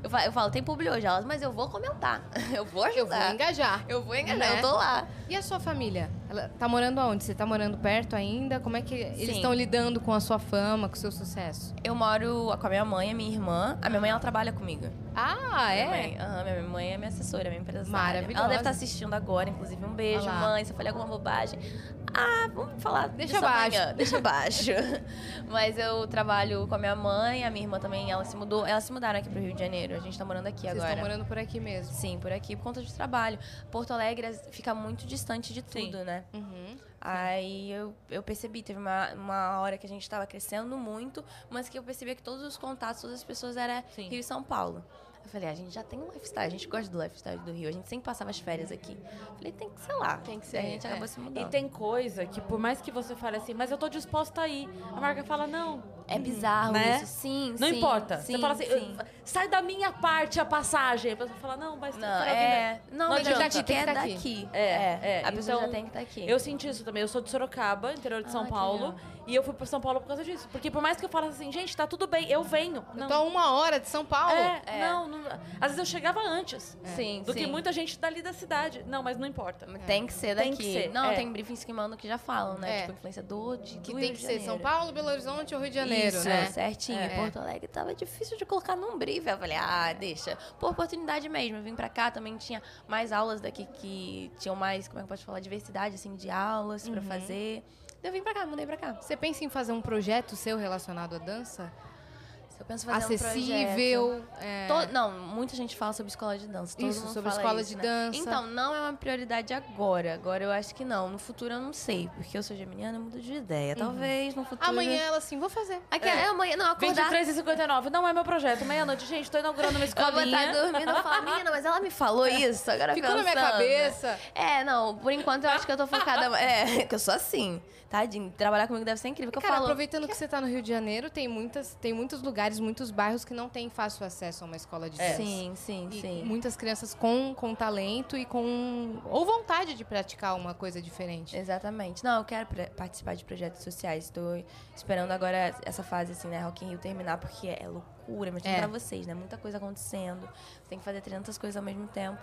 S2: Eu falo, eu falo tem publi hoje, elas, mas eu vou comentar. *laughs* Eu vou
S3: Eu vou
S2: ajudar.
S3: engajar.
S2: Eu vou engajar,
S3: Né?
S2: eu tô lá.
S3: E a sua família? Ela tá morando aonde? Você tá morando perto ainda? Como é que eles
S2: Sim.
S3: estão lidando com a sua fama, com o seu sucesso?
S2: Eu moro com a minha mãe e a minha irmã. A minha mãe, ela trabalha comigo.
S3: Ah,
S2: Minha
S3: é?
S2: mãe, aham, minha mãe é minha assessora, minha empresária.
S3: Maravilhosa.
S2: Ela deve estar assistindo agora, inclusive. Um beijo,
S3: Olá.
S2: mãe. Se eu falei alguma bobagem. Ah, vamos falar.
S3: Deixa
S2: disso
S3: abaixo.
S2: amanhã. *laughs* Deixa abaixo. Mas eu trabalho com a minha mãe, a minha irmã também. Ela se mudou. Elas se mudaram aqui pro Rio de Janeiro. A gente tá morando aqui
S3: Vocês
S2: agora.
S3: estão morando por aqui mesmo.
S2: Sim, por aqui, por conta de trabalho. Porto Alegre é, fica muito distante de
S1: Sim.
S2: tudo, né?
S3: Uhum.
S2: Aí eu, eu percebi, teve uma, uma hora que a gente estava crescendo muito, mas que eu percebia que todos os contatos, todas as pessoas era
S1: Sim.
S2: Rio e São Paulo. Eu falei, a gente já tem um lifestyle, a gente gosta do lifestyle do Rio, a gente sempre passava as férias aqui. Eu falei, tem que, sei lá. Tem que
S4: ser,
S2: A gente
S4: é.
S2: acabou se
S1: E
S2: mudando.
S1: tem coisa que, por mais que você fale assim, mas eu tô disposta a ir, a marca fala, não,
S2: É bizarro
S1: Né?
S2: isso, sim,
S1: não
S2: sim,
S1: importa.
S2: Sim,
S1: você fala assim,
S2: sim.
S1: "Eu- sai da minha parte a passagem. A pessoa fala, não, mas
S2: Não,
S1: pra mim
S2: é... Não,
S1: Não
S2: a gente
S1: adianta.
S2: já
S3: Tem que
S2: quer
S3: tá aqui.
S2: daqui.
S1: É, é,
S2: A pessoa já
S1: então,
S2: tem que estar aqui.
S1: Eu senti isso também. Eu sou de Sorocaba, interior de
S2: Ah,
S1: São
S2: que
S1: Paulo.
S2: legal.
S1: E eu fui pra São Paulo por causa disso. Porque por mais que eu falasse assim, gente, tá tudo bem, eu venho. Não.
S3: Eu tô a Então, uma hora de São Paulo.
S1: é, não, não- Às vezes eu chegava antes
S2: Sim,
S1: do que
S2: É. sim.
S1: muita gente dali da cidade. Não, mas não importa.
S2: Tem que ser daqui.
S1: Tem que ser,
S2: Não,
S1: é.
S2: tem briefings que mandam que já falam, né?
S3: É.
S2: Tipo, influenciador de
S3: Que
S2: do
S3: tem
S2: Rio
S3: que
S2: de
S3: ser São
S2: Janeiro.
S3: Paulo, Belo Horizonte ou Rio de Janeiro,
S2: Isso,
S3: né?
S2: certinho.
S3: É.
S2: Porto Alegre tava difícil de colocar num brief. Eu falei, ah, deixa. Por oportunidade mesmo. Eu vim pra cá, também tinha mais aulas daqui que tinham mais, como é que pode falar, diversidade, assim, de aulas pra
S3: Uhum.
S2: fazer. Eu vim pra cá, mudei pra cá.
S3: Você pensa em fazer um projeto seu relacionado à dança?
S2: Se eu penso em fazer um projeto-
S3: Acessível? é.
S2: To- não, muita gente fala sobre escola de dança. Todo
S3: Isso,
S2: mundo
S3: sobre
S2: fala
S3: escola
S2: isso,
S3: de
S2: né?
S3: dança.
S2: Então, não é uma prioridade agora. Agora eu acho que não. No futuro eu não sei, porque eu sou geminiana e mudo de ideia. Talvez no futuro.
S3: Uhum. Amanhã ela assim, vou fazer.
S2: Aqui, é. amanhã. Não, acordar.
S1: 23 e 59 não é meu projeto. Meia-noite, gente, tô inaugurando
S2: *laughs*
S1: uma
S2: Eu vou estar
S1: escolinha.
S2: tá dormindo e falar, menina, mas ela me falou isso. Agora
S3: É. Ficou na minha
S2: pensando."
S3: cabeça.
S2: É, não, por enquanto eu acho que eu tô focada. É, *laughs* que eu sou assim. Tadinho, trabalhar comigo deve ser incrível. Que é
S3: Cara,
S2: eu falo.
S3: aproveitando que você tá no Rio de Janeiro, tem, muitas, tem muitos lugares, muitos bairros que não tem fácil acesso a uma escola de dança.
S2: É. Sim, sim,
S3: E
S2: sim.
S3: muitas crianças com, com talento e com... Ou vontade de praticar uma coisa
S2: É.
S3: diferente.
S2: Exatamente. Não, eu quero pre- participar de projetos sociais. Estou esperando agora essa fase, assim, né? Rock in Rio terminar, porque é loucura, mas tem
S3: É.
S2: pra vocês, né? Muita coisa acontecendo. Você tem que fazer 300 coisas ao mesmo tempo.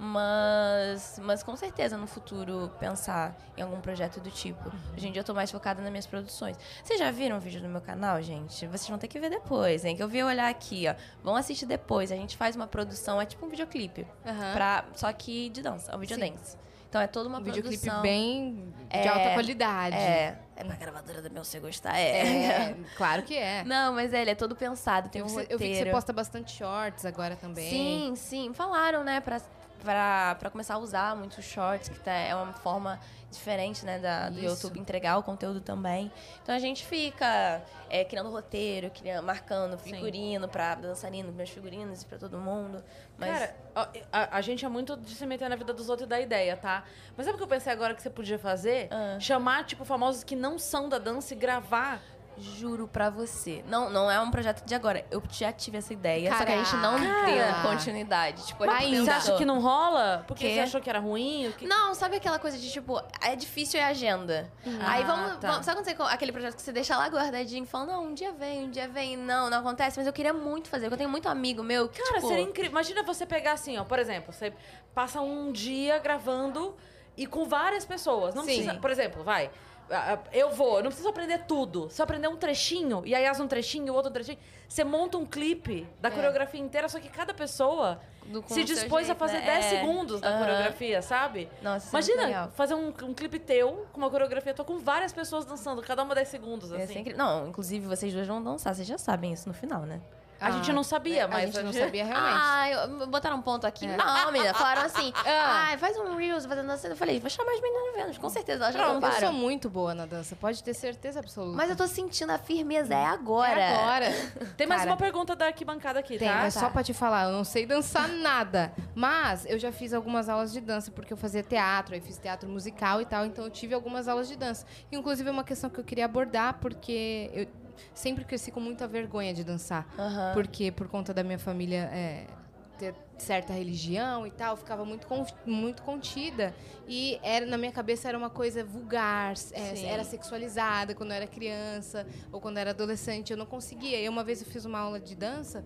S2: Mas, mas com certeza, no futuro, pensar em algum projeto do tipo.
S3: Uhum.
S2: Hoje em dia eu tô mais focada nas minhas produções. Vocês já viram o vídeo do meu canal, gente? Vocês vão ter que ver depois, hein? Que eu vi olhar aqui, ó. Vão assistir depois. A gente faz uma produção, é tipo um videoclipe.
S3: Aham.
S2: Pra, só que de dança, é um videodance. Então é toda uma
S3: Um videoclipe
S2: produção.
S3: bem de
S2: É,
S3: alta qualidade.
S2: É, é pra gravadora da Beyoncé gostar, é. *laughs*
S3: É, claro que é.
S2: Não, mas ele é todo pensado, tem
S3: eu,
S2: um
S3: vi-
S2: roteiro.
S3: eu vi que você posta bastante shorts agora também.
S2: Sim, sim, falaram, né, pra, pra, pra começar a usar muitos shorts, que tá- é uma forma diferente, né, da- do
S3: Isso.
S2: YouTube entregar o conteúdo também. Então a gente fica é, criando roteiro, criando, marcando figurino pra dançarino, meus figurinos e pra todo mundo. Mas
S1: Cara, ó, a, a gente é muito de se meter na vida dos outros e dar ideia, tá? Mas sabe o que eu pensei agora que você podia fazer?
S2: Ah.
S1: Chamar, tipo, famosos que não são da dança e gravar.
S2: juro pra você, não, não é um projeto de agora. Eu já tive essa ideia, só que a gente não
S3: Caraca.
S2: deu continuidade. Tipo, a
S3: Mas
S2: gente
S3: Ainda.
S1: Você acha
S2: pensou.
S1: que não rola? Porque
S2: Quê?
S1: você achou que era ruim? O que-
S2: Não, sabe aquela coisa de tipo, é difícil é agenda. Aí
S1: Ah,
S2: vamos,
S1: tá.
S2: vamos- Sabe quando você, co- aquele projeto que você deixa lá guardadinho e fala, não, um dia vem, um dia vem. Não, não acontece, mas eu queria muito fazer, porque eu tenho muito amigo meu que.
S1: Cara,
S2: tipo,
S1: seria incrível. Imagina você pegar assim, ó, por exemplo, você passa um dia gravando e com várias pessoas. Não
S3: Sim.
S1: precisa, por exemplo, vai. ah, ah, Eu vou, não precisa aprender tudo. Só aprender um trechinho, e aí as um trechinho, o outro um trechinho. Você monta um clipe
S3: É.
S1: da coreografia inteira, só que cada pessoa
S2: Do- com
S1: se
S2: o seu
S1: dispôs a
S2: jeito,
S1: fazer
S2: né?
S1: 10
S2: É.
S1: segundos da
S2: Aham.
S1: coreografia, sabe?
S2: Nossa, isso é muito
S1: Imagina
S2: legal.
S1: fazer um, um clipe teu com uma coreografia tua com várias pessoas dançando, cada uma 10 segundos,
S3: é
S2: ia ser
S1: assim.
S2: incrível. Não, inclusive vocês duas vão dançar, vocês já sabem isso no final, né?
S1: A gente não sabia,
S3: Ah. a
S1: mas
S3: gente não
S1: hoje-
S3: sabia realmente.
S2: *laughs* Ah, eu- botaram um ponto aqui. Não, menina, falaram *laughs* assim,
S3: Ah.
S2: ai, faz um Reels fazendo assim. Eu falei, vou chamar as meninas Vênus, com certeza, elas já
S3: Não, eu sou
S2: toparam.
S3: muito boa na dança, pode ter certeza absoluta.
S2: Mas eu tô sentindo a firmeza, é
S3: É
S2: agora.
S3: agora.
S1: Tem mais
S3: Cara,
S1: uma pergunta da arquibancada aqui,
S3: Tem,
S1: tá?
S3: mas só pra te falar, eu não sei dançar *laughs* nada. Mas eu já fiz algumas aulas de dança, porque eu fazia teatro, aí fiz teatro musical e tal, então eu tive algumas aulas de dança. Inclusive, é uma questão que eu queria abordar, porque eu sempre cresci com muita vergonha de dançar.
S2: Aham.
S3: Porque por conta da minha família é, ter certa religião e tal, eu ficava muito, con- muito contida. E era, na minha cabeça era uma coisa vulgar, é,
S1: Sim.
S3: era sexualizada quando eu era criança ou quando eu era adolescente. Eu não conseguia. E uma vez eu fiz uma aula de dança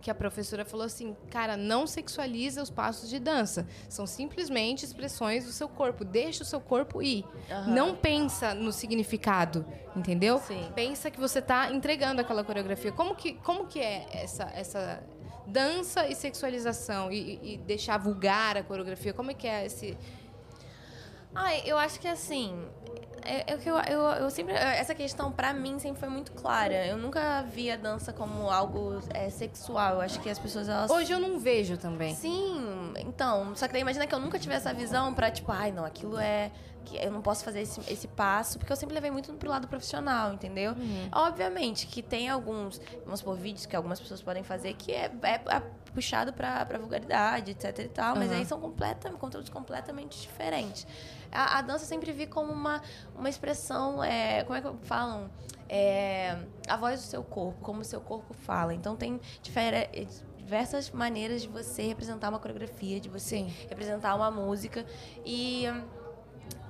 S3: que a professora falou assim, cara, não sexualiza os passos de dança. São simplesmente expressões do seu corpo. Deixa o seu corpo ir. Não pensa no significado, entendeu?
S2: Sim.
S3: Pensa que você tá entregando aquela coreografia. Como que, como que é essa, essa dança e sexualização? E, e- e deixar vulgar a coreografia? Como é que é esse...
S2: Ai, eu acho que assim. É, é o que eu, eu, eu sempre. é, Essa questão, pra mim, sempre foi muito clara. Eu nunca vi a dança como algo é, sexual. Eu acho que as pessoas, elas. É.
S3: Hoje eu não vejo também.
S2: Sim, então. Só que daí imagina que eu nunca tive essa visão pra, tipo, ai, não, aquilo é. que Eu não posso fazer esse, esse passo, porque eu sempre levei muito pro lado profissional, entendeu? Obviamente que tem alguns, vamos supor, vídeos que algumas pessoas podem fazer que é, é- é puxado pra, pra vulgaridade, etc e tal, mas
S3: Aham.
S2: aí são completa, conteúdos completamente diferentes. A, a dança eu sempre vi como uma, uma expressão, é, como é que falam? É, a voz do seu corpo, como o seu corpo fala. Então tem difere- eh, diversas maneiras de você representar uma coreografia, de você
S3: Sim.
S2: representar uma música. E eh,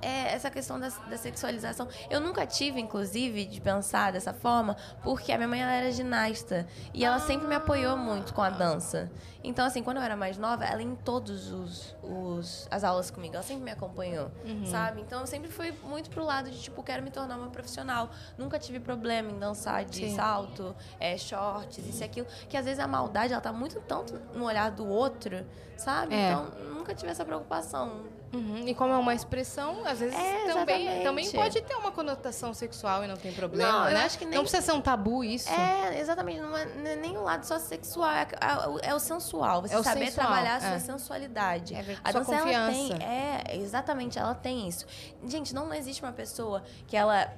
S2: é, essa questão da, da sexualização. Eu nunca tive, inclusive, de pensar dessa forma, porque a minha mãe ela era ginasta. E ela sempre me apoiou muito com a dança. Então, assim, quando eu era mais nova, ela ia em todos os, os- as aulas comigo, ela sempre me acompanhou,
S3: Uhum.
S2: sabe? Então, eu sempre fui muito pro lado de, tipo, quero me tornar uma profissional. Nunca tive problema em dançar de
S3: Sim.
S2: salto, é, shorts, isso e aquilo. Que às vezes a maldade, ela tá muito tanto no olhar do outro, sabe?
S3: É.
S2: Então, nunca tive essa preocupação.
S3: Uhum, E como é uma expressão, às vezes
S2: É,
S3: também,
S2: exatamente.
S3: também pode ter uma conotação sexual e não tem problema,
S2: Não, eu
S3: né?
S2: acho que nem-
S3: Não precisa ser um tabu isso.
S2: É, exatamente. Não é não é nem o lado só sexual, é, a- o- é o sensual. Você
S3: É o
S2: saber
S3: sensual,
S2: trabalhar a sua
S3: é.
S2: sensualidade.
S3: É ver-
S2: a
S3: sua
S2: dança, ela tem.
S3: confiança.
S2: É, exatamente, ela tem isso. Gente, não existe uma pessoa que ela.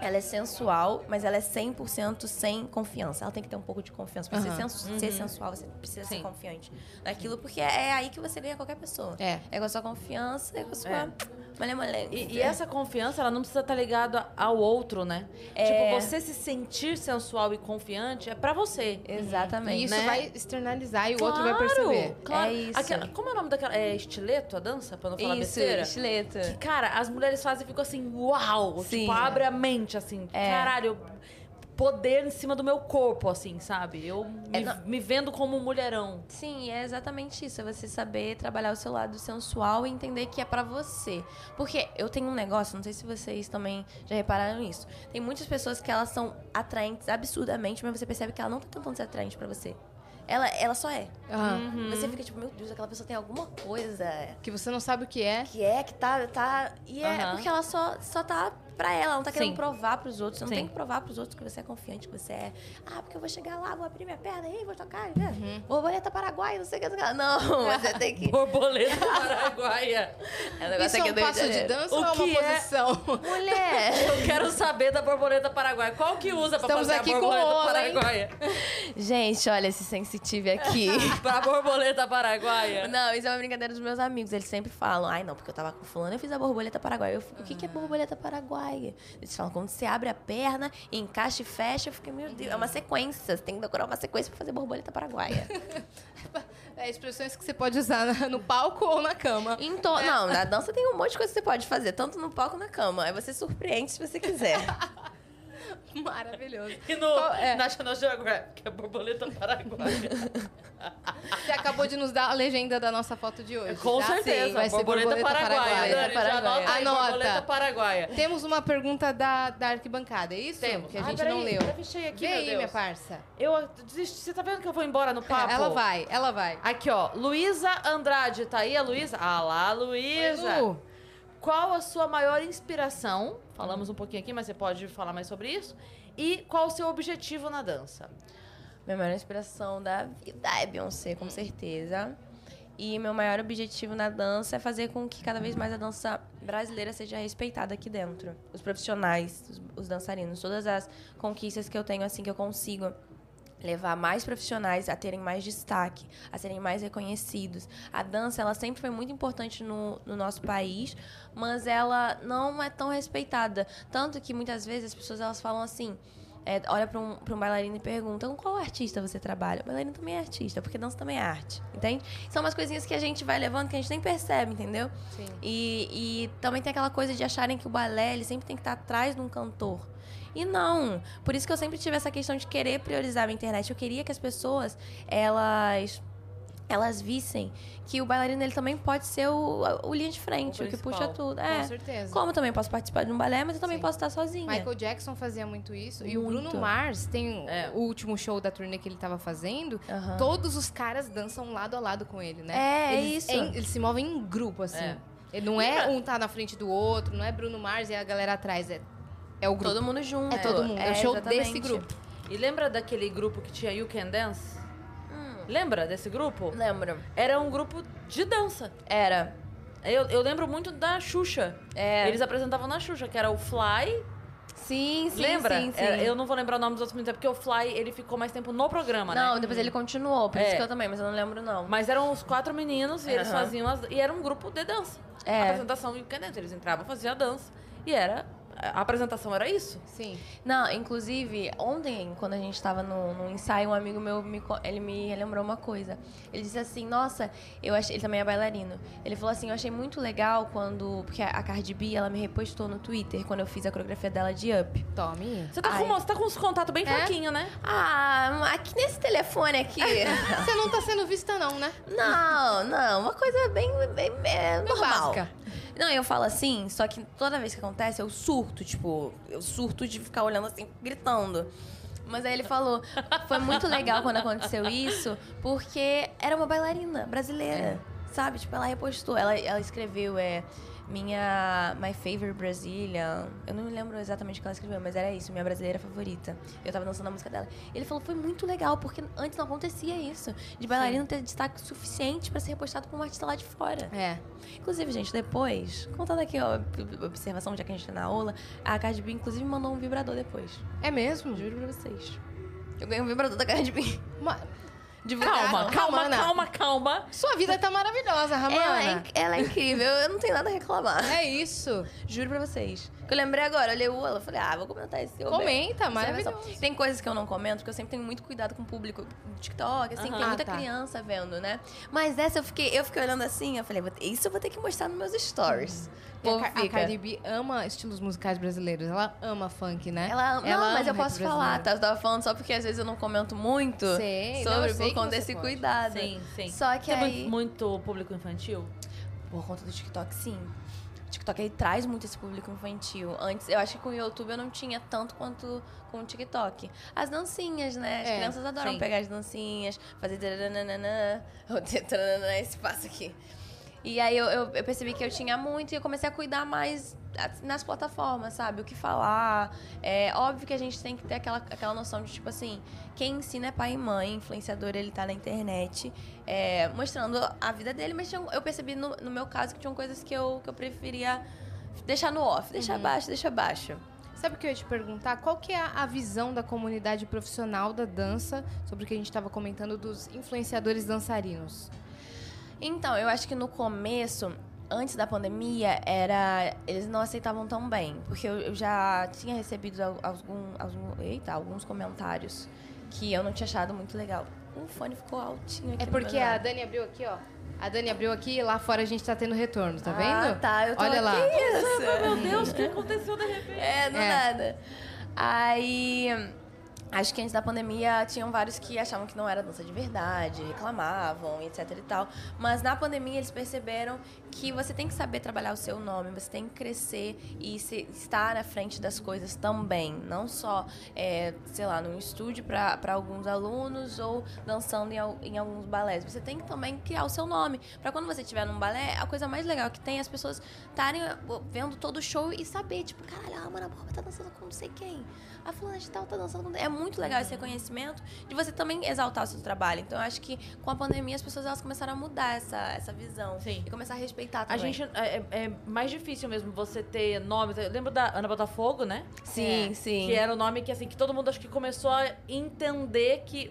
S2: Ela é sensual, mas ela é 100% sem confiança. Ela tem que ter um pouco de confiança. Pra
S3: Aham.
S2: ser, sensu- ser sensual, você precisa
S1: Sim.
S2: ser confiante naquilo, porque é aí que você ganha qualquer pessoa.
S3: É.
S2: É com a sua confiança, é com a sua.
S1: É.
S2: malemolência.
S1: E, e
S3: É.
S1: essa confiança, ela não precisa estar ligada ao outro, né?
S3: É.
S1: Tipo, você se sentir sensual e confiante é pra você.
S2: Exatamente.
S3: E isso
S1: né?
S3: vai externalizar e o outro vai
S1: Claro,
S3: perceber.
S1: Claro.
S2: É isso.
S1: Aquela- como é o nome daquela? É estileto a dança? Pra não falar
S2: Isso,
S1: besteira?
S2: estileto.
S1: Que, cara, as mulheres fazem e ficam assim, uau!
S2: Sim.
S1: Tipo, abre a mente, assim,
S3: É.
S1: caralho, poder em cima do meu corpo, assim, sabe? Eu
S3: É
S1: me, me vendo como um mulherão.
S3: *laughs*
S2: Sim, é exatamente isso. É você saber trabalhar o seu lado sensual e entender que é pra você. Porque eu tenho um negócio, não sei se vocês também já repararam isso. Tem muitas pessoas que elas são atraentes absurdamente, mas você percebe que ela não tá tentando ser atraente pra você. Ela, ela só é.
S3: Ah,
S2: Você fica tipo, meu Deus, aquela pessoa tem alguma coisa
S3: Que você não sabe o que é.
S2: que é, que tá. tá e é
S1: Aham.
S2: porque ela só, só tá pra ela, ela não tá querendo
S1: Sim.
S2: provar pros outros. Você não
S1: Sim.
S2: tem que provar pros outros que você é confiante, que você é. Ah, porque eu vou chegar lá, vou abrir minha perna aí, vou tocar, né? borboleta paraguai, não sei o que. não sei o que lá. Não, *laughs* você tem que.
S1: Borboleta paraguaia.
S2: É um
S3: Isso é um
S2: do Rio de
S3: passo de
S2: Janeiro. *laughs*
S3: dança
S1: O
S3: ou é uma
S1: que é?
S3: posição? *laughs*
S2: Mulher!
S1: Eu quero saber da borboleta paraguaia. Qual que usa pra
S3: Estamos
S1: fazer
S3: aqui
S1: a
S3: com
S1: borboleta
S3: ola, hein?
S1: paraguaia?
S2: Gente, olha esse sensitive aqui.
S1: pra borboleta paraguaia.
S2: Não, isso é uma brincadeira dos meus amigos. Eles sempre falam, ai não, porque eu tava com fulano, eu fiz a borboleta paraguaia. Eu fico, o que, que é borboleta paraguaia? Eles falam, quando você abre a perna, encaixa e fecha, eu fico, meu Deus, é uma sequência. Você tem que decorar uma sequência pra fazer borboleta paraguaia.
S3: É, expressões que você pode usar na- no palco ou na cama. *laughs*
S2: então, não, na dança tem um monte de coisa que você pode fazer, tanto no palco quanto na cama. Aí você surpreende se você quiser.
S3: Maravilhoso.
S1: E no
S3: Qual- é.
S1: National Geographic, é borboleta
S3: *laughs*
S1: paraguaia.
S3: Você acabou de nos dar a legenda da nossa foto de hoje.
S1: Com
S3: tá?
S1: certeza,
S3: Sim, vai ser
S1: borboleta, paraguaia.
S3: paraguaia.
S1: Dani, já anota aí,
S3: Anota.
S1: borboleta paraguaia.
S3: Temos uma pergunta da, da arquibancada, é isso?
S1: Temos.
S3: Que a
S1: Ah,
S3: gente
S1: peraí,
S3: não leu.
S1: eu fechei aqui,
S3: Vem
S1: meu
S3: aí,
S1: Deus.
S3: minha parça. Tá,
S1: Eu desisto. Você tá vendo que eu vou embora no papo?
S3: *laughs* Ela vai, ela vai.
S1: Aqui, ó. Luísa Andrade. Tá aí a Luísa? Ah lá, Luísa.
S3: Oi, Lu.
S1: Qual a sua maior inspiração? Falamos um pouquinho aqui, mas você pode falar mais sobre isso. E qual o seu objetivo na dança?
S2: Minha maior inspiração da vida é Beyoncé, com certeza. E meu maior objetivo na dança é fazer com que cada vez mais a dança brasileira seja respeitada aqui dentro. Os profissionais, os, os dançarinos, todas as conquistas que eu tenho, assim, que eu consigo levar mais profissionais a terem mais destaque, a serem mais reconhecidos. A dança, ela sempre foi muito importante no, no nosso país, mas ela não é tão respeitada. Tanto que muitas vezes as pessoas elas falam assim. é, olha para um, pra um bailarino e pergunta com qual artista você trabalha. O bailarino também é artista, porque dança também é arte, entende? São umas coisinhas que a gente vai levando que a gente nem percebe, entendeu?
S3: Sim.
S2: E, e também tem aquela coisa de acharem que o balé ele sempre tem que estar atrás de um cantor. E não, por isso que eu sempre tive essa questão de querer priorizar a minha internet. Eu queria que as pessoas, elas elas vissem que o bailarino ele também pode ser o, o linha de frente,
S1: O
S2: o, que
S1: principal.
S2: puxa tudo.
S3: Com
S2: É.
S3: certeza.
S2: Como eu também posso participar de um balé, mas eu também
S3: Sim.
S2: posso estar sozinha.
S3: Michael Jackson fazia muito isso. E o
S2: Muito.
S3: Bruno Mars tem
S1: É.
S3: o último show da turnê que ele tava fazendo.
S2: Aham.
S3: Todos os caras dançam lado a lado com ele, né?
S2: É, é
S3: eles,
S2: isso.
S3: em- eles se movem em grupo, assim.
S1: É.
S3: Ele não é um tá na frente do outro, não é Bruno Mars e a galera atrás. É, é o grupo.
S2: Todo mundo junto.
S3: É todo mundo, é o show desse grupo.
S1: E lembra daquele grupo que tinha You Can Dance?
S2: Hum.
S1: Lembra desse grupo?
S2: Lembro.
S1: Era um grupo de dança.
S2: Era.
S1: Eu, eu lembro muito da Xuxa.
S2: É.
S1: Eles apresentavam na Xuxa, que era o Fly.
S2: Sim, sim,
S1: lembra?
S2: sim, sim.
S1: Era- eu não vou lembrar o nome dos outros meninos, é porque o Fly ele ficou mais tempo no programa,
S2: Não,
S1: né?
S2: depois ele continuou, por
S1: É.
S2: isso que eu também, mas eu não lembro não.
S1: Mas eram os quatro meninos e eles
S2: Aham.
S1: faziam as. E era um grupo de dança.
S2: É.
S1: A apresentação e o cadê? Eles entravam, faziam a dança. E era. A apresentação era isso.
S3: Sim.
S2: Não, inclusive, ontem, quando a gente tava no, no ensaio, um amigo meu, me, co- ele me relembrou uma coisa. Ele disse assim, nossa, eu achei... Ele também é bailarino. Ele falou assim, eu achei muito legal quando... Porque a Cardi B, ela me repostou no Twitter, quando eu fiz a coreografia dela de Up.
S3: *laughs* Tome.
S1: Você tá,
S2: Ai. É?
S1: com, você tá com os contatos bem fraquinhos, né?
S2: Ah, aqui nesse telefone aqui... *laughs*
S3: Você não tá sendo vista, não, né?
S2: Não, não, uma coisa bem, bem, é, normal.
S3: básica.
S2: Não, eu falo assim, só que toda vez que acontece eu surto, tipo, eu surto de ficar olhando assim, gritando. Mas aí ele falou, foi muito legal quando aconteceu isso, porque era uma bailarina brasileira, sabe? Tipo, ela repostou, ela, ela escreveu, é, minha, my favorite Brazilian, eu não me lembro exatamente o que ela escreveu, mas era isso, minha brasileira favorita. Eu tava dançando a música dela. Ele falou, foi muito legal, porque antes não acontecia isso, de bailarino ter destaque suficiente pra ser repostado por um artista lá de fora.
S3: É.
S2: Inclusive, gente, depois, contando aqui ó, a observação, já que a gente tá na aula, a Cardi B, inclusive, me mandou um vibrador depois.
S3: É mesmo?
S2: Juro pra vocês. Eu ganhei um vibrador da Cardi B.
S3: Ma-
S2: De
S1: Calma,
S3: Não,
S1: calma,
S3: Ramana.
S1: calma, calma.
S3: Sua vida tá né? maravilhosa,
S2: Ela é,
S3: Ramana.
S2: inc- ela é incrível, eu não tenho nada a reclamar.
S3: É isso.
S2: Juro pra vocês. Que eu lembrei agora, olhei o Ola, falei, ah, vou comentar esse seu
S3: Comenta, é maravilhoso.
S2: maravilhoso. Tem coisas que eu não comento, porque eu sempre tenho muito cuidado com o público do TikTok, assim,
S1: Aham.
S2: tem muita
S3: Ah, tá.
S2: criança vendo, né? Mas essa eu fiquei, eu fiquei olhando assim, eu falei, "Vou ter- isso eu vou ter que mostrar nos meus stories.
S3: Uhum. E
S2: Pô,
S3: a, Car- a
S2: fica.
S3: Cardi B ama estilos musicais brasileiros. Ela ama funk, né?
S2: Ela, não, mas
S3: ama
S2: eu
S3: rap
S2: posso falar,
S3: brasileiro.
S2: tá? Eu tava falando só porque às vezes eu não comento muito
S3: Sei, não,
S2: sobre
S3: eu sei
S2: por
S3: que
S2: conta
S3: você
S2: desse
S3: pode.
S2: cuidado.
S1: Sim, sim.
S2: Só que
S1: Tem mu-
S2: aí,
S1: muito público infantil?
S2: por conta do TikTok, sim. O TikTok aí traz muito esse público infantil. Antes, eu acho que com o YouTube eu não tinha tanto quanto com o TikTok. As dancinhas, né? As
S3: É,
S2: crianças adoram
S1: sim.
S2: pegar as dancinhas, fazer tarananana, ou tarananana, esse passo aqui. E aí eu, eu, eu percebi que eu tinha muito e eu comecei a cuidar mais a- nas plataformas, sabe? O que falar. É óbvio que a gente tem que ter aquela, aquela noção de, tipo assim, quem ensina é pai e mãe, influenciador, ele tá na internet, é, mostrando a vida dele, mas tinha- um, eu percebi no, no meu caso que tinham coisas que eu, que eu preferia deixar no off,
S3: Uhum.
S2: deixar abaixo, deixar abaixo.
S3: Sabe o que eu ia te perguntar? Qual que é a visão da comunidade profissional da dança sobre o que a gente estava comentando dos influenciadores dançarinos?
S2: Então, eu acho que no começo, antes da pandemia, era eles não aceitavam tão bem, porque eu, eu já tinha recebido al- algum, algum- eita, alguns comentários que eu não tinha achado muito legal. O fone ficou altinho aqui.
S3: É
S2: no
S3: porque
S2: meu
S3: a
S2: lado.
S3: Dani abriu aqui, ó. A Dani abriu aqui e lá fora a gente tá tendo retorno, tá
S2: Ah,
S3: vendo?
S2: tá, eu tô
S3: Olha lá.
S2: Que isso?
S1: Meu Deus, o que aconteceu de repente?
S2: É, do
S3: É.
S2: nada. Aí. Acho que antes da pandemia tinham vários que achavam que não era dança de verdade, reclamavam, etc e tal. Mas na pandemia eles perceberam que você tem que saber trabalhar o seu nome, você tem que crescer e se- estar à frente das coisas também. Não só, é, sei lá, num estúdio para alguns alunos ou dançando em, al- em alguns balés. Você tem que também criar o seu nome. Para quando você estiver num balé, a coisa mais legal que tem é as pessoas estarem vendo todo o show e saber, tipo, caralho, a Mara Borba tá dançando com não sei quem. A fulana de tal tá dançando com... É muito muito legal esse reconhecimento de você também exaltar o seu trabalho. Então, eu acho que com a pandemia as pessoas elas começaram a mudar essa, essa visão.
S1: Sim.
S2: E começar a respeitar
S1: A
S2: também.
S1: gente. É, é- é mais difícil mesmo você ter nomes. Eu lembro da Ana Botafogo, né?
S2: Sim,
S3: É.
S2: sim.
S1: Que era o nome que, assim, que todo mundo acho que começou a entender que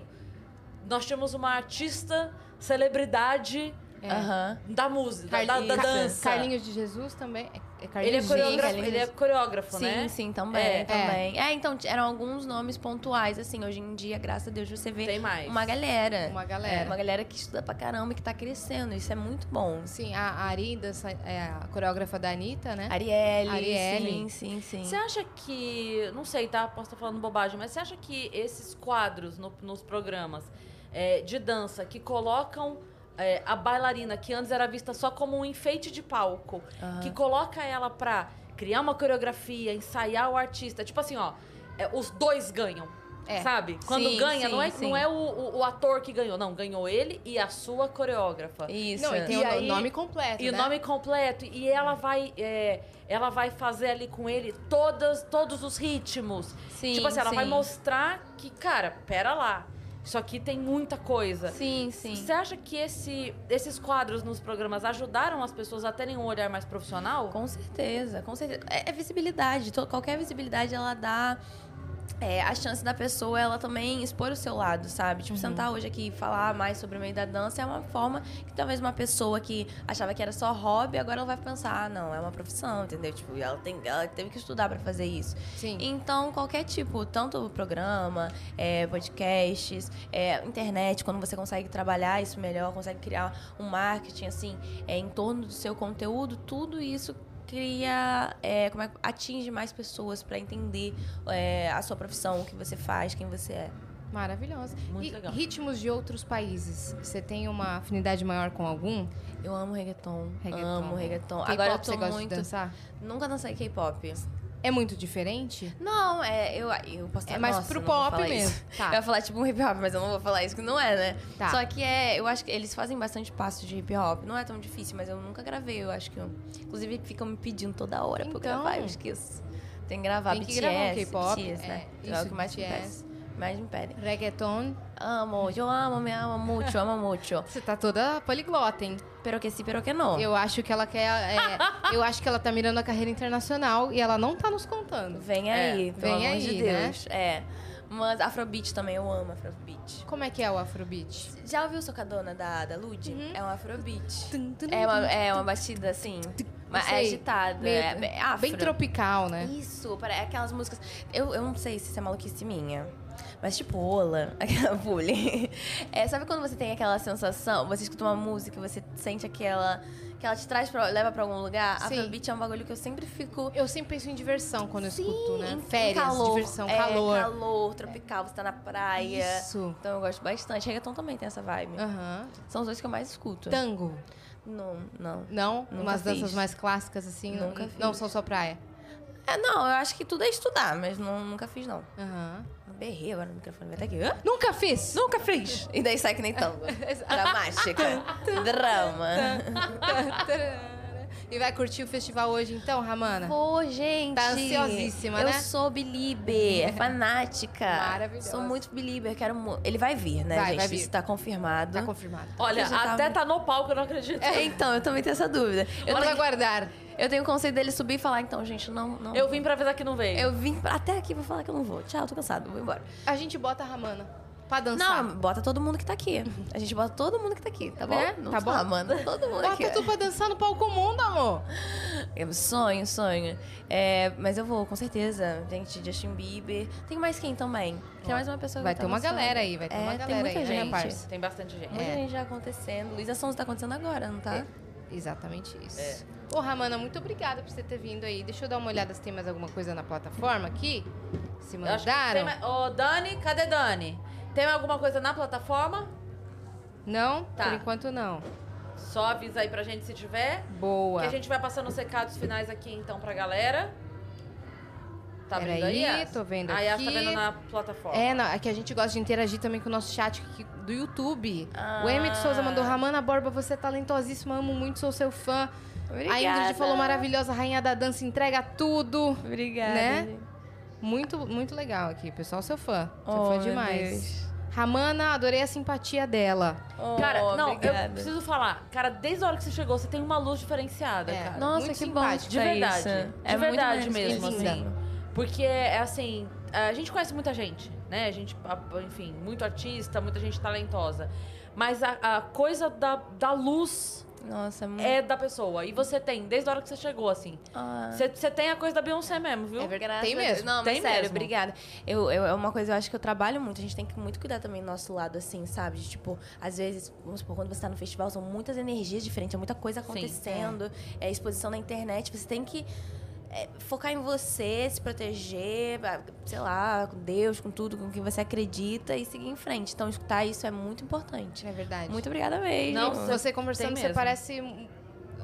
S1: nós tínhamos uma artista, celebridade
S2: É. Aham.
S1: da música, da- da, da dança.
S3: Carlinhos de Jesus também. É
S1: Ele é
S3: Carlinhos de
S1: coreógrafo,
S3: Jesus.
S1: ele é coreógrafo
S2: Sim,
S1: né?
S2: sim, também,
S1: É.
S2: também. É. então, t- eram alguns nomes pontuais, assim. Hoje em dia, graças a Deus, você vê
S1: Tem mais.
S2: uma galera.
S3: Uma
S2: É,
S3: galera.
S2: uma galera que estuda pra caramba e que tá crescendo. Isso é muito bom.
S3: Sim, a Ari, dança- é a coreógrafa da Anitta, né?
S2: Arielle.
S3: Arielle.
S2: Sim, sim, sim.
S1: Você acha que. Não sei, tá? Posso estar falando bobagem, mas você acha que esses quadros no- nos programas é, de dança que colocam é, a bailarina, que antes era vista só como um enfeite de palco, que coloca ela pra criar uma coreografia, ensaiar o artista, tipo assim, ó, é, os dois ganham.
S3: É.
S1: Sabe? Quando
S2: Sim,
S1: ganha, não é,
S2: sim,
S1: não
S2: sim.
S1: é o, o- o ator que ganhou, não. Ganhou ele e a sua coreógrafa.
S2: Isso.
S3: Não, e tem
S1: E
S3: o no-
S1: aí-
S3: nome completo,
S1: E o
S3: né?
S1: nome completo. E ela vai, é, ela vai fazer ali com ele todas, todos os ritmos.
S2: Sim,
S1: tipo assim, ela
S2: sim.
S1: vai mostrar que, cara, pera lá. Isso aqui tem muita coisa.
S2: Sim, sim.
S1: Você acha que esse- esses quadros nos programas ajudaram as pessoas a terem um olhar mais profissional?
S2: Com certeza, com certeza. É, é visibilidade. to- qualquer visibilidade ela dá. é, a chance da pessoa ela também expor o seu lado, sabe? Tipo, sentar hoje aqui e falar mais sobre o meio da dança é uma forma que talvez uma pessoa que achava que era só hobby, agora ela vai pensar, ah, não, é uma profissão, entendeu? Tipo, ela, tem, ela teve que estudar pra fazer isso.
S3: Sim.
S2: Então, qualquer tipo, tanto programa, é, podcasts, é, internet, quando você consegue trabalhar isso melhor, consegue criar um marketing, assim, é, em torno do seu conteúdo, tudo isso cria, é, como é que- atinge mais pessoas pra entender é, a sua profissão, o que você faz, quem você é.
S3: Maravilhosa.
S1: Muito
S3: e
S1: legal.
S3: ritmos de outros países. Você tem uma afinidade maior com algum?
S2: Eu amo reggaeton,
S3: Reggaeton.
S2: amo reggaeton.
S3: K-pop
S2: Agora eu
S3: você
S2: tô
S3: gosta de
S2: muito...
S3: dançar?
S2: Nunca dancei K-pop.
S3: É muito diferente?
S2: Não, é, eu, eu posso
S3: É mais
S2: Nossa,
S3: pro
S2: não vou
S3: pop
S2: falar isso.
S3: mesmo.
S2: Eu ia
S3: Tá.
S2: falar tipo um hip hop, mas eu não vou falar isso, que não é, né?
S3: Tá.
S2: Só que é, eu acho que eles fazem bastante passos de hip hop. Não é tão difícil, mas eu nunca gravei, eu acho que. eu- Inclusive, ficam me pedindo toda hora pra eu
S3: Então.
S2: gravar, eu esqueço. Tem que gravar
S3: Tem que
S2: BTS,
S3: gravar um K-pop,
S2: BTS,
S3: é,
S2: né? É,
S3: isso,
S2: o que mais me
S3: BTS.
S2: impede. Mais me pedem.
S3: Reggaeton.
S2: Amo, eu amo, me amo muito, amo
S3: *laughs*
S2: muito.
S3: Você tá toda poliglota, hein?
S2: Pero que si, pero que não.
S3: Eu acho que ela quer.
S2: *laughs*
S3: é, eu acho que ela tá mirando a carreira internacional e ela não tá nos contando.
S2: Vem aí, pelo
S3: é, vem
S2: amor
S3: aí,
S2: de
S3: né?
S2: Deus. É. Mas Afrobeat também, eu amo Afrobeat.
S3: Como é que é o Afrobeat?
S2: Já ouviu Socadona da, da Lud?
S3: Uhum.
S2: É um Afrobeat. É uma, é uma batida assim, mas é
S3: sei.
S2: agitada,
S3: Meio-
S2: é bem afro.
S3: Bem tropical, né?
S2: Isso, para aquelas músicas. Eu, eu não sei se isso é maluquice minha, mas tipo Ola, *laughs* aquela bullying. É, sabe quando você tem aquela sensação, você escuta uma música, e você sente aquela que ela te traz pra, leva pra algum lugar?
S3: Sim.
S2: Afrobeat é um bagulho que eu sempre fico
S3: Eu sempre penso em diversão quando eu
S2: Sim,
S3: escuto,
S2: em-
S3: né?
S2: em
S3: Férias,
S2: calor,
S3: diversão,
S2: é,
S3: calor.
S2: calor, tropical, você tá na praia.
S3: Isso. Ah.
S2: Então eu gosto bastante. Reggaeton também tem essa vibe.
S3: Aham.
S2: São os dois que eu mais escuto.
S3: Tango.
S2: Não, não.
S3: Não?
S2: Nunca
S3: Umas danças
S2: fiz.
S3: mais clássicas, assim?
S2: Nunca
S3: não,
S2: fiz.
S3: não são só praia.
S2: É, não, eu acho que tudo é estudar, mas não- nunca fiz, não.
S3: Aham.
S2: Berrei agora no microfone, vai até aqui. Hã?
S3: Nunca fiz!
S2: Nunca fiz! E daí sai que nem tango. Dramática. Drama.
S3: *laughs* e vai curtir o festival hoje, então, Ramana?
S2: Pô, gente.
S3: Tá ansiosíssima,
S2: eu
S3: né?
S2: Eu sou belieber, é fanática.
S3: Maravilhosa.
S2: Sou muito belieber, quero muito. Ele vai vir, né,
S3: Vai,
S2: gente?
S3: vai vir.
S2: Isso tá confirmado.
S3: Tá confirmado.
S1: Olha,
S2: Eu já tava-
S1: até tá no palco, eu não acredito.
S2: É, *laughs* então, eu também tenho essa dúvida. Eu
S3: Vamos
S2: tenho,
S3: aguardar.
S2: eu tenho o conselho dele subir e falar, então, gente, não. não
S1: Eu vim pra avisar que não veio.
S2: Eu vim pra- até aqui pra falar que eu não vou. Tchau, tô cansado, vou embora.
S3: A gente bota a Ramana pra dançar.
S2: Não, bota todo mundo que tá aqui. A gente bota todo mundo que tá aqui, tá bom?
S3: Né?
S2: Não
S3: Tá
S2: só
S3: bom?
S2: a Amanda, todo mundo aqui.
S3: Bota tu pra dançar no palco mundo, amor.
S2: É, Sonho, sonho. É, mas eu vou, com certeza. Gente, Justin Bieber. Tem mais quem também? Tem mais uma pessoa que
S3: Vai
S2: tá
S3: ter uma
S2: lançando.
S3: galera aí, vai ter
S2: É,
S3: uma
S2: tem
S3: galera
S2: muita
S3: aí, né,
S2: gente.
S3: parça?
S1: Tem bastante gente.
S2: Muita
S3: É.
S2: gente já acontecendo. Luísa Sons tá acontecendo agora, não tá?
S3: Exatamente isso.
S1: É.
S3: Ô, Ramana, muito obrigada por você ter vindo aí. Deixa eu dar uma olhada se tem mais alguma coisa na plataforma aqui. Se
S1: Eu acho que tem
S3: mandaram?
S1: mais- Ô, Dani, cadê Dani? Tem alguma coisa na plataforma?
S3: Não?
S1: Tá.
S3: Por enquanto, não.
S1: Só avisa aí pra gente se tiver.
S3: Boa.
S1: Que a gente vai passando os recados finais aqui, então, pra galera. Tá
S3: Peraí,
S1: vendo aí? Yas?
S3: tô vendo
S1: A Yas tá
S3: aqui.
S1: vendo na plataforma.
S3: É, não, é que a gente gosta de interagir também com o nosso chat aqui do YouTube.
S2: Ah.
S3: O Emmett Souza mandou, Ramana Borba, você é talentosíssima, amo muito, sou seu fã. A Ingrid falou, maravilhosa, rainha da dança, entrega tudo.
S2: Obrigada.
S3: Né?
S2: gente.
S3: Muito, muito legal aqui, pessoal. Seu fã. Seu
S1: Oh,
S2: Oh,
S3: fã demais. Ramana, adorei a simpatia dela.
S1: Cara, não, eu
S4: obrigada.
S1: preciso falar. Cara, desde a hora que você chegou, você tem uma luz diferenciada,
S3: É.
S1: cara.
S2: Nossa,
S3: Muito
S2: que bom.
S3: simpático, É
S2: que
S1: De
S2: tá
S1: verdade.
S2: isso.
S1: De verdade
S2: muito
S1: mesmo,
S2: linda.
S1: assim. Porque é assim, a gente conhece muita gente, né? A gente, a- enfim, muito artista, muita gente talentosa. Mas a, a coisa da, da luz
S2: Nossa, muito.
S1: é da pessoa. E você tem, desde a hora que você chegou, assim.
S2: Ah.
S1: Você você tem a coisa da Beyoncé mesmo, viu?
S2: É verdade.
S3: Tem mesmo.
S2: Não, mas
S1: Tem
S2: sério,
S1: mesmo.
S2: obrigada. Eu, eu- é uma coisa, eu acho que eu trabalho muito. A gente tem que muito cuidar também do nosso lado, assim, sabe? De, tipo, às vezes, vamos supor, quando você tá no festival, são muitas energias diferentes, é muita coisa acontecendo. é. exposição na internet. Você tem que é, focar em você, se proteger, ah, sei lá, com Deus, com tudo, com o que você acredita e seguir em frente. Então, escutar isso é muito importante.
S3: É verdade.
S2: Muito obrigada mesmo.
S1: Não,
S3: Você- Você conversando,
S1: Tem
S3: você
S1: mesmo.
S3: parece,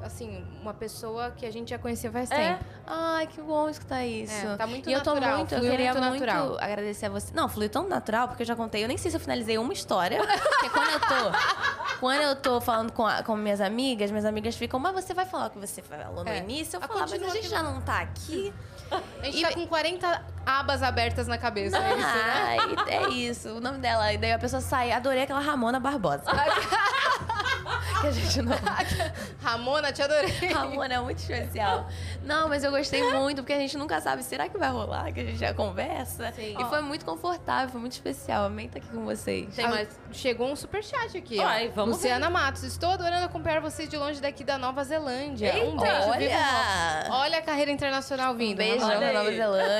S3: assim, uma pessoa que a gente já conhecia faz
S1: É.
S3: tempo.
S2: Ai, que bom escutar isso.
S3: É, tá muito
S2: e eu tô
S3: natural,
S2: muito, eu
S3: fluiu
S2: queria
S3: muito
S2: muito,
S3: natural.
S2: agradecer a você. Não, fluiu tão natural, porque eu já contei. Eu nem sei se eu finalizei
S3: *laughs*
S2: uma história. Porque quando eu tô. Quando eu tô falando com, a- com minhas amigas, minhas amigas ficam, mas você vai falar o que você falou no
S3: É.
S2: início? Eu
S3: Ah,
S2: falo, "Ah, mas a
S3: continua
S2: gente
S3: que-
S2: já não tá
S3: *laughs*
S2: aqui.
S3: A gente
S2: E-
S3: tá com 40 abas abertas na cabeça. né?
S2: *laughs* Ai, é isso. O nome dela. E daí a pessoa sai. Adorei aquela Ramona Barbosa. que a gente não.
S3: Ramona, te adorei.
S2: *laughs* Ramona é muito especial. Não, mas eu gostei muito, porque a gente nunca sabe, será que vai rolar? Que a gente já conversa. E foi muito confortável, foi muito especial. Amei estar aqui com vocês.
S1: Tem
S3: Ah,
S1: mais.
S3: Chegou um superchat aqui. ó.
S1: Ai, vamos
S3: Luciana Matos, estou adorando acompanhar vocês de longe daqui da Nova Zelândia. um
S2: Eita,
S3: beijo, viva
S2: olha!
S3: Nova- Olha a carreira internacional vindo.
S2: Um beijão
S3: Ramona.
S2: na Nova
S1: aí.
S3: *laughs*
S2: Zelândia.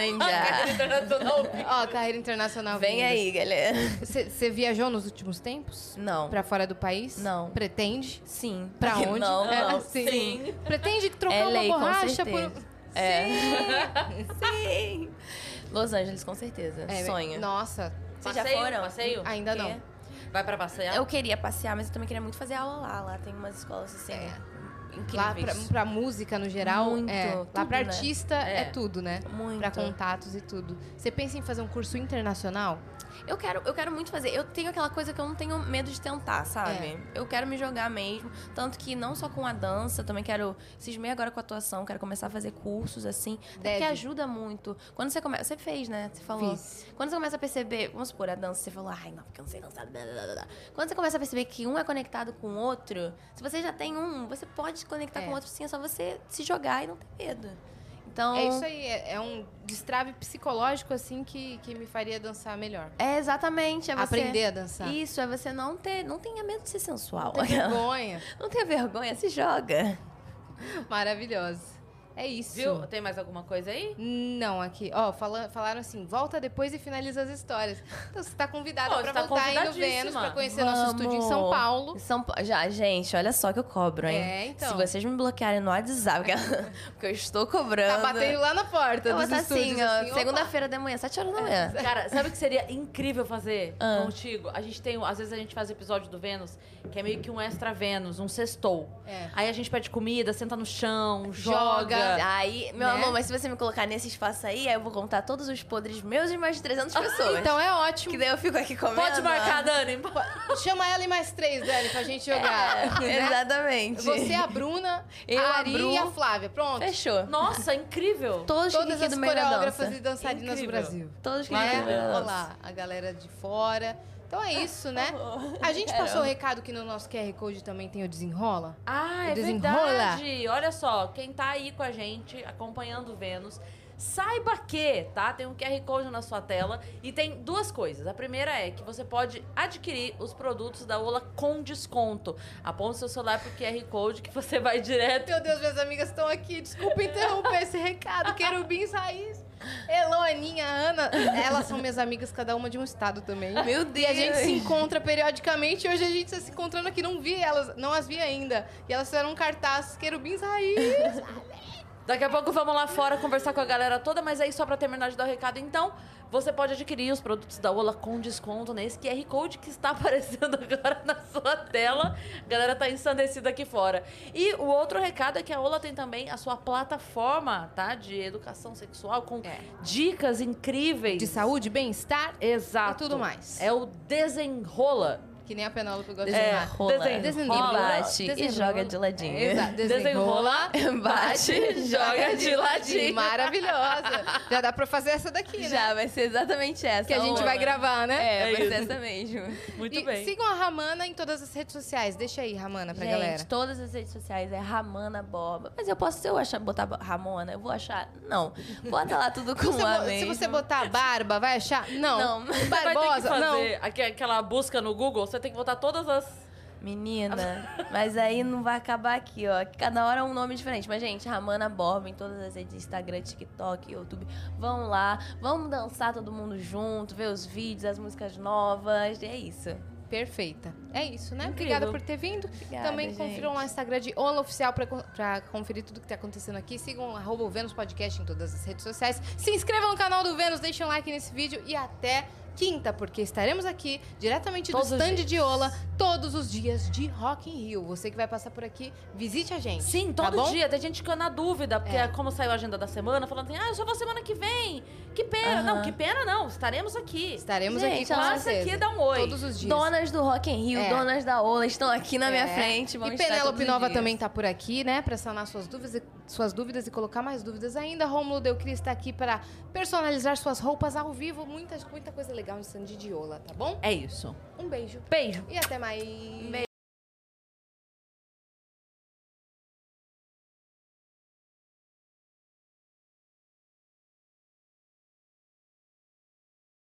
S1: *laughs* Internacional.
S3: Ó, a carreira internacional
S2: Vem
S3: vindo.
S2: aí, galera.
S3: Você viajou nos últimos tempos?
S2: Não.
S3: Pra fora do país?
S2: Não.
S3: Pretende?
S2: Sim.
S3: Pra onde?
S2: *laughs* Não,
S3: É,
S2: não.
S3: sim. Pretende trocar
S2: LA,
S3: uma
S2: com
S3: borracha por...
S2: certeza. É. Sim. Los Angeles, com certeza.
S3: É,
S2: Sonho.
S3: Nossa,
S2: Vocês já
S1: Passeio?
S2: foram?
S1: Passeio?
S3: ainda
S2: Quê?
S3: não.
S1: Vai pra passear?
S2: Eu queria passear, mas eu também queria muito fazer aula lá. Lá tem umas escolas assim.
S3: É.
S2: Incríveis.
S3: Lá pra, pra música no geral,
S2: Muito,
S3: é. lá
S2: tudo,
S3: pra
S2: né?
S3: artista é.
S1: É.
S3: tudo, né?
S2: Muito.
S3: Pra contatos e tudo. Você pensa em fazer um curso internacional?
S2: Eu quero, eu quero muito fazer. Eu tenho aquela coisa que eu não tenho medo de tentar, sabe?
S3: É.
S2: Eu quero me jogar mesmo. Tanto que não só com a dança, eu também quero. Cismei agora com a atuação, quero começar a fazer cursos, assim. Até
S3: Deve.
S2: Porque ajuda muito. Quando você começa. Você fez, né? Você falou.
S3: Fiz. É
S2: Quando você começa a perceber, vamos supor, a dança, você falou, ai, não, porque eu não sei dançar. blá, blá, blá, blá." Quando você começa a perceber que um é conectado com o outro, se você já tem um, você pode conectar
S3: É.
S2: com o outro sim, é só você se jogar e não ter medo. Então.
S3: É isso aí, é, é um destrave psicológico, assim, que, que me faria dançar melhor.
S2: É exatamente. É você...
S3: Aprender a dançar.
S2: Isso, é você não ter. Não tenha medo de ser sensual.
S3: Tem vergonha.
S2: *laughs* Não tenha vergonha, se joga.
S3: Maravilhosa. É isso.
S1: Viu? Tem mais alguma coisa aí?
S3: Não, aqui. Ó, fala- falaram assim, volta depois e finaliza as histórias. Então você tá convidada
S1: Ó,
S3: pra
S1: você tá
S3: voltar aí no
S1: convidadíssima.
S3: Vênus, pra conhecer nosso estúdio em São
S2: Vamos.
S3: Paulo.
S2: Em São Pa- Já, gente, olha só que eu cobro, hein?
S3: É, então.
S2: Se vocês me bloquearem no WhatsApp, que eu- *laughs* porque eu estou cobrando.
S3: Tá batendo lá na porta
S2: Eu vou
S3: dos
S2: estar
S3: estúdios,
S2: assim, É. ó,
S3: assim, opa.
S2: segunda-feira da manhã, 7 horas da manhã.
S1: *laughs* Cara, sabe o que seria incrível fazer contigo? A gente tem, um, às vezes a gente faz episódio do Vênus, que é meio que um extra Vênus, um sextou.
S3: É.
S1: Aí a gente pede comida, senta no chão,
S3: Joga.
S1: joga.
S2: Aí, meu
S3: Né?
S2: amor, mas se você me colocar nesse espaço aí, aí eu vou contar todos os podres meus e mais de 300 pessoas.
S3: Então é ótimo.
S2: *laughs* Que daí eu fico aqui comendo.
S1: Pode marcar,
S2: ó.
S1: Dani.
S3: Chama ela e mais três, Dani, pra gente jogar. Né?
S2: É, *laughs* Exatamente.
S3: Você, a Bruna,
S2: Eu,
S3: a
S2: a
S3: Ari
S2: Bru.
S3: e a Flávia. Pronto.
S2: Fechou.
S1: Nossa, é incrível.
S2: é Todos que
S3: Todas
S2: aqui
S3: as
S2: do meio da
S3: coreógrafas
S2: dança.
S3: e dançarinas do
S1: Incrível.
S3: Brasil.
S2: Todos que aqui
S3: Né?
S2: do meio da
S3: Olha
S2: dança.
S3: lá, a galera de fora. Então é isso, né? A
S2: *laughs* É,
S3: gente passou o recado que no nosso QR Code também tem o Desenrola.
S1: Ah, é
S3: Desenrola.
S1: verdade. Olha só, quem tá aí com a gente, acompanhando o Vênus, saiba que, tá? Tem um QR Code na sua tela e tem duas coisas. A primeira é que você pode adquirir os produtos da Ola com desconto. Aponta o seu celular pro QR Code que você vai *laughs* direto.
S3: Meu Deus, minhas amigas estão aqui. Desculpa interromper esse recado. Querubins Raiz, Eloaninha, Ana. Elas são minhas amigas, cada uma de um estado também.
S2: Meu Deus.
S3: E a gente se encontra periodicamente. Hoje a gente está se encontrando aqui. Não vi elas, não as vi ainda. E elas fizeram um cartaz, querubins raiz.
S1: Daqui a pouco vamos lá fora conversar com a galera toda, mas aí só pra terminar de dar o recado, então, você pode adquirir os produtos da Ola com desconto nesse QR Code que está *laughs* aparecendo agora na sua tela. A galera tá ensandecida aqui fora. E o outro recado é que a Ola tem também a sua plataforma, tá? De educação sexual com
S3: É.
S1: dicas incríveis.
S3: De saúde, bem-estar.
S1: Exato.
S3: E tudo É mais.
S1: É o Desenrola.
S3: Que nem a Penélope gosta de
S2: É,
S3: chamar.
S2: rola,
S3: Desenrola,
S2: e bate e
S3: desenrola.
S2: joga de ladinho. *laughs*
S3: Exato.
S1: Desenrola,
S2: Bate, *laughs* joga é de ladinho.
S3: Maravilhosa. Já dá pra fazer essa daqui, né?
S2: Já, vai ser exatamente essa.
S3: Que a gente
S2: uma.
S3: vai gravar, né?
S2: É,
S1: É
S2: vai ser
S1: isso.
S2: essa mesmo.
S1: Muito
S3: e
S1: bem.
S3: sigam a Ramana em todas as redes sociais. Deixa aí, Ramana, pra
S2: gente,
S3: galera.
S2: todas as redes sociais é Ramana Borba. Mas eu posso, se eu achar, botar Bo- Ramona, eu vou achar? Não. Bota lá tudo com um
S3: Se você,
S2: A
S3: bo-
S1: é
S3: se
S2: mesmo.
S3: você botar barba, vai achar? Não.
S2: Não.
S1: *laughs* Vai ter que
S3: Barbosa? Não.
S1: fazer aque- aquela busca no Google, você tem que botar todas as...
S2: Menina, mas aí não vai acabar aqui, ó. Cada hora é um nome diferente. Mas, gente, Ramana Borba em todas as redes, Instagram, TikTok, YouTube. Vão lá, vamos dançar todo mundo junto, ver os vídeos, as músicas novas. É isso.
S3: Perfeita. É isso, né?
S1: Incrível.
S3: Obrigada por ter vindo.
S2: Obrigada,
S3: Também confiram
S2: gente.
S3: lá o Instagram de Ola Oficial pra, con- pra conferir tudo que tá acontecendo aqui. Sigam o arroba o Vênus Podcast em todas as redes sociais. Se inscrevam no canal do Vênus, deixem um like nesse vídeo e até quinta, porque estaremos aqui diretamente
S1: Todos
S3: do
S1: os
S3: stand
S1: dias.
S3: de Ola todos os dias de Rock in Rio. Você que vai passar por aqui, visite a gente.
S1: Sim,
S3: tá
S1: todo
S3: bom?
S1: dia. Tem gente ficando na dúvida, porque
S3: É.
S1: como saiu a agenda da semana, falando assim, ah, eu só vou semana que vem. Que pena.
S2: Aham.
S1: Não, que pena não. Estaremos aqui.
S3: Estaremos
S2: Gente,
S3: aqui com
S2: passa
S1: Passa
S3: certeza.
S1: aqui e dá um oi.
S3: Todos os dias.
S2: Donas do Rock in Rio,
S3: É.
S2: donas da Ola estão aqui na minha
S3: É.
S2: frente. vão
S3: E
S2: estar todos
S3: Penélope
S2: os
S3: Nova
S2: dias.
S3: também tá por aqui, né? Pra sanar suas dúvidas, e, suas dúvidas e colocar mais dúvidas ainda. Rômulo Del Cris tá aqui para personalizar suas roupas ao vivo. Muita, muita coisa legal no stand de Diola, tá bom?
S1: É isso.
S3: Um beijo
S1: Beijo.
S3: e até mais.
S2: Beijo.